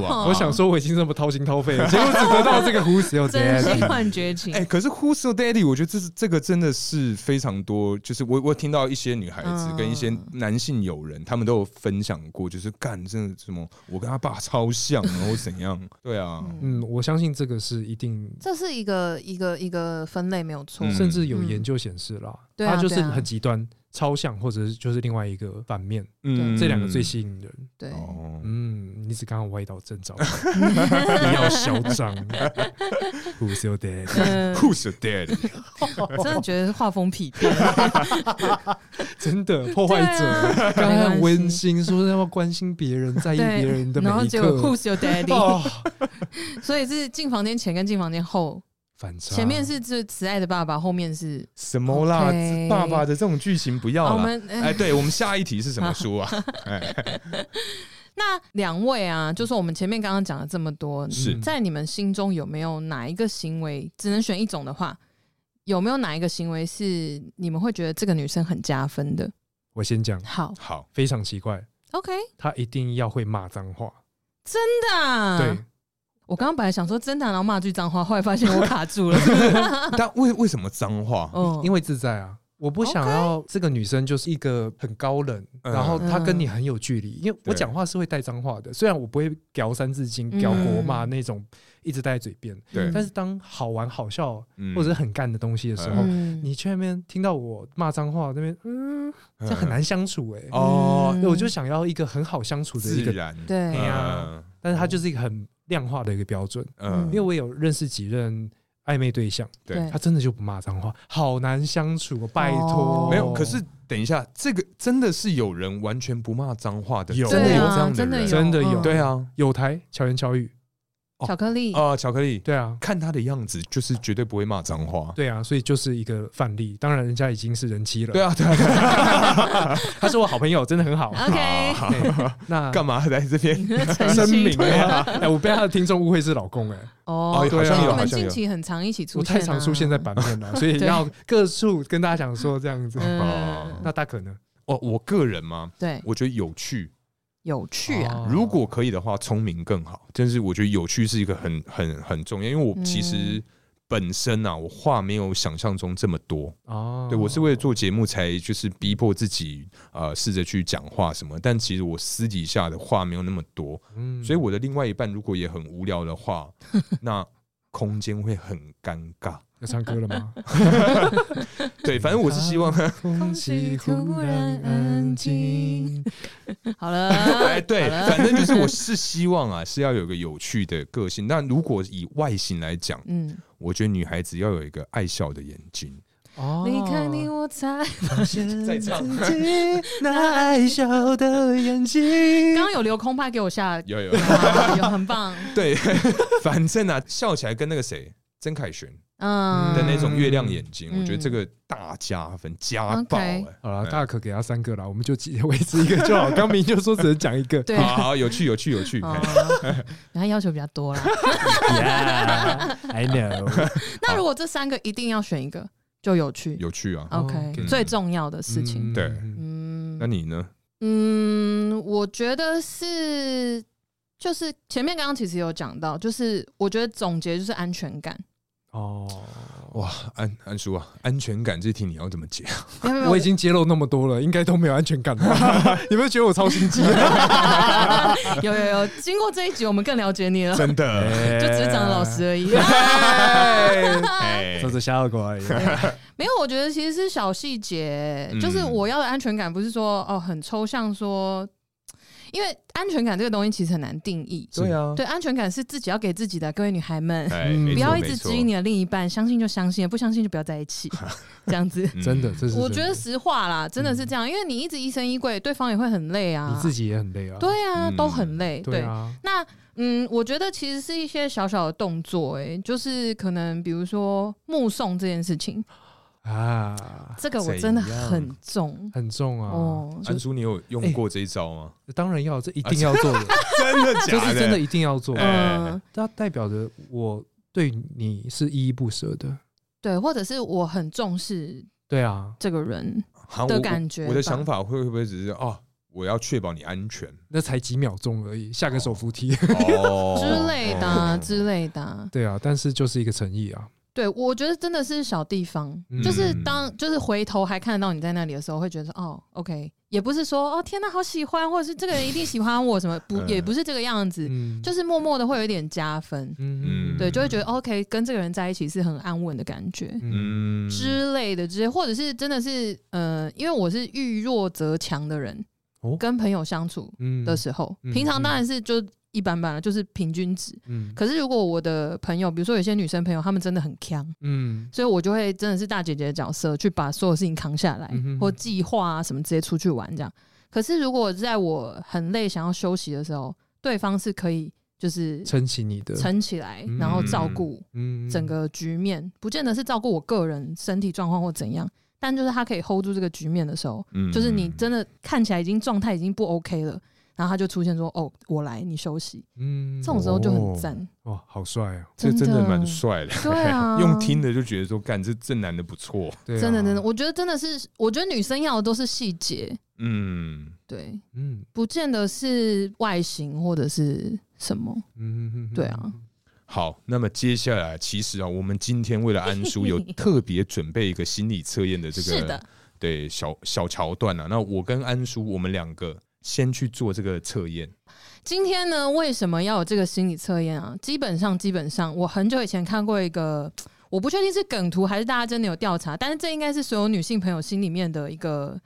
Speaker 2: 啊。
Speaker 3: 哎呦
Speaker 1: 我想说我已经这么掏心掏肺 了，结果只得到这个胡死又
Speaker 3: 真心
Speaker 1: daddy。
Speaker 3: 换绝情
Speaker 2: 哎、。可是 Who's Your Daddy？我觉得这是这个真的是非常多，就是我我听到一些女孩子
Speaker 3: 嗯
Speaker 2: 跟一些男性友人，他们都有分享过，就是干真的什么，我跟他爸超像，然后怎样？对啊，
Speaker 1: 嗯嗯，我相信这个是一定
Speaker 3: 这是一个一个一个个分类没有错。
Speaker 2: 嗯
Speaker 1: 甚至有研究显示啦，
Speaker 3: 对啊
Speaker 1: 它就是
Speaker 3: 对啊
Speaker 1: 很极端、超像，或者是就是另外一个反面，
Speaker 2: 嗯
Speaker 1: 啊这两个最吸引人。
Speaker 3: 对，
Speaker 2: 哦，
Speaker 1: 嗯，你只刚刚歪到正 着，不要嚣张。Who's your dad？
Speaker 3: 嗯，
Speaker 2: Who's your daddy？
Speaker 3: 真的觉得画风疲变。
Speaker 1: 真的破 坏者，
Speaker 3: 对啊
Speaker 1: 刚刚
Speaker 3: 没关
Speaker 1: 很
Speaker 3: 系
Speaker 1: 温馨，说要关心别人，在意别人的
Speaker 3: 然后
Speaker 1: 每一
Speaker 3: 结果
Speaker 1: 刻。
Speaker 3: Who's your daddy？
Speaker 1: 哦，
Speaker 3: 所以是进房间前跟进房间后，
Speaker 1: 反差。
Speaker 3: 前面是这慈爱的爸爸，后面是
Speaker 2: 什么啦？
Speaker 3: OK
Speaker 2: 爸爸的这种剧情不
Speaker 3: 啊
Speaker 2: 要
Speaker 3: 我
Speaker 2: 了。
Speaker 3: 们
Speaker 2: 哎，对我们下一题是什么书 啊？
Speaker 3: 那两位啊，就是我们前面刚刚讲了这么多，
Speaker 2: 是
Speaker 3: 在你们心中有没有哪一个行为，只能选一种的话，有没有哪一个行为是你们会觉得这个女生很加分的？
Speaker 1: 我先讲，
Speaker 3: 好
Speaker 2: 好，
Speaker 1: 非常奇怪，
Speaker 3: ，OK，
Speaker 1: 他一定要会骂脏话。
Speaker 3: 真的啊、
Speaker 1: 对，
Speaker 3: 我刚刚本来想说真的啊、然后骂句脏话，后来发现我卡 住了。
Speaker 2: 但为为什么脏话？
Speaker 3: 哦，
Speaker 1: 因为自在啊。我不想
Speaker 3: OK
Speaker 1: 要这个女生就是一个很高冷，
Speaker 2: 嗯
Speaker 1: 然后她跟你很有距离，因为我讲话是会带脏话的，虽然我不会屌三字
Speaker 3: 嗯
Speaker 1: 经、屌国骂那种一直带在嘴边，
Speaker 2: 对
Speaker 1: 但是当好玩好笑
Speaker 2: 嗯
Speaker 1: 或者很干的东西的时候，
Speaker 3: 嗯
Speaker 1: 你却那边听到我骂脏话，那边嗯，这样很难相处哎、
Speaker 2: 哦，
Speaker 3: 嗯
Speaker 1: 对我就想要一个很好相处的一
Speaker 2: 自
Speaker 1: 个，
Speaker 2: 然
Speaker 3: 对
Speaker 1: 哎呀
Speaker 2: 嗯
Speaker 1: 但是它就是一个很量化的一个标准，
Speaker 2: 嗯
Speaker 1: 因为我有认识几任暧昧对象，
Speaker 2: 对
Speaker 1: 他真的就不骂脏话，好难相处，拜
Speaker 3: 哦
Speaker 1: 托。
Speaker 2: 没有，可是等一下，这个真的是有人完全不骂脏话的，
Speaker 1: 有
Speaker 2: 真的
Speaker 3: 对
Speaker 2: 有
Speaker 3: 啊
Speaker 2: 这样的
Speaker 3: 真的
Speaker 2: 人，
Speaker 3: 有
Speaker 1: 真的
Speaker 3: 嗯
Speaker 1: 有，
Speaker 2: 对啊，
Speaker 1: 有台巧言巧语，
Speaker 2: 哦
Speaker 3: 巧克力，
Speaker 2: 啊，巧克力，
Speaker 1: 对啊，
Speaker 2: 看他的样子就是绝对不会骂脏话，
Speaker 1: 对啊，所以就是一个范例。当然，人家已经是人妻了，
Speaker 2: 对啊，对啊，对啊
Speaker 1: 他是我好朋友，真的很好。
Speaker 3: OK，
Speaker 2: 好
Speaker 1: 对 那
Speaker 2: 干嘛来这边？
Speaker 3: 陈
Speaker 1: 声
Speaker 3: 曦
Speaker 1: 明啊，哎，我被他的听众误会是老公哎，
Speaker 2: 哦
Speaker 3: 哦，
Speaker 1: 好像有
Speaker 3: 因为你
Speaker 2: 好
Speaker 3: 们
Speaker 2: 像有
Speaker 3: 近期很常一起出
Speaker 1: 我
Speaker 3: 现、啊，
Speaker 1: 太常出现在版面 了，所以要各处跟大家讲说这样子。
Speaker 3: 嗯，
Speaker 1: 那大可呢？
Speaker 2: 哦，我个人嘛，
Speaker 3: 对，
Speaker 2: 我觉得有趣，
Speaker 3: 有趣啊，
Speaker 1: 哦
Speaker 2: 如果可以的话，聪明更好。但是我觉得有趣是一个很很很重要，因为我其实
Speaker 3: 嗯
Speaker 2: 本身啊，我话没有想象中这么多。
Speaker 1: 哦，
Speaker 2: 对我是为了做节目才就是逼迫自己呃试着去讲话什么，但其实我私底下的话没有那么多，
Speaker 1: 嗯，
Speaker 2: 所以我的另外一半如果也很无聊的话，那空间会很尴尬。
Speaker 1: 要唱歌了吗？
Speaker 2: 对，反正我是 希
Speaker 1: 啊
Speaker 2: 望，
Speaker 1: 空气忽然安静，
Speaker 3: 好了，
Speaker 2: 哎，对，
Speaker 3: 好了
Speaker 2: 反正就是我是希望啊，是要有一个有趣的个性。那如果以外形来讲，
Speaker 3: 嗯，
Speaker 2: 我觉得女孩子要有一个爱笑的眼睛。
Speaker 1: 哦
Speaker 3: 你 看你我猜，
Speaker 1: 发现
Speaker 2: 在唱
Speaker 1: 自己那爱笑的眼睛
Speaker 3: 刚刚有留空拍给我 下，
Speaker 2: 有有，
Speaker 3: 哇有很棒，
Speaker 2: 对， 反正啊，笑起来跟那个谁曾凯旋
Speaker 3: 嗯
Speaker 2: 的那种月亮眼睛，
Speaker 3: 嗯
Speaker 2: 我觉得这个大加分加爆哎、
Speaker 3: OK
Speaker 1: 好了，
Speaker 2: 嗯
Speaker 1: 大可给他三个啦，我们就只维持一个就好。刚明就说只能讲一个，
Speaker 3: 对，
Speaker 2: 好好有趣有趣有趣，
Speaker 3: 哦
Speaker 2: 哎，
Speaker 3: 然后要求比较多 啦。
Speaker 1: ，Yeah，I know。
Speaker 3: 那如果这三个一定要选一个，就有趣
Speaker 2: 有趣啊。
Speaker 3: ，OK，
Speaker 1: OK
Speaker 3: 最重要的事情，
Speaker 2: 对
Speaker 1: 嗯
Speaker 2: 那
Speaker 3: 嗯
Speaker 2: 你呢？
Speaker 3: 嗯，我觉得是。就是前面刚刚其实有讲到，就是我觉得总结就是安全 感，
Speaker 1: 哦，
Speaker 2: 哇，安安叔啊，安全感这题你要怎么解？
Speaker 3: 没有没有
Speaker 1: 我已经揭露那么多了，应该都没有安全感 了。你们觉得我超心 机？
Speaker 3: 有有有，经过这一集，我们更了 解你了，
Speaker 2: 真的，
Speaker 1: 哎
Speaker 3: 就只是长得老实而已。
Speaker 2: 哎
Speaker 1: 做着小狗而已。
Speaker 2: 啊
Speaker 3: 没有，我觉得其实是小细节，
Speaker 2: 嗯
Speaker 3: 就是我要的安全感，不是说哦很抽象说，因为安全感这个东西其实很难定义。
Speaker 2: 对啊，
Speaker 3: 对，安全感是自己要给自己的，各位女孩们，
Speaker 2: 哎，
Speaker 1: 嗯
Speaker 2: 没错
Speaker 3: 不要一直
Speaker 2: 没错
Speaker 3: 质疑你的另一半，相信就相信，不相信就不要在一起， 这样子。
Speaker 2: 嗯
Speaker 1: 真的，这是
Speaker 3: 我觉
Speaker 1: 真的
Speaker 3: 得实话啦，真的是这样，因为你一直疑神疑鬼，对方也会很累啊，
Speaker 1: 你自己也很累啊。
Speaker 3: 对啊，
Speaker 2: 嗯
Speaker 3: 都很累，
Speaker 1: 对啊，
Speaker 3: 那嗯，我觉得其实是一些小小的动作、欸，就是可能比如说目送这件事情，
Speaker 1: 啊，
Speaker 3: 这个我
Speaker 2: 怎
Speaker 3: 真的
Speaker 2: 样
Speaker 3: 很重
Speaker 1: 很重啊。
Speaker 3: 哦，就
Speaker 2: 安叔，你有用过这一招吗？
Speaker 1: 当然要，这一定要做 的，
Speaker 2: 哎真啊的
Speaker 1: 这是真的，
Speaker 2: 的？
Speaker 1: 一定要做的。
Speaker 3: 嗯，
Speaker 1: 它代表着我对你是依依不舍的。
Speaker 3: 对，或者是我很重视
Speaker 1: 对啊，
Speaker 3: 这个人
Speaker 2: 好
Speaker 3: 的感觉
Speaker 2: 啊我的
Speaker 3: 吧
Speaker 2: 想法会会不会只是哦，我要确保你安全
Speaker 1: 那才几秒钟而已，下个 手扶梯。
Speaker 2: 哦嗯
Speaker 3: 之类的啊、之类的啊、
Speaker 1: 对啊，但是就是一个诚意啊。
Speaker 3: 对，我觉得真的是小地方，
Speaker 1: 嗯
Speaker 3: 就是当就是回头还看得到你在那里的时候，会觉得哦，OK，也不是说哦天哪，好喜欢，或者是这个人一定喜欢我什么，不
Speaker 2: 嗯
Speaker 3: 也不是这个样子，
Speaker 1: 嗯
Speaker 3: 就是默默的会有一点加分，
Speaker 1: 嗯
Speaker 3: 对，就会觉得哦 OK，跟这个人在一起是很安稳的感觉。
Speaker 1: 嗯
Speaker 2: 嗯，
Speaker 3: 之类的，之类，或者是真的是，呃，因为我是遇弱则强的人，
Speaker 1: 哦
Speaker 3: 跟朋友相处
Speaker 1: 嗯
Speaker 3: 的时候，
Speaker 1: 嗯
Speaker 3: 平常
Speaker 1: 嗯
Speaker 3: 当然是就一般般了，就是平均值。
Speaker 1: 嗯
Speaker 3: 可是如果我的朋友，比如说有些女生朋友，她们真的很强，
Speaker 1: 嗯
Speaker 3: 所以我就会真的是大姐姐的角色，去把所有事情扛下来，
Speaker 1: 嗯哼
Speaker 3: 或计划啊什么直接出去玩这样。可是如果在我很累想要休息的时候，对方是可以就是
Speaker 1: 撑起你的
Speaker 3: 撑起来
Speaker 1: 嗯，
Speaker 3: 然后照顾
Speaker 1: 嗯
Speaker 3: 整个局面，不见得是照顾我个人身体状况或怎样，但就是他可以 hold 住这个局面的时候，
Speaker 2: 嗯
Speaker 3: 就是你真的看起来已经状态已经不 OK 了，然后他就出现说：“哦，我来，你休息。”
Speaker 1: 嗯
Speaker 3: 这种时候就很赞，
Speaker 1: 哇，好帅哦！
Speaker 2: 哦这真的
Speaker 3: 的
Speaker 2: 蛮帅的，
Speaker 3: 对啊
Speaker 2: 用听的就觉得说，干这这男的不错，
Speaker 1: 对啊
Speaker 3: 真的真的，，我觉得真的是，我觉得女生要的都是细节，
Speaker 2: 嗯，
Speaker 3: 对，
Speaker 1: 嗯
Speaker 3: 不见得是外形或者是什么，
Speaker 1: 嗯嗯，
Speaker 3: 对啊，
Speaker 2: 好，那么接下来其实啊，我们今天为了安叔有特别准备一个心理测验的这个
Speaker 3: 是的，
Speaker 2: 对小小桥段啊。那我跟安叔我们两个先去做这个测验，
Speaker 3: 今天呢，为什么要有这个心理测验啊？基本上，基本上，我很久以前看过一个，我不确定是梗图还是大家真的有调查，但是这应该是所有女性朋友心里面的一个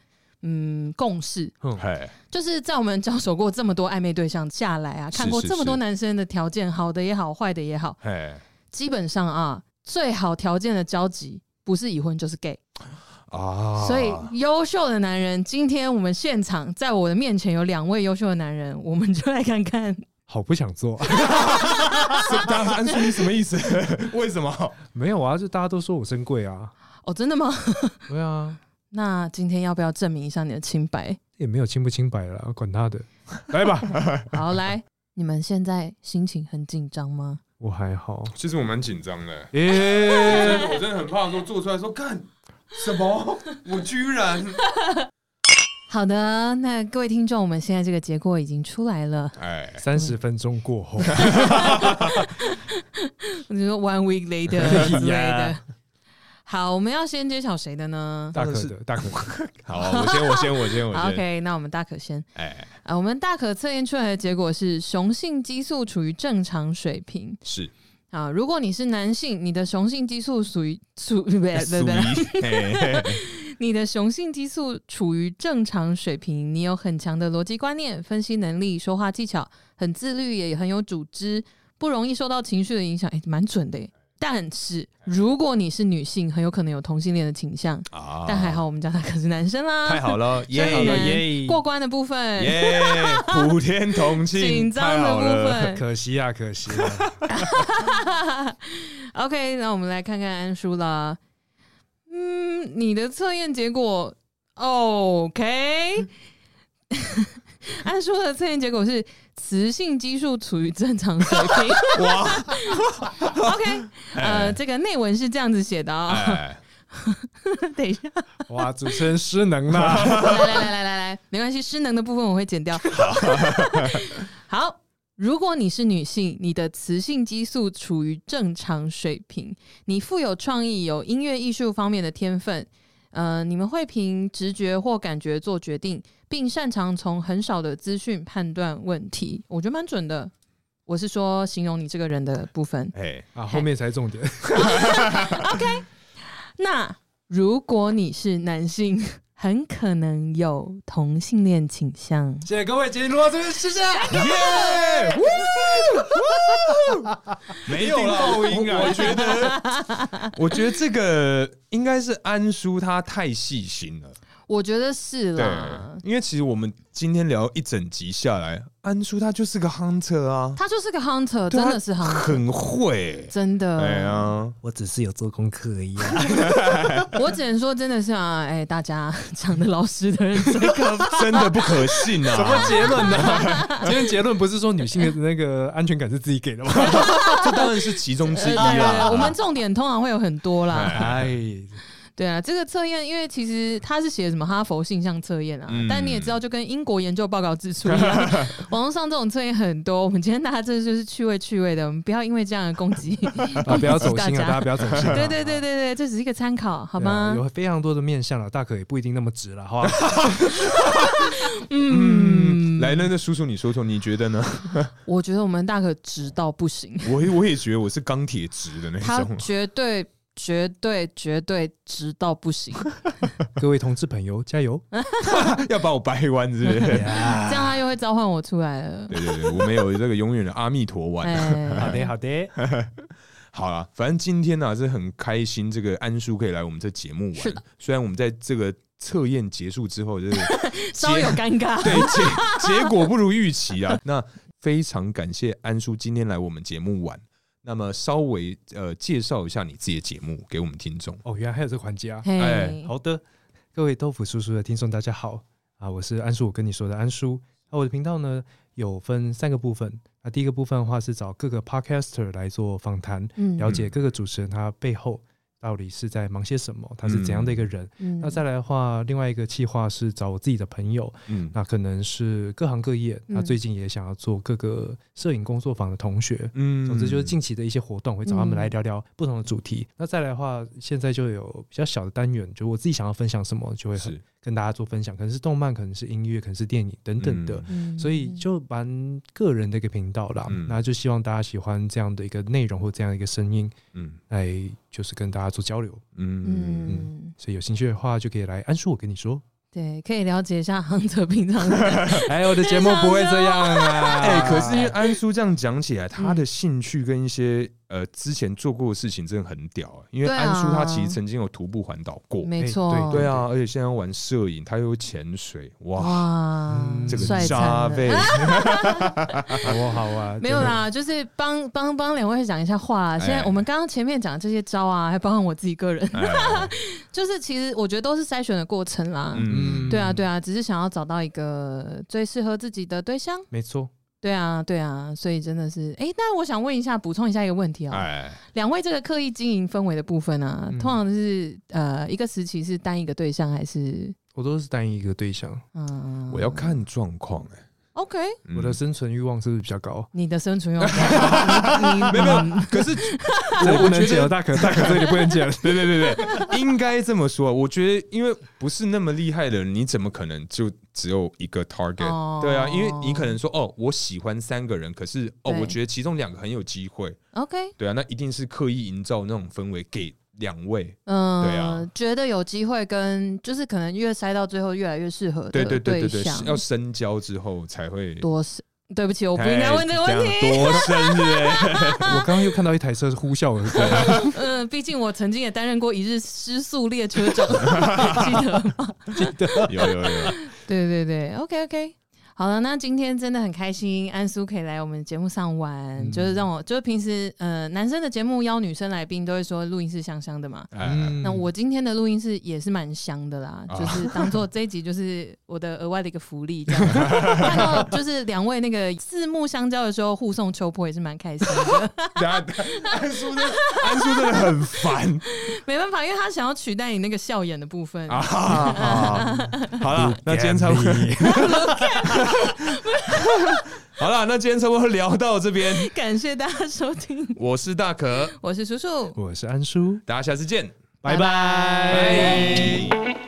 Speaker 3: 嗯共识，
Speaker 1: 嗯
Speaker 2: 哎，
Speaker 3: 就是在我们交手过这么多暧昧对象下来啊，
Speaker 2: 是
Speaker 3: 看过
Speaker 2: 是
Speaker 3: 这么多
Speaker 2: 是
Speaker 3: 男生的条件，好的也好，坏的也好，
Speaker 2: 哎
Speaker 3: 基本上啊，最好条件的交集不是已婚就是 gay。
Speaker 2: 啊，
Speaker 3: 所以，优秀的男人，今天我们现场在我的面前有两位优秀的男人，我们就来看看。
Speaker 1: 好不想做，
Speaker 2: 大家安叔你什么意思？ 为什么？
Speaker 1: 没有啊，就大家都说我身贵啊，
Speaker 3: 哦，真的吗？
Speaker 1: 对啊，
Speaker 3: 那今天要不要证明一下你的清 白？
Speaker 1: 也没有清不清白了，管他的，来吧，
Speaker 3: 好，来，你们现在心情很紧张吗？
Speaker 1: 我还好，
Speaker 2: 其实我蛮紧张的，
Speaker 1: 诶，
Speaker 2: 我真的很怕说做出来说干什么，我居然
Speaker 3: 好的，那各位听众，我们现在这个结果已经出来了，
Speaker 2: 哎
Speaker 1: 三十分钟过后，
Speaker 3: 你说 one week later 之类的。好，我们要先揭晓谁的呢？
Speaker 1: 大可
Speaker 2: 真的
Speaker 1: 的大可 的，
Speaker 2: 好，我先我先我先我
Speaker 3: 好
Speaker 2: 先，
Speaker 3: ，OK，那我们大可先。
Speaker 2: 哎
Speaker 3: 呃，我们大可测验出来的结果是雄性激素处于正常水平
Speaker 2: 是
Speaker 3: 啊。如果你是男性，你的雄性激素属于属 不对
Speaker 2: 苏
Speaker 3: 不
Speaker 2: 怡
Speaker 3: 对，
Speaker 2: 哎
Speaker 3: 你的雄性激素处于正常水平，你有很强的逻辑观念、分析能力、说话技巧，很自律，也很有组织，不容易受到情绪的影响，诶，蛮准的耶。但是如果你是女性，很有可能有同性恋的倾向，
Speaker 2: 啊
Speaker 3: 但还好我们家他可是男生啦，
Speaker 2: 太好了，耶
Speaker 3: 所以呢
Speaker 2: 耶
Speaker 3: 过关的部分，
Speaker 2: 耶，普天同庆，
Speaker 3: 紧张
Speaker 2: 太
Speaker 3: 的
Speaker 2: 好了
Speaker 3: 部分，
Speaker 1: 可惜啊，可惜啊，
Speaker 3: OK，那我们来看看安叔啦。嗯，你的测验结果 OK？安叔的测验结果是雌性激素处于正常水平。
Speaker 2: 哇，
Speaker 3: OK，呃，
Speaker 2: 哎
Speaker 3: 这个内文是这样子写的啊、
Speaker 2: 哎，
Speaker 3: 等一下，
Speaker 1: 哇，主持人失能啊啦，
Speaker 3: 来来来来来来，没关系，失能的部分我会剪掉。好，如果你是女性，你的雌性激素处于正常水平，你富有创意，有音乐艺术方面的天分。呃，你们会凭直觉或感觉做决定，并擅长从很少的资讯判断问题，我觉得蛮准的。我是说，形容你这个人的部分。
Speaker 2: 哎，
Speaker 1: 啊，后面才重点，
Speaker 3: 那如果你是男性，很可能有同性恋倾向。
Speaker 1: 谢谢各位，今天录到这边，谢谢，
Speaker 3: 哎
Speaker 2: 耶，没有了，
Speaker 1: 一定爆音啊
Speaker 2: 我我觉得，我觉得这个应该是安叔他太细心了，
Speaker 3: 我觉得是啦，
Speaker 2: 因为其实我们今天聊一整集下来，安叔他就是个 hunter 啊，
Speaker 3: 他就是个 hunter，
Speaker 2: 对
Speaker 3: 真
Speaker 2: 啊
Speaker 3: 的是嗯 hunter，
Speaker 2: 很会，
Speaker 3: 真的。
Speaker 2: 哎呀，
Speaker 1: 我只是有做功课而已啊，
Speaker 3: 我只能说，真的是啊，哎、大家 讲的老实的人最可怕。
Speaker 2: 真的不可信 啊，
Speaker 1: 什么结论呢？今天结论不是说女性的那个安全感是自己给的吗？
Speaker 2: 这当然是其中之一
Speaker 3: 呃对对对
Speaker 2: 啦。
Speaker 3: 我们重点通常会有很多啦。
Speaker 2: 哎
Speaker 1: 哎，
Speaker 3: 对啊，这个测验因为其实它是写什么哈佛性向测验啊，
Speaker 2: 嗯
Speaker 3: 但你也知道，就跟英国研究报告指出一 样，网络上这种测验很多。我们今天大家这就是趣味趣味的，我们不要因为这样的攻 击
Speaker 1: 啊，不要走
Speaker 3: 大
Speaker 1: 心
Speaker 3: 家
Speaker 1: 啊，大家不要走心啊。
Speaker 3: 对对对对对，这只是一个参考，好
Speaker 1: 对啊
Speaker 3: 吗？
Speaker 1: 有非常多的面向了，大可也不一定那么直了，好吧？
Speaker 3: 嗯，
Speaker 2: 来，那那叔叔，你说说，你觉 得呢？
Speaker 3: 我觉得我们大可直到不行，
Speaker 2: 我也我也觉得我是钢铁直的那
Speaker 3: 他
Speaker 1: 啊
Speaker 2: 种。
Speaker 3: 绝对绝对绝对直到不行，
Speaker 1: 各位同志朋友，加 油！
Speaker 2: 要把我掰弯，是不 是？
Speaker 3: 这样他又会召唤我出来了。
Speaker 2: 对对对，我们有这个永远的阿弥陀丸。
Speaker 1: 好
Speaker 3: 哎，
Speaker 1: 的，好的，
Speaker 2: 好啦，反正今天呢、是很开心，这个安叔可以来我们这节目
Speaker 3: 是
Speaker 2: 玩
Speaker 3: 的。
Speaker 2: 虽然我们在这个测验结束之后，就是
Speaker 3: 稍有
Speaker 2: 结
Speaker 3: 尴尬。
Speaker 1: 啊
Speaker 2: 对结结果不如预期 啊。那非常感谢安叔今天来我们节目玩。那么稍微呃介绍一下你自己的节目给我们听众。
Speaker 1: 哦，原来还有这个环节啊！
Speaker 3: 嘿
Speaker 2: 哎，
Speaker 1: 好的，各位豆腐叔叔的听众，大家好啊，我是安叔，我跟你说的安叔。那、我的频道呢有分三个部分，那第一个部分的话是找各个 podcaster 来做访谈，
Speaker 3: 嗯
Speaker 1: 了解各个主持人他背后到底是在忙些什么，他是怎样的一个人。
Speaker 3: 嗯
Speaker 1: 那再来的话，另外一个计划是找我自己的朋友，
Speaker 2: 嗯，
Speaker 1: 那可能是各行各业，
Speaker 3: 嗯
Speaker 1: 那最近也想要做各个摄影工作坊的同学。
Speaker 2: 嗯
Speaker 1: 总之就是近期的一些活动，会找他
Speaker 3: 嗯
Speaker 1: 们来聊聊不同的主题。那再来的话，现在就有比较小的单元，就我自己想要分享什么，就会很
Speaker 2: 是
Speaker 1: 跟大家做分享，可能是动漫，可能是音乐，可能是电影等等的。
Speaker 3: 嗯
Speaker 1: 所以就蛮个人的一个频道啦，
Speaker 2: 嗯
Speaker 1: 那就希望大家喜欢这样的一个内容或这样的一个声音，
Speaker 2: 嗯
Speaker 1: 来就是跟大家做交流。
Speaker 2: 嗯嗯
Speaker 3: 嗯，
Speaker 1: 所以有兴趣的话，就可以来安叔，我跟你说，
Speaker 3: 对，可以了解一下亨特平常的
Speaker 1: 哎，我的节目不会这样 啊！
Speaker 2: 哎、可是因为安叔这样讲起来，他
Speaker 3: 嗯
Speaker 2: 的兴趣跟一些呃之前做过的事情真的很屌、啊。因为
Speaker 3: 对啊
Speaker 2: 安叔他其实曾经有徒步环岛过，
Speaker 3: 没
Speaker 1: 哎
Speaker 3: 错，
Speaker 1: 对
Speaker 2: 对啊，而且现在玩摄影，他又会潜水，哇，
Speaker 3: 哇，
Speaker 1: 嗯
Speaker 2: 这个
Speaker 3: 帅惨
Speaker 2: 渣
Speaker 3: 了
Speaker 2: 味，
Speaker 1: 好啊，好啊，
Speaker 3: 没有啦，就是帮帮帮两位讲一下话啊。现在
Speaker 2: 哎
Speaker 3: 我们刚刚前面讲的这些招啊，还包含我自己个人，
Speaker 2: 哎
Speaker 3: 就是其实我觉得都是筛选的过程啦。
Speaker 2: 嗯，
Speaker 3: 对啊，对啊，只是想要找到一个最适合自己的对象。
Speaker 1: 没错，
Speaker 3: 对啊，对啊，所以真的是，哎，那我想问一下，补充一下一个问题啊、
Speaker 2: 哎，
Speaker 3: 两位这个刻意经营氛围的部分啊，
Speaker 1: 嗯
Speaker 3: 通常是呃一个时期是单一个对象还是
Speaker 1: 我都是单一一个对象，
Speaker 3: 嗯？
Speaker 2: 我要看状况哎，
Speaker 3: OK，
Speaker 2: 嗯
Speaker 1: 我的生存欲望是不是比较 高？
Speaker 3: 你的生存欲 望，你你
Speaker 2: 没有没有， 可是
Speaker 1: 这里
Speaker 2: 我
Speaker 1: 不
Speaker 2: 我
Speaker 1: 能
Speaker 2: 觉
Speaker 1: 剪
Speaker 2: 得
Speaker 1: 了，大可大可 这里不能剪了。啊
Speaker 2: 对对对对，应该这么说。我觉得，因为不是那么厉害的人，你怎么可能就只有一个 target？、
Speaker 3: 哦
Speaker 2: 对啊，因为你可能说，哦，我喜欢三个人，可是哦，
Speaker 3: 对
Speaker 2: 我觉得其中两个很有机会。
Speaker 3: OK，
Speaker 2: 对啊，那一定是刻意营造那种氛围给两位。
Speaker 3: 嗯、
Speaker 2: 对啊
Speaker 3: 觉得有机会跟就是可能越筛到最后越来越适合的
Speaker 2: 对对对对对，
Speaker 3: 象
Speaker 2: 是要深交之后才会。
Speaker 3: 多是。对不起，我不应该问这个问
Speaker 2: 哎
Speaker 3: 题。
Speaker 2: 这样多 深是不是
Speaker 1: 我刚刚又看到一台车呼啸啊而 过，
Speaker 3: 嗯、毕竟我曾经也担任过一日失速列车长， 记得吗？
Speaker 2: 有有有，
Speaker 3: 对对对，OK OK。好了，那今天真的很开心，安苏可以来我们节目上玩，
Speaker 1: 嗯
Speaker 3: 就是让我就是平时呃男生的节目邀女生来宾都会说录音室香香的嘛，
Speaker 1: 嗯
Speaker 2: 哎，
Speaker 3: 嗯那我今天的录音是也是蛮香的啦，
Speaker 2: 啊
Speaker 3: 就是当做这一集就是我的额外的一个福利，这样看到就是两位那个四目相交的时候互送秋波也是蛮开心的，
Speaker 2: 等下等下安叔真的安叔真的很烦
Speaker 3: 没办法，因为他想要取代你那个笑眼的部分。
Speaker 2: 啊！好了，那今天差不多。 好了，那今天差不多聊到这边。
Speaker 3: 感谢大家收听，
Speaker 2: 我是大可，
Speaker 3: 我是叔叔，
Speaker 1: 我是安叔，
Speaker 2: 大家下次见，
Speaker 1: 拜拜。
Speaker 2: 拜